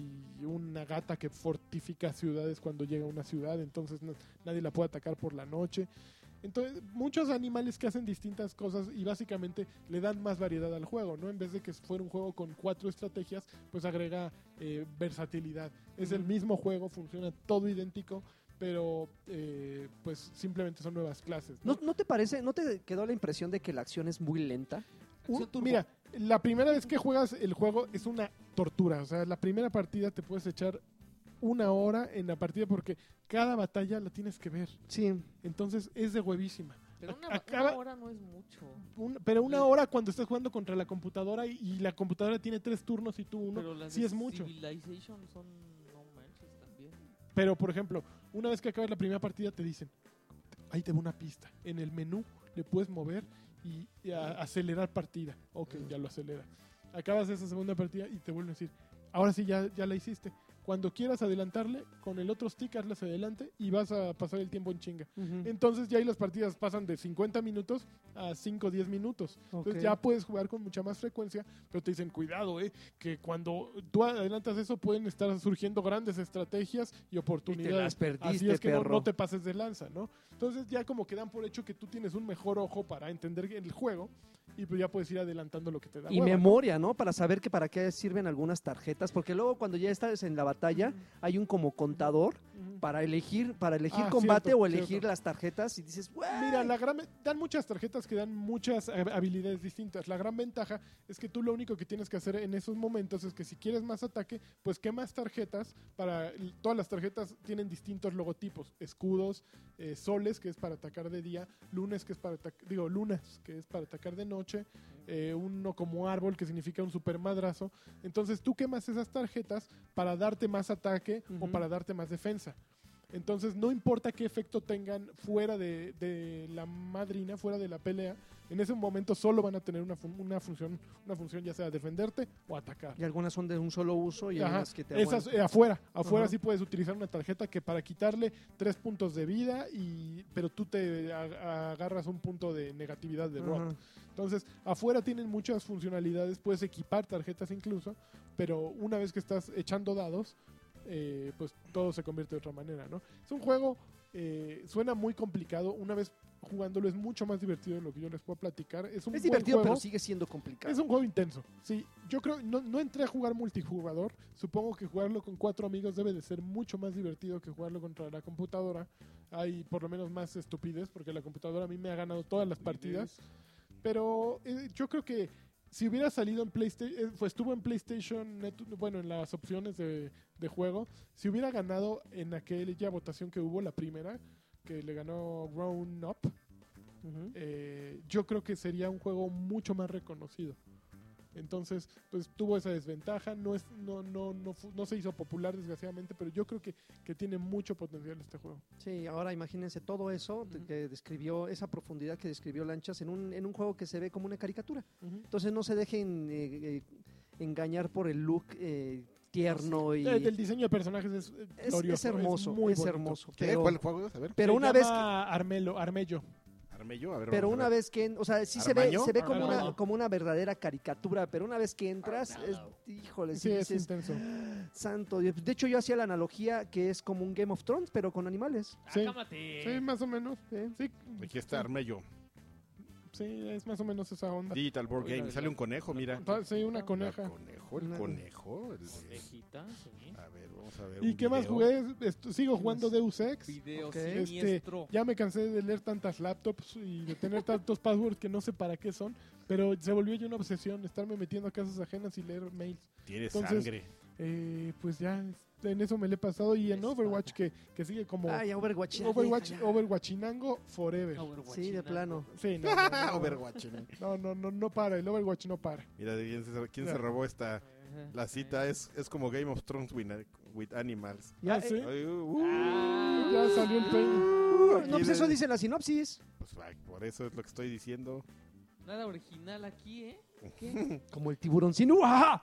una gata que fortifica ciudades cuando llega a una ciudad, entonces no- nadie la puede atacar por la noche. Entonces, muchos animales que hacen distintas cosas y básicamente le dan más variedad al juego, ¿no? En vez de que fuera un juego con cuatro estrategias, pues agrega eh, versatilidad. Es el mismo juego, funciona todo idéntico, pero eh, pues simplemente son nuevas clases. ¿no? ¿No, ¿No te parece, no te quedó la impresión de que la acción es muy lenta? Un- Acción turbo. mira, la primera vez que juegas el juego es una tortura. O sea, la primera partida te puedes echar una hora en la partida porque cada batalla la tienes que ver. Sí. Entonces es de huevísima. Pero una, Acaba- una hora no es mucho. Un- pero una Sí. hora cuando estás jugando contra la computadora y, y la computadora tiene tres turnos y tú uno. Pero las sí de es mucho. Civilization son... No manches, también. Pero, por ejemplo, una vez que acabas la primera partida te dicen, ahí te va una pista. En el menú le puedes mover y, y a- acelerar partida. Ok, ya lo acelera. Acabas esa segunda partida y te vuelven a decir, ahora sí, ya, ya la hiciste. Cuando quieras adelantarle, con el otro stick hazle hacia adelante y vas a pasar el tiempo en chinga. Entonces ya ahí las partidas pasan de 50 minutos a 5 o 10 minutos. Entonces ya puedes jugar con mucha más frecuencia, pero te dicen, cuidado, eh, que cuando tú adelantas eso pueden estar surgiendo grandes estrategias y oportunidades. las perdiste, Así es que no- perro. No, te pases de lanza, ¿no? Entonces ya como que dan por hecho que tú tienes un mejor ojo para entender el juego y pues ya puedes ir adelantando lo que te da. Y hueva, ¿no? memoria, ¿no? Para saber que para qué sirven algunas tarjetas, porque luego cuando ya estás en la batalla hay un como contador Ujú. para elegir, para elegir Ah, combate cierto, o elegir cierto. las tarjetas y dices, "Güey". Mira, la gran, ve- dan muchas tarjetas que dan muchas eh, habilidades distintas. La gran ventaja es que tú lo único que tienes que hacer en esos momentos es que si quieres más ataque, pues quemas tarjetas para l- todas las tarjetas tienen distintos logotipos, escudos, eh, soles que es para atacar de día, lunes que es para atacar, digo lunas que es para atacar de noche, eh, uno como árbol que significa un supermadrazo. Entonces tú quemas esas tarjetas para darte más ataque o Ujú. para darte más defensa. Entonces no importa qué efecto tengan fuera de, de la madrina, fuera de la pelea, en ese momento solo van a tener una, fun- una función, una función ya sea defenderte o atacar. Y algunas son de un solo uso y Ajá, algunas que te esas aguantan. eh, afuera, afuera Ajá. sí puedes utilizar una tarjeta que para quitarle tres puntos de vida y pero tú te a- agarras un punto de negatividad de rot. Ajá. Entonces, afuera tienen muchas funcionalidades, puedes equipar tarjetas incluso, pero una vez que estás echando dados, eh, pues todo se convierte de otra manera, ¿no? Es un juego, eh, suena muy complicado, una vez jugándolo es mucho más divertido de lo que yo les puedo platicar. Es, un Es buen divertido, juego. pero sigue siendo complicado. Es un juego intenso. Sí, yo creo, no, no entré a jugar multijugador. Supongo que jugarlo con cuatro amigos debe de ser mucho más divertido que jugarlo contra la computadora. Hay por lo menos más estupidez porque la computadora a mí me ha ganado todas las partidas. Pero eh, yo creo que si hubiera salido en PlayStation, estuvo en PlayStation, Net- bueno, en las opciones de, de juego, si hubiera ganado en aquella votación que hubo, la primera, que le ganó Grown Up, Ujú. eh, yo creo que sería un juego mucho más reconocido. Entonces, pues tuvo esa desventaja, no es, no, no, no, fu- no se hizo popular desgraciadamente, pero yo creo que, que tiene mucho potencial este juego. Sí, ahora imagínense todo eso de- Ujú. que describió, esa profundidad que describió Lanchas en un, en un juego que se ve como una caricatura. Entonces no se dejen eh, eh, engañar por el look eh, tierno y... Eh, del diseño de personajes es, eh, Es, glorioso, es hermoso, es, muy bonito. hermoso. ¿Qué? Pero, ¿Cuál juego es? A ver. pero Se una vez que, llama Armelo, Armello. Armello, a ver. pero vamos a una ver. vez que, en- o sea, sí se ve, ¿Armaño? se ve como una Armaño. como una verdadera caricatura, pero una vez que entras, es, híjole, sí, Sí, es dices, intenso. santo Dios". De hecho, yo hacía la analogía que es como un Game of Thrones, pero con animales. Sí, ¡Cámate! sí, más o menos. Sí, Aquí está Armello. sí, es más o menos esa onda. Digital Board Oiga, Game. Sale un conejo, mira. Pa- Sí, una Ah, coneja. conejo, el Una- conejo. el- Conejita, sí. A ver, vamos a ver. ¿Y un qué más video. jugué? Est- sigo jugando más? Deus Ex. Video Ok. Este, siniestro. Ya me cansé de leer tantas laptops y de tener tantos passwords que no sé para qué son, pero se volvió ya una obsesión estarme metiendo a casas ajenas y leer mails. Tiene Entonces, sangre. eh, pues ya en eso me le he pasado. Y en Espada. Overwatch, que, que sigue como Ah, ya Overwatch. Overwatch, Ya. Overwatchinango forever. Overwatch, Sí, de nada, plano. güey. Sí, no, no, no, Overwatch. no, no, no, no para, el Overwatch no para. Mira, de quién se, quién se Ya. robó esta Ajá. la cita. Es, es como Game of Thrones with, with Animals. Ya Ah, sé, Ay, uh, uh, Ah. ya salió el trailer. uh, No, aquí pues eso de- dice la sinopsis. Pues, ay, por eso es lo que estoy diciendo. Nada original aquí, ¿eh? Como el tiburón sin ¡Ah!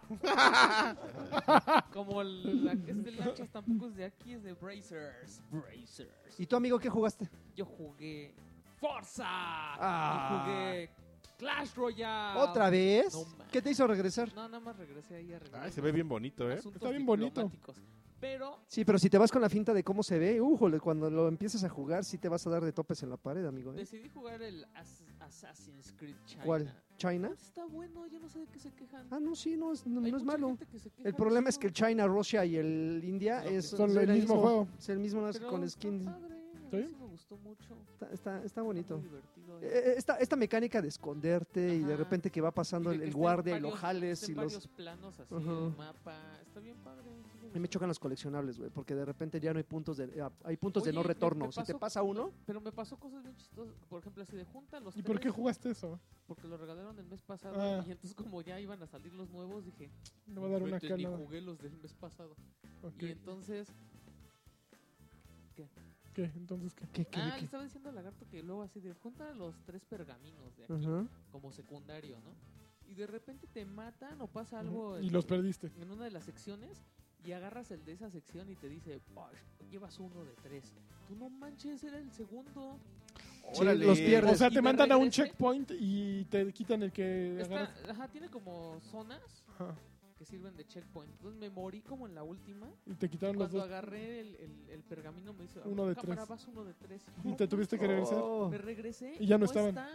Como el, la, este lanchas tampoco es de aquí, es de Brazers. Brazers. ¿Y tu amigo qué jugaste? Yo jugué Forza. Ah. Yo jugué Clash Royale. ¿Otra vez? no mames. ¿Qué te hizo regresar? No, nada más regresé ahí a regresar. Ay, se ve bien bonito, ¿eh? Asuntos Está bien bonito. diplomáticos. Pero Sí, pero si te vas con la finta de cómo se ve, újole, cuando lo empiezas a jugar, sí te vas a dar de topes en la pared, amigo. ¿eh? decidí jugar el As- Assassin's Creed China. ¿Cuál? ¿China? Está bueno, yo no sé de qué se quejan. Ah, no, sí, no es, no, Hay no es mucha malo. gente que se queja El problema de es que el eso, China, Rusia y el India No, es, son era el mismo juego. Es el mismo pero con está skin. padre, a ¿Sí? mí sí me gustó mucho. Está Está, está, está bonito. muy divertido. Eh, eh, Esta, esta mecánica de esconderte y de Ajá. repente que va pasando Y de el, que el está en guardia y varios- los jales está y en los... varios planos así, Ajá. el mapa. Está bien padre. sí A mí me gustó. chocan los coleccionables, güey, porque de repente ya no hay puntos de, eh, hay puntos de Oye, no me- me retorno. si te pasó- pasa uno, Pero me pasó cosas bien chistosas. Por ejemplo, así de junta los ¿Y por qué tres, jugaste eso? Porque lo regalaron el mes pasado. Ah. Y entonces, como ya iban a salir los nuevos, dije, Le voy a dar una "Vete, ni calada. jugué los del mes pasado. Ok. Y entonces, ¿Qué? Entonces, ¿qué? ¿qué, qué, ah, le qué? estaba diciendo al lagarto que luego así de junta los tres pergaminos de aquí, Ajá. como secundario, ¿no? Y de repente te matan o pasa algo Y en- los perdiste. en una de las secciones y agarras el de esa sección y te dice, "Ay, llevas uno de tres. Tú no manches, era el segundo. Sí, los O pierdes. sea, te Y me mandan a un regresé. checkpoint y te quitan el que Está- agarras. ajá, tiene como zonas Ajá. que sirven de checkpoint. Entonces me morí como en la última. Y te quitaron los Cuando dos. agarré el, el- el pergamino me dice, Uno de cámara, tres. vas uno de tres. Y te tuviste que regresar. Oh, Me regresé Y ya no no estaban. están.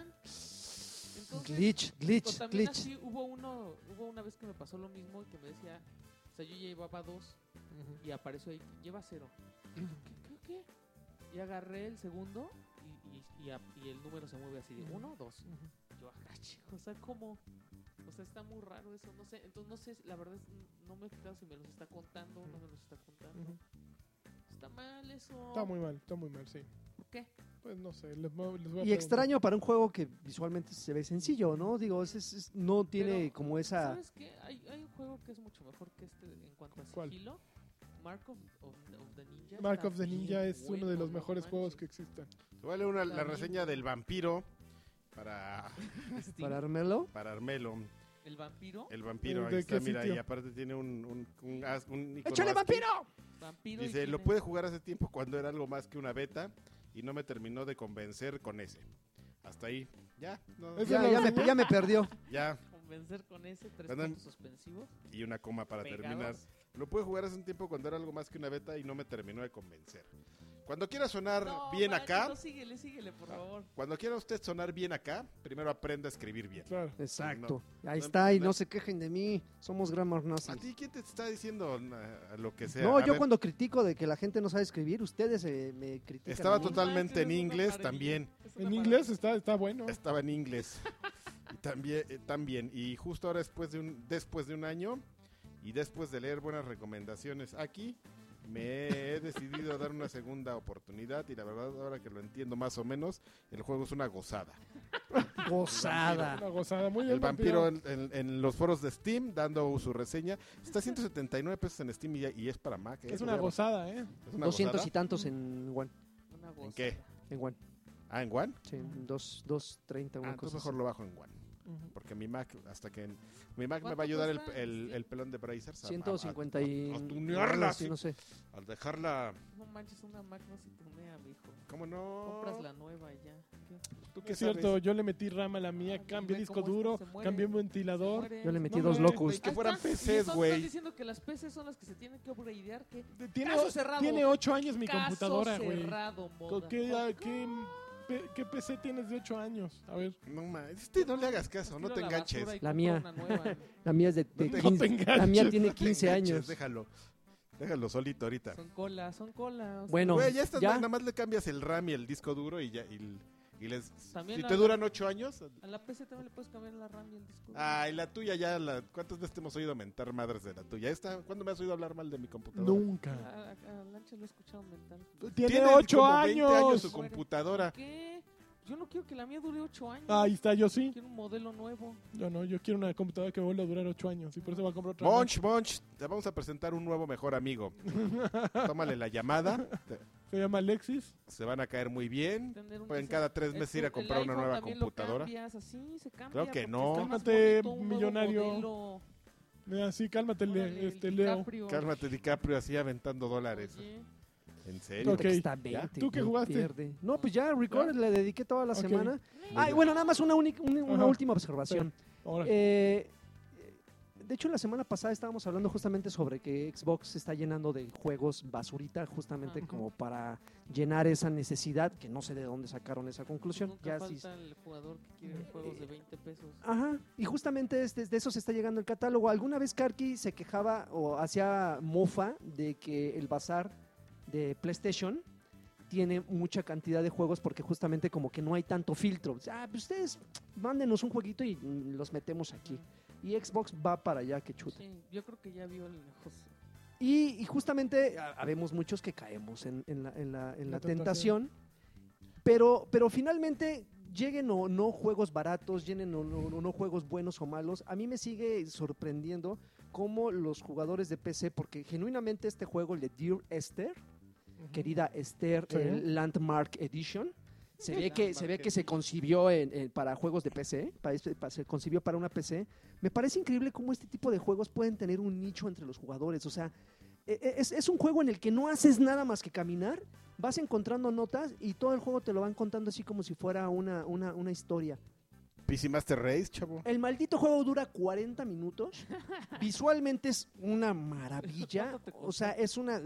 Entonces, glitch, glitch, Pues también glitch. así hubo uno, hubo una vez que me pasó lo mismo y que me decía, o sea, yo ya llevaba dos y apareció ahí, lleva cero. ¿Qué, qué, qué? Y agarré el segundo y, y- y a- y el número se mueve así de uno, dos. Yo, ah, chico, o sea, como, o sea, está muy raro eso, no sé, entonces no sé, la verdad es- no me he fijado si me los está contando o no me los está contando. Ujú. Está mal eso. Está muy mal, está muy mal, sí. ¿Por qué? Pues no sé, les, mo- les voy a Y preguntar. extraño para un juego que visualmente se ve sencillo, ¿no? Digo, es- es- es- no tiene Pero, como esa... ¿Sabes qué? Hay, hay un juego que es mucho mejor que este en cuanto a ¿Cuál? sigilo. Mark of, of- of the Ninja. Mark está of the bien Ninja es uno de bueno, los no mejores juegos que manches. existen. Vale una, la También. reseña del vampiro para, Steam, Para armarlo. para Armelo. El vampiro. El vampiro, ¿De ahí qué está, mira, sitio? y aparte tiene un, un, un, as- un icono ¡Échale ASCII. vampiro! vampiro y Dice, tiene- lo pude jugar hace tiempo cuando era algo más que una beta y no me terminó de convencer con ese. Hasta ahí, ya, no, Eso ya, Ya, ya me, ya me perdió. ya, convencer con ese tres Andan- puntos suspensivos. y una coma para pegados. terminar. Lo pude jugar hace un tiempo cuando era algo más que una beta y no me terminó de convencer. Cuando quiera sonar No, bien manches, acá, No, síguele, síguele, por Ah. favor. cuando quiera usted sonar bien acá, primero aprenda a escribir bien. Claro. Exacto. Ahí No, está, y no. no se quejen de mí. Somos Grammar Nazi. ¿A ti quién te está diciendo na- lo que sea? No, A yo ver, cuando critico de que la gente no sabe escribir, ustedes eh, me critican. Estaba a mí. No totalmente en manches, es una inglés maravilla, también. es una En maravilla. inglés está, está bueno. Estaba en inglés. Y también, eh, también. Y justo ahora después de un, después de un año y después de leer buenas recomendaciones aquí, me he decidido a dar una segunda oportunidad y la verdad ahora que lo entiendo más o menos, el juego es una gozada. Gozada. Una gozada. Muy bien, El vampiro en, en- en los foros de Steam dando su reseña. Está a 179 pesos en Steam y, ya- y es para Mac. ¿eh? Es Lo una voy a- gozada, ¿eh? es una 200 y gozada. tantos en One. Una gozada. qué? En One. Ah, en One. Sí, en dos- 230, Ah, una entonces cosa. mejor así. lo bajo en One. Porque mi Mac, hasta que. Mi Mac me ¿Cuánto va a ayudar el, cuesta? el- Sí. el pelón de Brazers. a- a- a- 150 y... a tunearla, Sí, no sé. Al dejarla. No manches, una Mac no se tunea, mijo. ¿Cómo no? Compras la nueva y ya. ¿Qué? ¿Tú qué Es cierto, sabes? yo le metí rama a la Ah, mía, y cambié ve disco cómo esta duro, se muere. cambié un Se ventilador. muere. Yo le metí No dos mames, Güey, locus. que Ahí fueran está. Y PCs, entonces güey. Estás diciendo que las PCs son las que se tienen que upgradear, que Tiene, Caso cerrado. tiene ocho años mi Caso computadora, güey. cerrado, ¿Con moda. ¿Qué, Oh, ah, qué, pe- qué PC tienes de ocho años? A ver. No ma, este no le hagas caso, no tiro te a la enganches. basura y La compro mía. una nueva. La mía es de, de No te 15. la mía enganches, tiene No te 15 enganches, años. Déjalo. Déjalo solito ahorita. Son colas, son colas. Bueno, Güey, ya estás, ya. nada más le cambias el RAM y el disco duro y ya. Y, el- y Y les, También si la- te duran ocho años, A la PC también le puedes cambiar la RAM y el disco. ay, la tuya ya, la, ¿cuántas veces te hemos oído mentar madres de la tuya? Esta, ¿Cuándo me has oído hablar mal de mi computadora? A, Nunca. Ah. a, a Lancha lo he escuchado mental. Tiene como 8 20 años su años. Bueno. computadora. ¿Qué? Yo no quiero que la mía dure 8 años. Ahí está, yo sí. Quiero un modelo nuevo. Yo no, yo quiero una computadora que vuelva a durar 8 años y por eso voy a comprar otra. Monch, Monch, te vamos a presentar un nuevo mejor amigo. Tómale la llamada, te- Se llama Alexis. se van a caer muy bien. Tener un Pueden PC. Pues, cada tres El meses tu- ir a el comprar una iPhone nueva también lo computadora. cambias así, se cambia Claro que porque no. está más Cálmate, bonito, un nuevo millonario. modelo. Mira, sí, Eh, cálmate, Le- Órale, este, el Leo. DiCaprio. Cálmate DiCaprio así aventando dólares. Oye, ¿En Ok. serio? Ahorita que está ¿Ya? 20, ¿Tú qué no jugaste? pierde. No, pues ya, Record le dediqué toda la Ok. semana. Muy Ay, bien. bueno, nada más una, única- una, una Ajá. última observación. Ahora, Eh, de hecho, la semana pasada estábamos hablando justamente sobre que Xbox se está llenando de juegos basurita, justamente Ajá. como para llenar esa necesidad, que no sé de dónde sacaron esa conclusión. nunca Ya sí- falta el jugador que Eh, quiere juegos de 20 pesos. Ajá, y justamente es- de, de eso se está llegando el catálogo. Alguna vez Karki se quejaba o hacía mofa de que el bazar de PlayStation tiene mucha cantidad de juegos porque justamente como que no hay tanto filtro. Ah, pues ustedes mándenos un jueguito y mm, los metemos aquí. Y Xbox va para allá que chuta. Sí, yo creo que ya vio el negocio. Y, y justamente a- habemos muchos que caemos en, en la, en la- en La la tentación, pero, pero finalmente lleguen o no juegos baratos, lleguen o no, o no juegos buenos o malos, a mí me sigue sorprendiendo cómo los jugadores de PC, porque genuinamente este juego, el de Dear Esther, querida Esther, Sí. el Landmark Edition, se ve que se ve Landmark que se Edition. concibió en- en- para juegos de PC, para este- para- se concibió para una PC. Me parece increíble cómo este tipo de juegos pueden tener un nicho entre los jugadores. O sea, e- e- es, es un juego en el que no haces nada más que caminar, vas encontrando notas y todo el juego te lo van contando así como si fuera una, una, una historia. PC Master Race, chavo. El maldito juego dura 40 minutos. Visualmente es una maravilla. ¿Cuánto te O sea, es una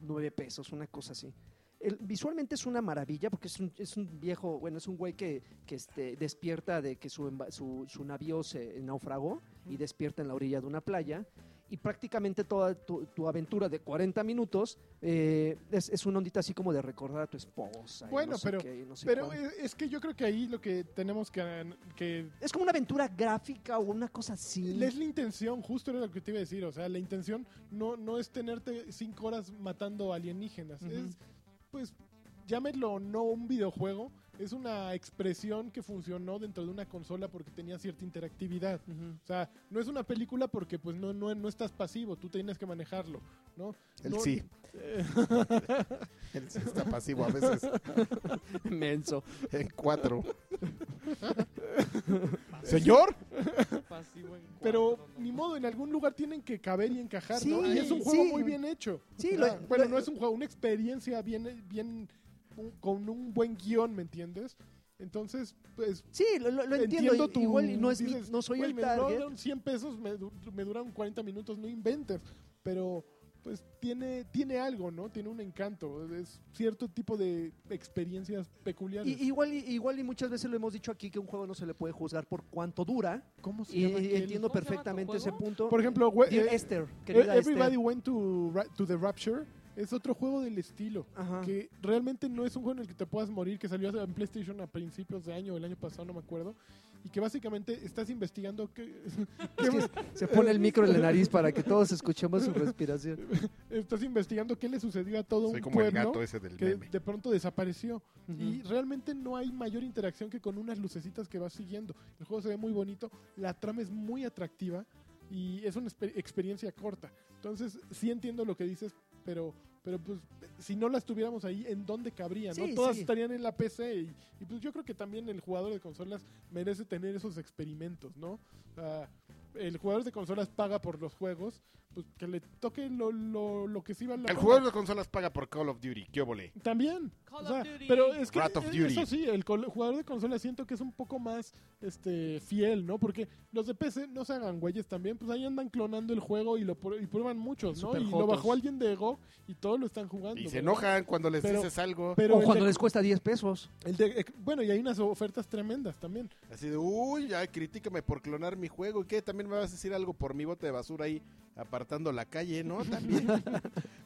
109 pesos, una cosa así. El- visualmente es una maravilla porque es un, es un viejo, bueno, es un güey que, que, este, despierta de que su, emba- su, su navío se naufragó y despierta en la orilla de una playa. Y prácticamente toda tu, tu aventura de 40 minutos eh, es, es una ondita así como de recordar a tu esposa. y Bueno, no sé pero- qué, y no sé Pero cuánto. es, es que yo creo que ahí lo que tenemos que, que Es como una aventura gráfica o una cosa así. Es la intención, justo era lo que te iba a decir. O sea, la intención no, no es tenerte cinco horas matando alienígenas. Ujú. Es, pues, llámelo o no un videojuego. Es una expresión que funcionó dentro de una consola porque tenía cierta interactividad. Ujú. O sea, no es una película porque pues no, no, no estás pasivo, tú tienes que manejarlo, ¿no? El No- sí. Eh, Él sí está pasivo a veces. Menso. En cuatro. ¿Señor? Pasivo en pero cuatro, ¿no? ni modo, en algún lugar tienen que caber y encajar, Sí, ¿no? Y es un juego sí. muy bien hecho. Sí, Ah, lo- bueno, lo- no es un juego, una experiencia bien, bien un- con un buen guión, ¿me entiendes? Entonces, pues Sí, lo, lo- lo entiendo. entiendo i- tu- Igual y no, es mi- dices, no soy güey, el me duraron target. 100 pesos, me, du- me duraron 40 minutos, no inventes, pero pues tiene tiene algo, ¿no? Tiene un encanto, es cierto tipo de experiencias peculiares. Y- igual, y, igual y muchas veces lo hemos dicho aquí que un juego no se le puede juzgar por cuánto dura. ¿Cómo se Y, llama? y aquel? entiendo ¿Cómo se llama tu perfectamente ese juego? punto. Por ejemplo, güey, Dear eh, Esther, querida Everybody Esther. Went to, Ra- to the Rapture es otro juego del estilo. Ajá. que realmente no es un juego en el que te puedas morir, que salió en PlayStation a principios de año o el año pasado, no me acuerdo, y que básicamente estás investigando que, Es que se pone el micro en la nariz para que todos escuchemos su respiración. estás investigando qué le sucedió a todo Soy un como el pueblo gato ese del que meme. de pronto desapareció y Ujú. realmente no hay mayor interacción que con unas lucecitas que vas siguiendo. El juego se ve muy bonito, la trama es muy atractiva y es una espe- experiencia corta. Entonces, sí entiendo lo que dices, pero pero pues si no las tuviéramos ahí, ¿en dónde cabrían? no? Sí, Todas sí. estarían en la PC y, y, pues yo creo que también el jugador de consolas merece tener esos experimentos, ¿no? O sea, el jugador de consolas paga por los juegos, pues que le toque lo, lo, lo que sí vale la El pena. jugador de consolas paga por Call of Duty. ¿Qué óvole? También. Call o of sea, Duty. Pero es que Wrath of eh, Duty. eso sí, el col- jugador de consola siento que es un poco más este fiel, ¿no? Porque los de PC no se hagan güeyes también, pues ahí andan clonando el juego y lo pr- y prueban muchos, ¿no? Super Y lo jotos. bajó alguien de Ego y todos lo están jugando. Y se ¿verdad? enojan cuando les Pero- dices algo. Pero O el cuando de- les cuesta 10 pesos. el de- eh, bueno, y hay unas ofertas tremendas también. Así de, uy, ya critícame por clonar mi juego. ¿Y qué? También me vas a decir algo por mi bote de basura ahí apartando la calle, ¿no? También.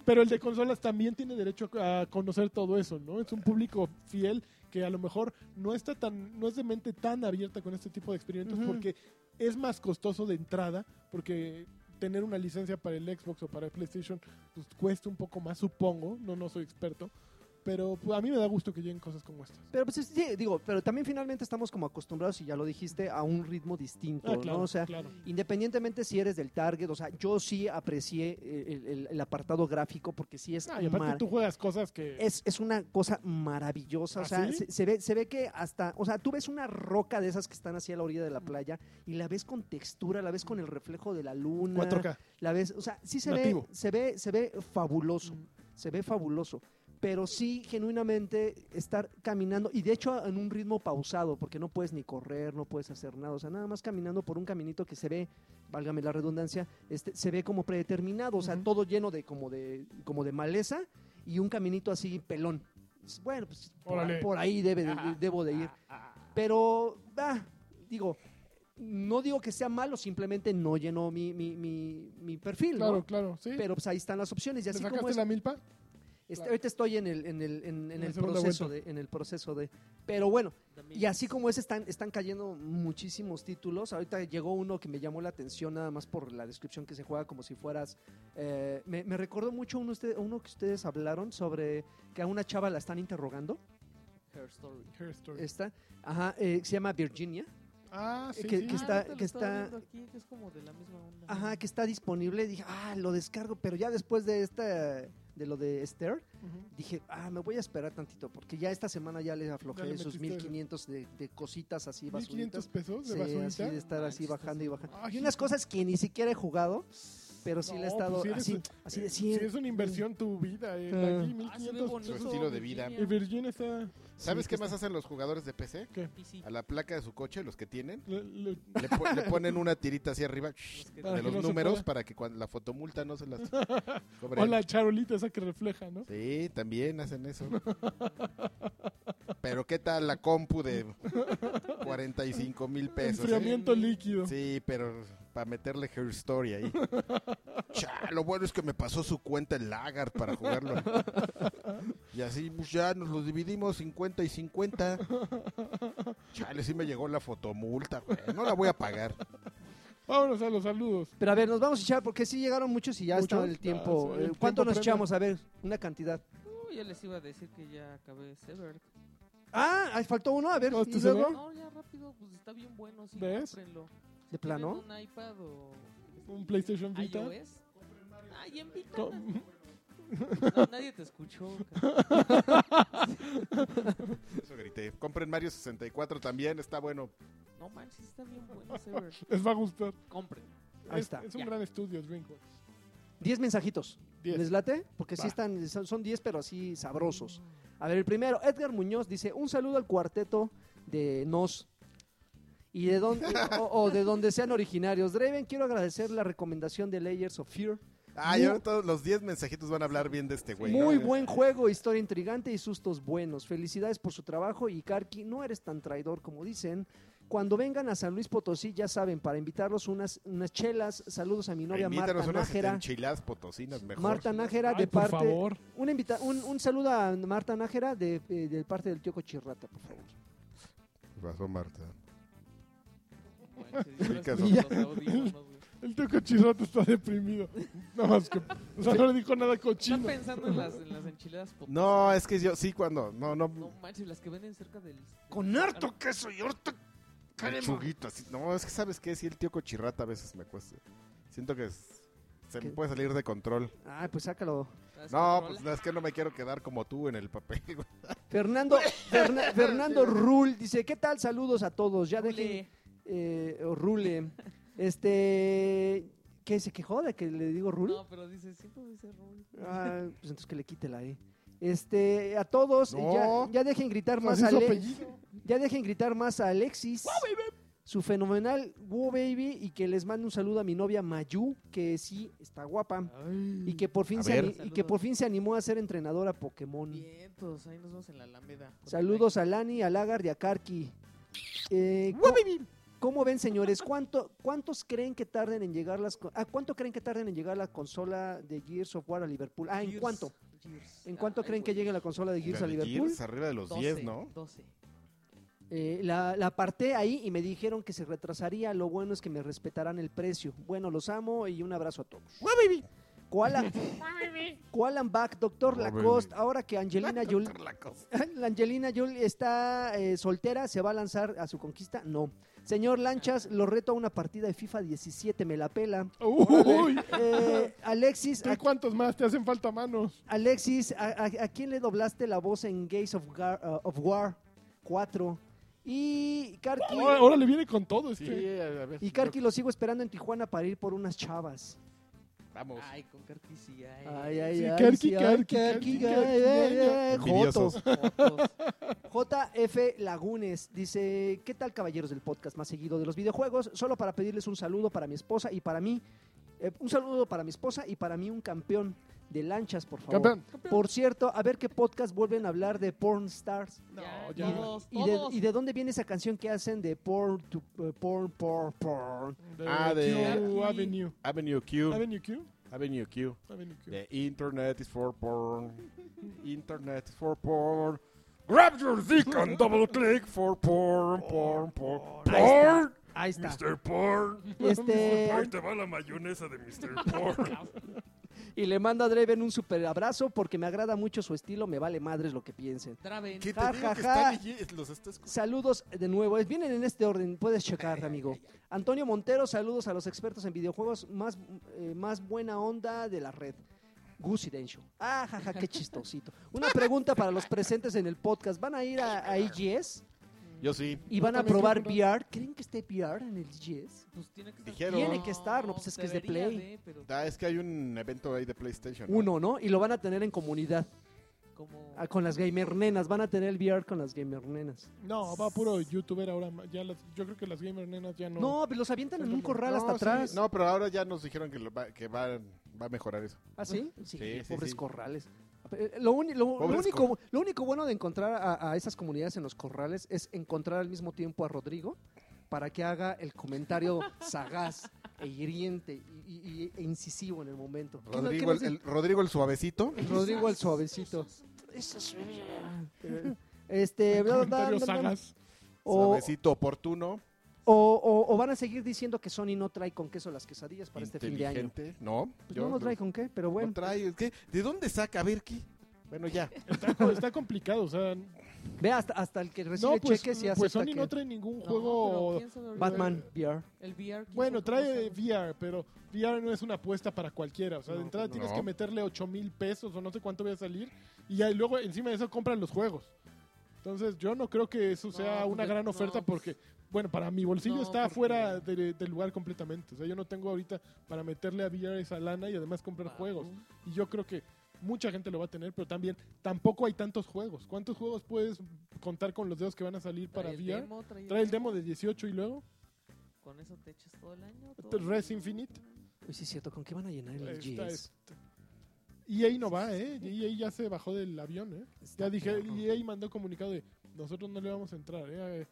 Pero el de consolas también tiene derecho a conocer todo eso, ¿no? Es un público fiel que a lo mejor no está tan, no es de mente tan abierta con este tipo de experimentos Ujú. porque es más costoso de entrada, porque tener una licencia para el Xbox o para el PlayStation pues, cuesta un poco más, supongo, no, no soy experto, pero pues, a mí me da gusto que lleguen cosas como estas. Pero pues, sí, digo, pero también finalmente estamos como acostumbrados, y ya lo dijiste, a un ritmo distinto, Ah, claro, Pues, ¿no? O sea, claro. independientemente si eres del target, o sea, yo sí aprecié el, el- el apartado gráfico porque sí es Ah, y aparte mar- tú juegas cosas que... Es, es una cosa maravillosa. ¿Ah, o sea, sí? se, se ve, se ve que hasta. O sea, tú ves una roca de esas que están hacia la orilla de Mm. la playa y la ves con textura, la ves con el reflejo de la luna. 4K. La ves. O sea, sí se ve, Nativo. se ve, se ve Mm, fabuloso. Se ve fabuloso. Pero sí, genuinamente, estar caminando, y de hecho en un ritmo pausado, porque no puedes ni correr, no puedes hacer nada, o sea, nada más caminando por un caminito que se ve, válgame la redundancia, este, se ve como predeterminado, o sea, Ujú. todo lleno de como de, como de maleza, y un caminito así pelón. Pues, Bueno, pues Órale. Ah, por, por ahí debe de- debo de ir. Pero, ah, digo, no digo que sea malo, simplemente no llenó mi, mi, mi, mi perfil. ¿no? Claro, claro, sí. Pero pues ahí están las opciones. Y ¿Le así como sacaste es, la milpa? este, claro. ahorita estoy en el, en el, en, en En la el segunda proceso de, vuelta. en el proceso de. Pero bueno, También. y así como es, están, están cayendo muchísimos títulos. Ahorita llegó uno que me llamó la atención nada más por la descripción que se juega como si fueras... eh, me, me recordó mucho uno, usted- uno que ustedes hablaron sobre que a una chava la están interrogando. Her Story. Her Story. Esta, ajá, eh, que se llama Virginia. ah, sí, que- sí. que Ah, está- ahorita lo que estaba está- viendo aquí, que es como de la misma onda. Ajá, que está disponible. Dije, ah, lo descargo. Pero ya después de esta, de lo de Esther, Ujú. dije, ah, me voy a esperar tantito. Porque ya esta semana ya les aflojé Ya le esos metiste- 1500 de, de cositas así basuritas. 1500 pesos de Sí, así basurita. Ah, de estar así Manches, bajando y estás bajando. Ay, Y unas sí. cosas que ni siquiera he jugado, pero sí No, le he estado pues sí eres así, un- así de Eh, sí, cien. es una inversión tu vida. eh, Ah. aquí, Ah, se ve 1500 bonito, pesos. estilo de vida. Y Virginia. Virginia está... ¿Sabes Sí, qué está- más hacen los jugadores de PC? Y sí, A la placa de su coche, los que tienen, le- le- le, po- le ponen una tirita hacia arriba los que- Para de que no los se números pueda. para que cuando la fotomulta no se las cobre. O la charolita esa que refleja, ¿no? Sí, también hacen eso. Pero ¿qué tal la compu de 45 mil pesos? eh? Enfriamiento líquido. Sí, pero para meterle Her Story ahí. Cha, lo bueno es que me pasó su cuenta el Lagar para jugarlo. Y así pues, ya nos los dividimos 50 y 50. Chale, sí me llegó la fotomulta, güey. No la voy a pagar. Vámonos a los saludos. Pero a ver, nos vamos a echar porque sí llegaron muchos y ya ¿Muchos? está el tiempo. Ah, sí, el Eh, ¿Cuánto tiempo nos premia. echamos? A ver, una cantidad. Uh, ya les iba a decir que ya acabé Sever. Ah, ahí faltó uno, a ver. ¿No, ¿Y tú luego? seguro? No, ya rápido, pues está bien bueno, sí, ¿Ves? cómprenlo. ¿De plano? ¿Tienen un iPad o Un PlayStation Vita. eh. iOS? Ah, y Co- invítanos. No, nadie te escuchó. cabrón. Eso grité. Compren Mario 64 también, está bueno. No manches, está bien bueno Sever. Les va a gustar. Compren. Ahí es, está. es un Ya. gran estudio, DreamWorks. Diez mensajitos. Diez. ¿Les late? Porque sí Va. están, son son 10, pero así sabrosos. A ver, el primero, Edgar Muñoz dice, un saludo al cuarteto de Nos. Y de donde, o, o de donde sean originarios. Draven, quiero agradecer la recomendación de Layers of Fear. Ah, y ahora todos los 10 mensajitos van a hablar bien de este güey. ¿no? Muy buen juego, historia intrigante y sustos buenos. Felicidades por su trabajo y Karki, no eres tan traidor como dicen. Cuando vengan a San Luis Potosí, ya saben, para invitarlos unas, unas chelas. Saludos a mi novia Invítanos Marta unas Nájera. enchiladas potosinas mejor. Marta Nájera Ay, de por parte favor. una invita- un, un saludo a Marta Nájera de, eh, de parte del tío Cochirrata, por favor. ¿Qué pasó, Marta? Manches, yo Ricas escucho los audífonos, güey. El tío Cochirroto está deprimido. Nada más que... O sea, no le dijo nada Están cochino. pensando en las, en las enchiladas potosas. No, es que yo sí cuando no No no manches, las que venden cerca del... Con harto queso y harto lechuguito así. No, es que sabes qué, si el tío cochirrata a veces me cuesta. Siento que es- se me ¿Qué? puede salir de control. Ah, pues sácalo. Las No, controlas. pues no, es que no me quiero quedar como tú en el papel. güey. Fernando, Ferna- Fernando Rul dice, ¿qué tal? Saludos a todos. Ya dejen... Ole. eh, o Rule. Este... ¿Qué? ¿Se quejó de que le digo Rul? No, pero dice, siempre dice Rul. Ah, pues entonces que le quite la E. Este, a todos, No. ya, ya dejen gritar Así más su a Ale- apellido. Ya dejen gritar más a Alexis. Su fenomenal Woo Baby y que les mande un saludo a mi novia Mayu, que sí está guapa y que por fin A se ver. ani- y que por fin se animó a ser entrenadora Pokémon. Vientos, pues ahí nos vemos en la Alameda. Saludos a Lani, a Lagar y a Karki. Eh, ¿cómo- ¿Cómo ven, señores? ¿Cuánto, ¿Cuántos creen que tarden en llegar las co- ah, cuánto creen que tarden en llegar la consola de Gears of War a Liverpool? Ah, ¿en Gears- cuánto? Gears. ¿En Ay, cuánto pues, creen que güey. llegue la consola de Gears a Liverpool? Gears arriba de los 12, 10, ¿no? 12. Eh, la, la aparté ahí y me dijeron que se retrasaría. Lo bueno es que me respetarán el precio. Bueno, los amo y un abrazo a todos. Koala, Koalan Back, Doctor Guau, Lacoste. Ahora que Angelina Jolie, la Angelina Jolie está eh, soltera, ¿se va a lanzar a su conquista? No. Señor Lanchas, lo reto a una partida de FIFA 17, me la pela. Uy, Eh, Alexis, ¿tú ¿a, y cuántos más te hacen falta manos? Alexis, ¿a, a- a quién le doblaste la voz en Gates of, Gar- uh, of War 4? Y Karki, Ahora, ahora le viene con todo Sí, este. a ver. y Karki lo sigo esperando en Tijuana para ir por unas chavas. Vamos. Ay, con Karki sí, ay. Ay, ay, Sí, ay. Karki, sí, ay, Karki, Karki, Karki, ay, ay, ay, Envidiosos. Jotos. Fotos. JF Lagunes dice, ¿qué tal caballeros del podcast más seguido de los videojuegos? Solo para pedirles un saludo para mi esposa y para mí, eh, un saludo para mi esposa y para mí un campeón de lanchas, por favor. Campeón. Por cierto, a ver qué podcast vuelven a hablar de Porn Stars. No, ya, ya. todos, ¿Y de, todos. y de dónde viene esa canción que hacen de Porn, to, eh, porn, porn, porn? De Ah, de- Q Avenue. Avenue Q. Avenue Q. Avenue Q. Avenue Q. The internet is for porn. Internet is for porn. Grab your dick and double click for porn, porn, porn. Ahí está, Porn. ahí está. Mr. Porn. Este, Ahí te va la mayonesa de Mr. Porn. y le manda a Draven un super abrazo porque me agrada mucho su estilo, me vale madres lo que piensen. Draven. ¿Qué te Ja, digo ja, que ja. están allí? Los está escuchando. Saludos de nuevo, es- vienen en este orden, puedes checar, amigo. Antonio Montero, saludos a los expertos en videojuegos, más, eh, más buena onda de la red. Gucci Densho. Ah, jaja, qué chistosito. Una pregunta para los presentes en el podcast. ¿Van a ir a, a EGS Yo sí. y van a también probar creo que VR? ¿Creen que esté VR en el EGS? Pues tiene que estar. Dijeron. Tiene que estar, no, pues es que es de debería Play. de, pero Ah, es que hay un evento ahí de PlayStation. ¿no? Uno, ¿no? Y lo van a tener en comunidad, como. ah, con las gamer nenas. Van a tener el VR con las gamer nenas. No, va puro youtuber ahora. Ya las, yo creo que las gamer nenas ya no. No, pero los avientan en un corral No, hasta sí, atrás. No, pero ahora ya nos dijeron que, lo va, que va, va a mejorar eso. ¿Ah, sí? Sí, Sí, sí, pobres sí. corrales. Eh, Lo, uni- lo- lo Pobres único, lo único bueno de encontrar a, a esas comunidades en los corrales es encontrar al mismo tiempo a Rodrigo para que haga el comentario sagaz e hiriente y, y- y- e incisivo en el momento. ¿Qué no- qué Rodrigo nos el, el- Rodrigo el suavecito. dice? Rodrigo el suavecito. Eh, Este, bla, bla, bla, Comentarios bla, bla. sagas. O, Suavecito oportuno. o- o- o van a seguir diciendo que Sony no trae con queso las quesadillas para este fin de año. inteligente. No. Pues yo no, no trae con qué, pero no bueno. trae, es que, ¿De dónde saca? A ver, ¿qué? Bueno, ya. pues Está, está complicado, o sea. Ve hasta, hasta el que recibe no, pues, cheques y acepta pues Sony que- no trae ningún No, pero juego. ¿quién sabe ahorita? Batman VR. El VR. ¿quién Bueno, sabe cómo trae sea? VR, pero VR no es una apuesta para cualquiera. O sea, de No, entrada no. tienes que meterle 8 mil pesos o no sé cuánto voy a salir. Y ya- y luego encima de eso compran los juegos. Entonces yo no creo que eso No, sea pues una yo- gran no, oferta pues- porque, bueno, para mi bolsillo No, está porque- fuera de- del lugar completamente. O sea, yo no tengo ahorita para meterle a VR esa lana y además comprar Ah, juegos. boom. Y yo creo que mucha gente lo va a tener, pero también tampoco hay tantos juegos. ¿Cuántos juegos puedes contar con los dedos que van a salir para Trae el VR? demo, trae, Trae el demo de 18 y luego Con eso te echas todo el año. todo el Res año. Infinite. Uy, sí es cierto, ¿con qué van a llenar el Está, GS? está. EA no va, ¿eh? EA ya se bajó del avión, ¿eh? Está Ya dije, perro. EA mandó comunicado de nosotros no le vamos a entrar, ¿eh?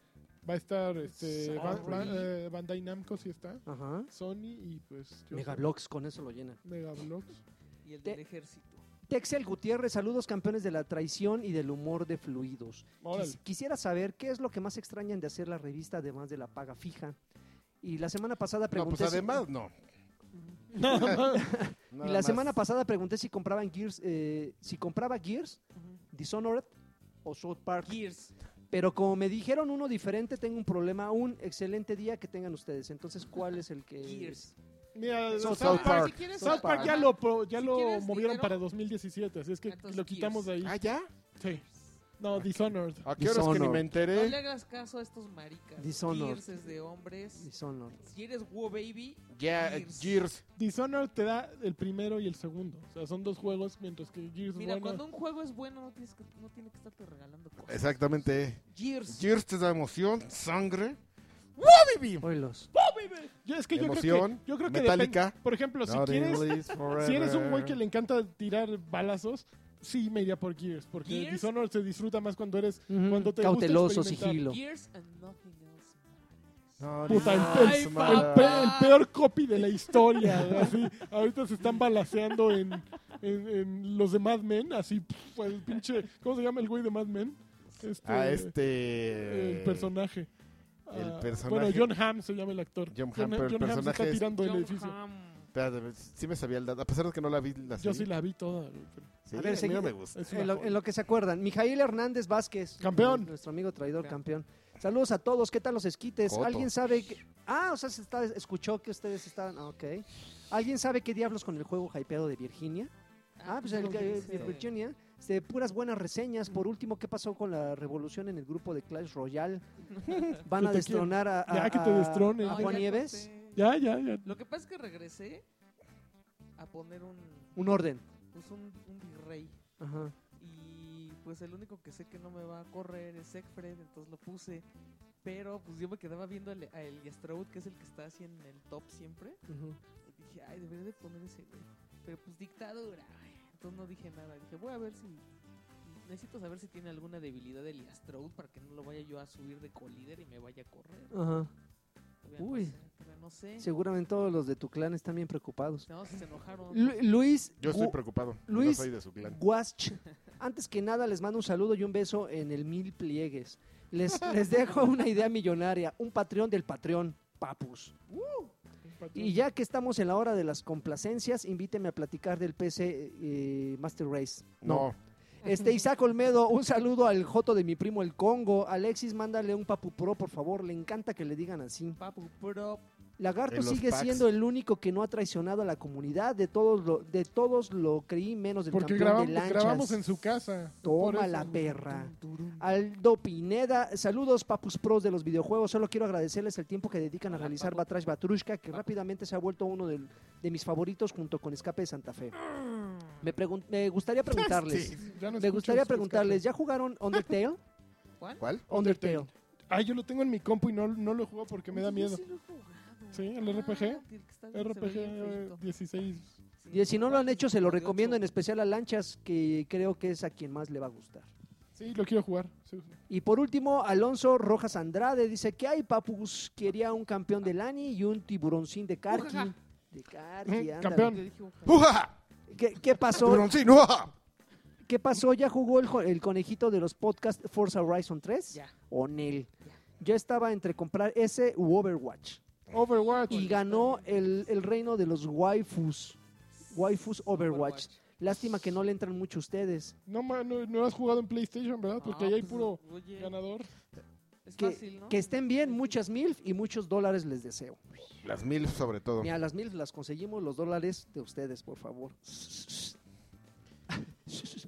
Va a estar este, Ban- Sorry. Ban- eh, Bandai Namco, si está, Ajá. Sony y pues... yo- Megablogs, con eso lo llenan. Megablogs. Y el Te- del ejército. Texel Gutiérrez, saludos campeones de la traición y del humor de fluidos. Órale. Quis- quisiera saber qué es lo que más extrañan de hacer la revista, además de la paga fija. Y la semana pasada No, pregunté. pues si- además, no. y la semana pasada pregunté si compraban Gears, eh, si compraba Gears, Dishonored o South Park. Gears. Pero como me dijeron uno diferente, tengo un problema. Un excelente día que tengan ustedes. Entonces, ¿cuál es el que? Gears. Mira, South South, Park. Park, Si quieres- South Park ya lo, pro- ya Si lo quieres movieron dinero, para 2017, así es que entonces lo quitamos de ahí. Ah, ya. Sí. No, Dishonored. ¿A qué horas que ni Dishonored. me No le enteré? hagas caso a estos maricas. Dishonored. Gears es de hombres. Dishonored. Si eres Wo Baby, Ya, Gears. Gears. Dishonored te da el primero y el segundo. O sea, son dos juegos, mientras que Gears Mira, bueno, cuando un juego es bueno, no, tienes que, no tiene que estarte regalando cosas. Exactamente. Gears. Gears te da emoción, sangre. Oilos. Yo, es que yo Emoción, creo que, yo creo que metálica. depende. Por ejemplo, si quieres, si eres un güey que le encanta tirar balazos, sí me iría por Gears, porque Gears. Dishonored se disfruta más cuando eres Ujú. Cuando te Cauteloso, gusta sigilo. experimentar. Gears and nothing else. matters. puta, el, el- Ay, el papá. pe- el peor copy de la historia. ¿verdad? Así, ahorita se están balaseando en, en, en los de Mad Men, así, pf, el pinche, ¿cómo se llama el güey de Mad Men? Este, Ah, A este. El personaje. el Ah, personaje- Bueno, John Hamm se llama el actor. John Hamm, pero el se personaje está es- tirando el John edificio. Hamm. Espérate, sí me sabía el dato. A pesar de que no la vi, la Yo seguí. sí la vi toda. güey, pero Sí, A ver, a mí seguí. no me gusta. es En una lo, joya. en lo que se acuerdan, Mijail Hernández Vázquez. Campeón. Nuestro amigo traidor Campeón. campeón. Saludos a todos, ¿qué tal los esquites? Joto. ¿Alguien sabe que... Ah, o sea, se está- escuchó que ustedes estaban... ah, Ok. ¿Alguien sabe qué diablos con el juego hypeado de Virginia? Ah, pues el, ¿cómo el- dice? el Virginia. Este, puras buenas reseñas. Por último, ¿qué pasó con la revolución en el grupo de Clash Royale? Van Que a te destronar a, a- Ya, que te a- destronen. No, a Juan ya Nieves. corté. Ya, ya, ya. Lo que pasa es que regresé a poner un, Un orden. pues un, un virrey. Ajá. Y pues el único que sé que no me va a correr es Egfred, entonces lo puse. Pero pues yo me quedaba viendo al- a el Stroud, que es el que está así en el top siempre. ujú. Y dije, ay, debería de poner ese güey. Pero pues dictadura. ay. Entonces no dije nada. Dije, voy a ver si. Necesito saber si tiene alguna debilidad el Stroud para que no lo vaya yo a subir de colíder y me vaya a correr. Ajá. Todavía no Uy. sé, todavía No sé. Seguramente todos los de tu clan están bien preocupados. No, si se enojaron. Lu- Luis... Yo estoy Gu- preocupado. Yo Luis- no soy de su clan. Guasch. Antes que nada, les mando un saludo y un beso en el mil pliegues. Les, les dejo una idea millonaria, un patrón del patrón, papus. Y ya que estamos en la hora de las complacencias, invíteme a platicar del PC eh, Master Race. No, Este Isaac Olmedo, un saludo al Joto de mi primo el Congo. Alexis, mándale un papu pro, por favor. Le encanta que le digan así. Papu, pero Lagarto En los sigue packs. siendo el único que no ha traicionado a la comunidad. De todos lo, de todos lo creí menos del Porque campeón grabamos, de lanchas. grabamos en su casa. Toma por eso. la perra. Aldo Pineda, saludos papus pros de los videojuegos. Solo quiero agradecerles el tiempo que dedican a Hola, realizar papu. Batrash Batrushka, que rápidamente se ha vuelto uno del- de, mis favoritos junto con Escape de Santa Fe. Me, pregun- me gustaría preguntarles, Ya no me escucho gustaría sus preguntarles, ¿ya jugaron Undertale? ¿cuál? Undertale. podcasts. Ay, yo lo tengo en mi compu y no, no lo juego porque me da miedo. Sí, el Ah, RPG. RPG eh, 16. Y si no lo han hecho, se lo recomiendo en especial a Lanchas, que creo que es a quien más le va a gustar. Sí, lo quiero jugar. sí. Y por último, Alonso Rojas Andrade dice que hay papus, quería un campeón de Lani y un tiburoncín de Karki. Ujaja. De Karki, Ujú, ándale. campeón. ¡Ujaja! ¿Qué, qué pasó? ¡Tiburoncín! ¡Ujaja! ¿Qué pasó? ¿Ya jugó el, jo- el conejito de los podcasts Forza Horizon 3? Ya. ¿O Nel? Ya. Yo estaba entre comprar ese u Overwatch. Overwatch. Y ganó el, el reino de los waifus. Waifus Overwatch. Lástima que no le entran mucho ustedes. No, ma- no, no has jugado en PlayStation, ¿verdad? Porque Ah, ahí hay pues, puro oye, ganador. es Que, fácil, ¿no? que estén bien, muchas mil y muchos dólares les deseo. Las mil, sobre todo. Mira, las mil las conseguimos, los dólares de ustedes, por favor.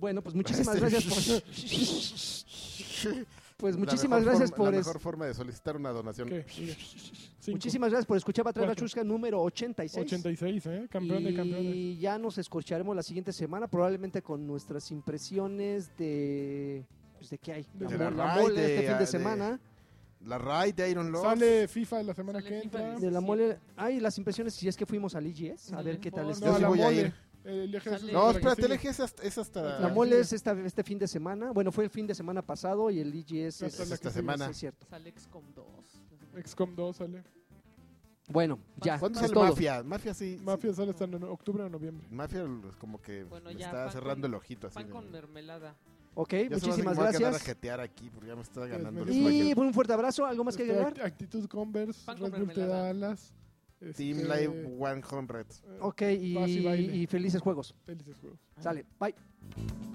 Bueno, pues muchísimas Este- gracias por... Pues La muchísimas mejor gracias forma- por... La es- mejor forma de solicitar una donación. ¿Qué? Cinco. Muchísimas gracias por escuchar Batrash Cuatro. Bachusca número 86. 86, ¿eh? Campeón de y campeones. ya nos escucharemos la siguiente semana, probablemente con nuestras impresiones de. pues, ¿De qué hay? La, De mo- la la RAI, mole de- este fin de- de semana. La Raid de Iron Lord. Sale FIFA la semana Sale que FIFA entra. Ah, de- De, de- la sí. mole. Ay, las impresiones, si es que fuimos al IGS, a Ujú. ver qué tal Oh, está. Yo No, sí la voy a mole. ir. El viaje Sale- es- No, Para espérate, el sigue. eje es hasta, es hasta- La Ah, mole sí. es esta, este fin de semana. Bueno, fue el fin de semana pasado y el IGS Ya es, este está la es que esta sigue. semana. es cierto. Sale XCOM 2. XCOM 2 sale. Bueno, ya. ¿Cuándo es sale todo. Mafia? Mafia sí. Mafia sale hasta en octubre o noviembre. Mafia es como que Bueno, le ya, está pan cerrando con- el ojito así. Pan de- con mermelada. Ok, Ya se me hace que muchísimas me voy a quedar a gracias. Pues jetear aquí porque ya me está ganando el medio- Y español. un fuerte abrazo. ¿Algo más que Este, agregar? act- Actitud Converse, Pan Red con Bull te mermelada. da alas. Team pues este, Live 100. eh, Ok, y- Paz y baile. Ah. y felices juegos. Felices juegos. Sale, bye.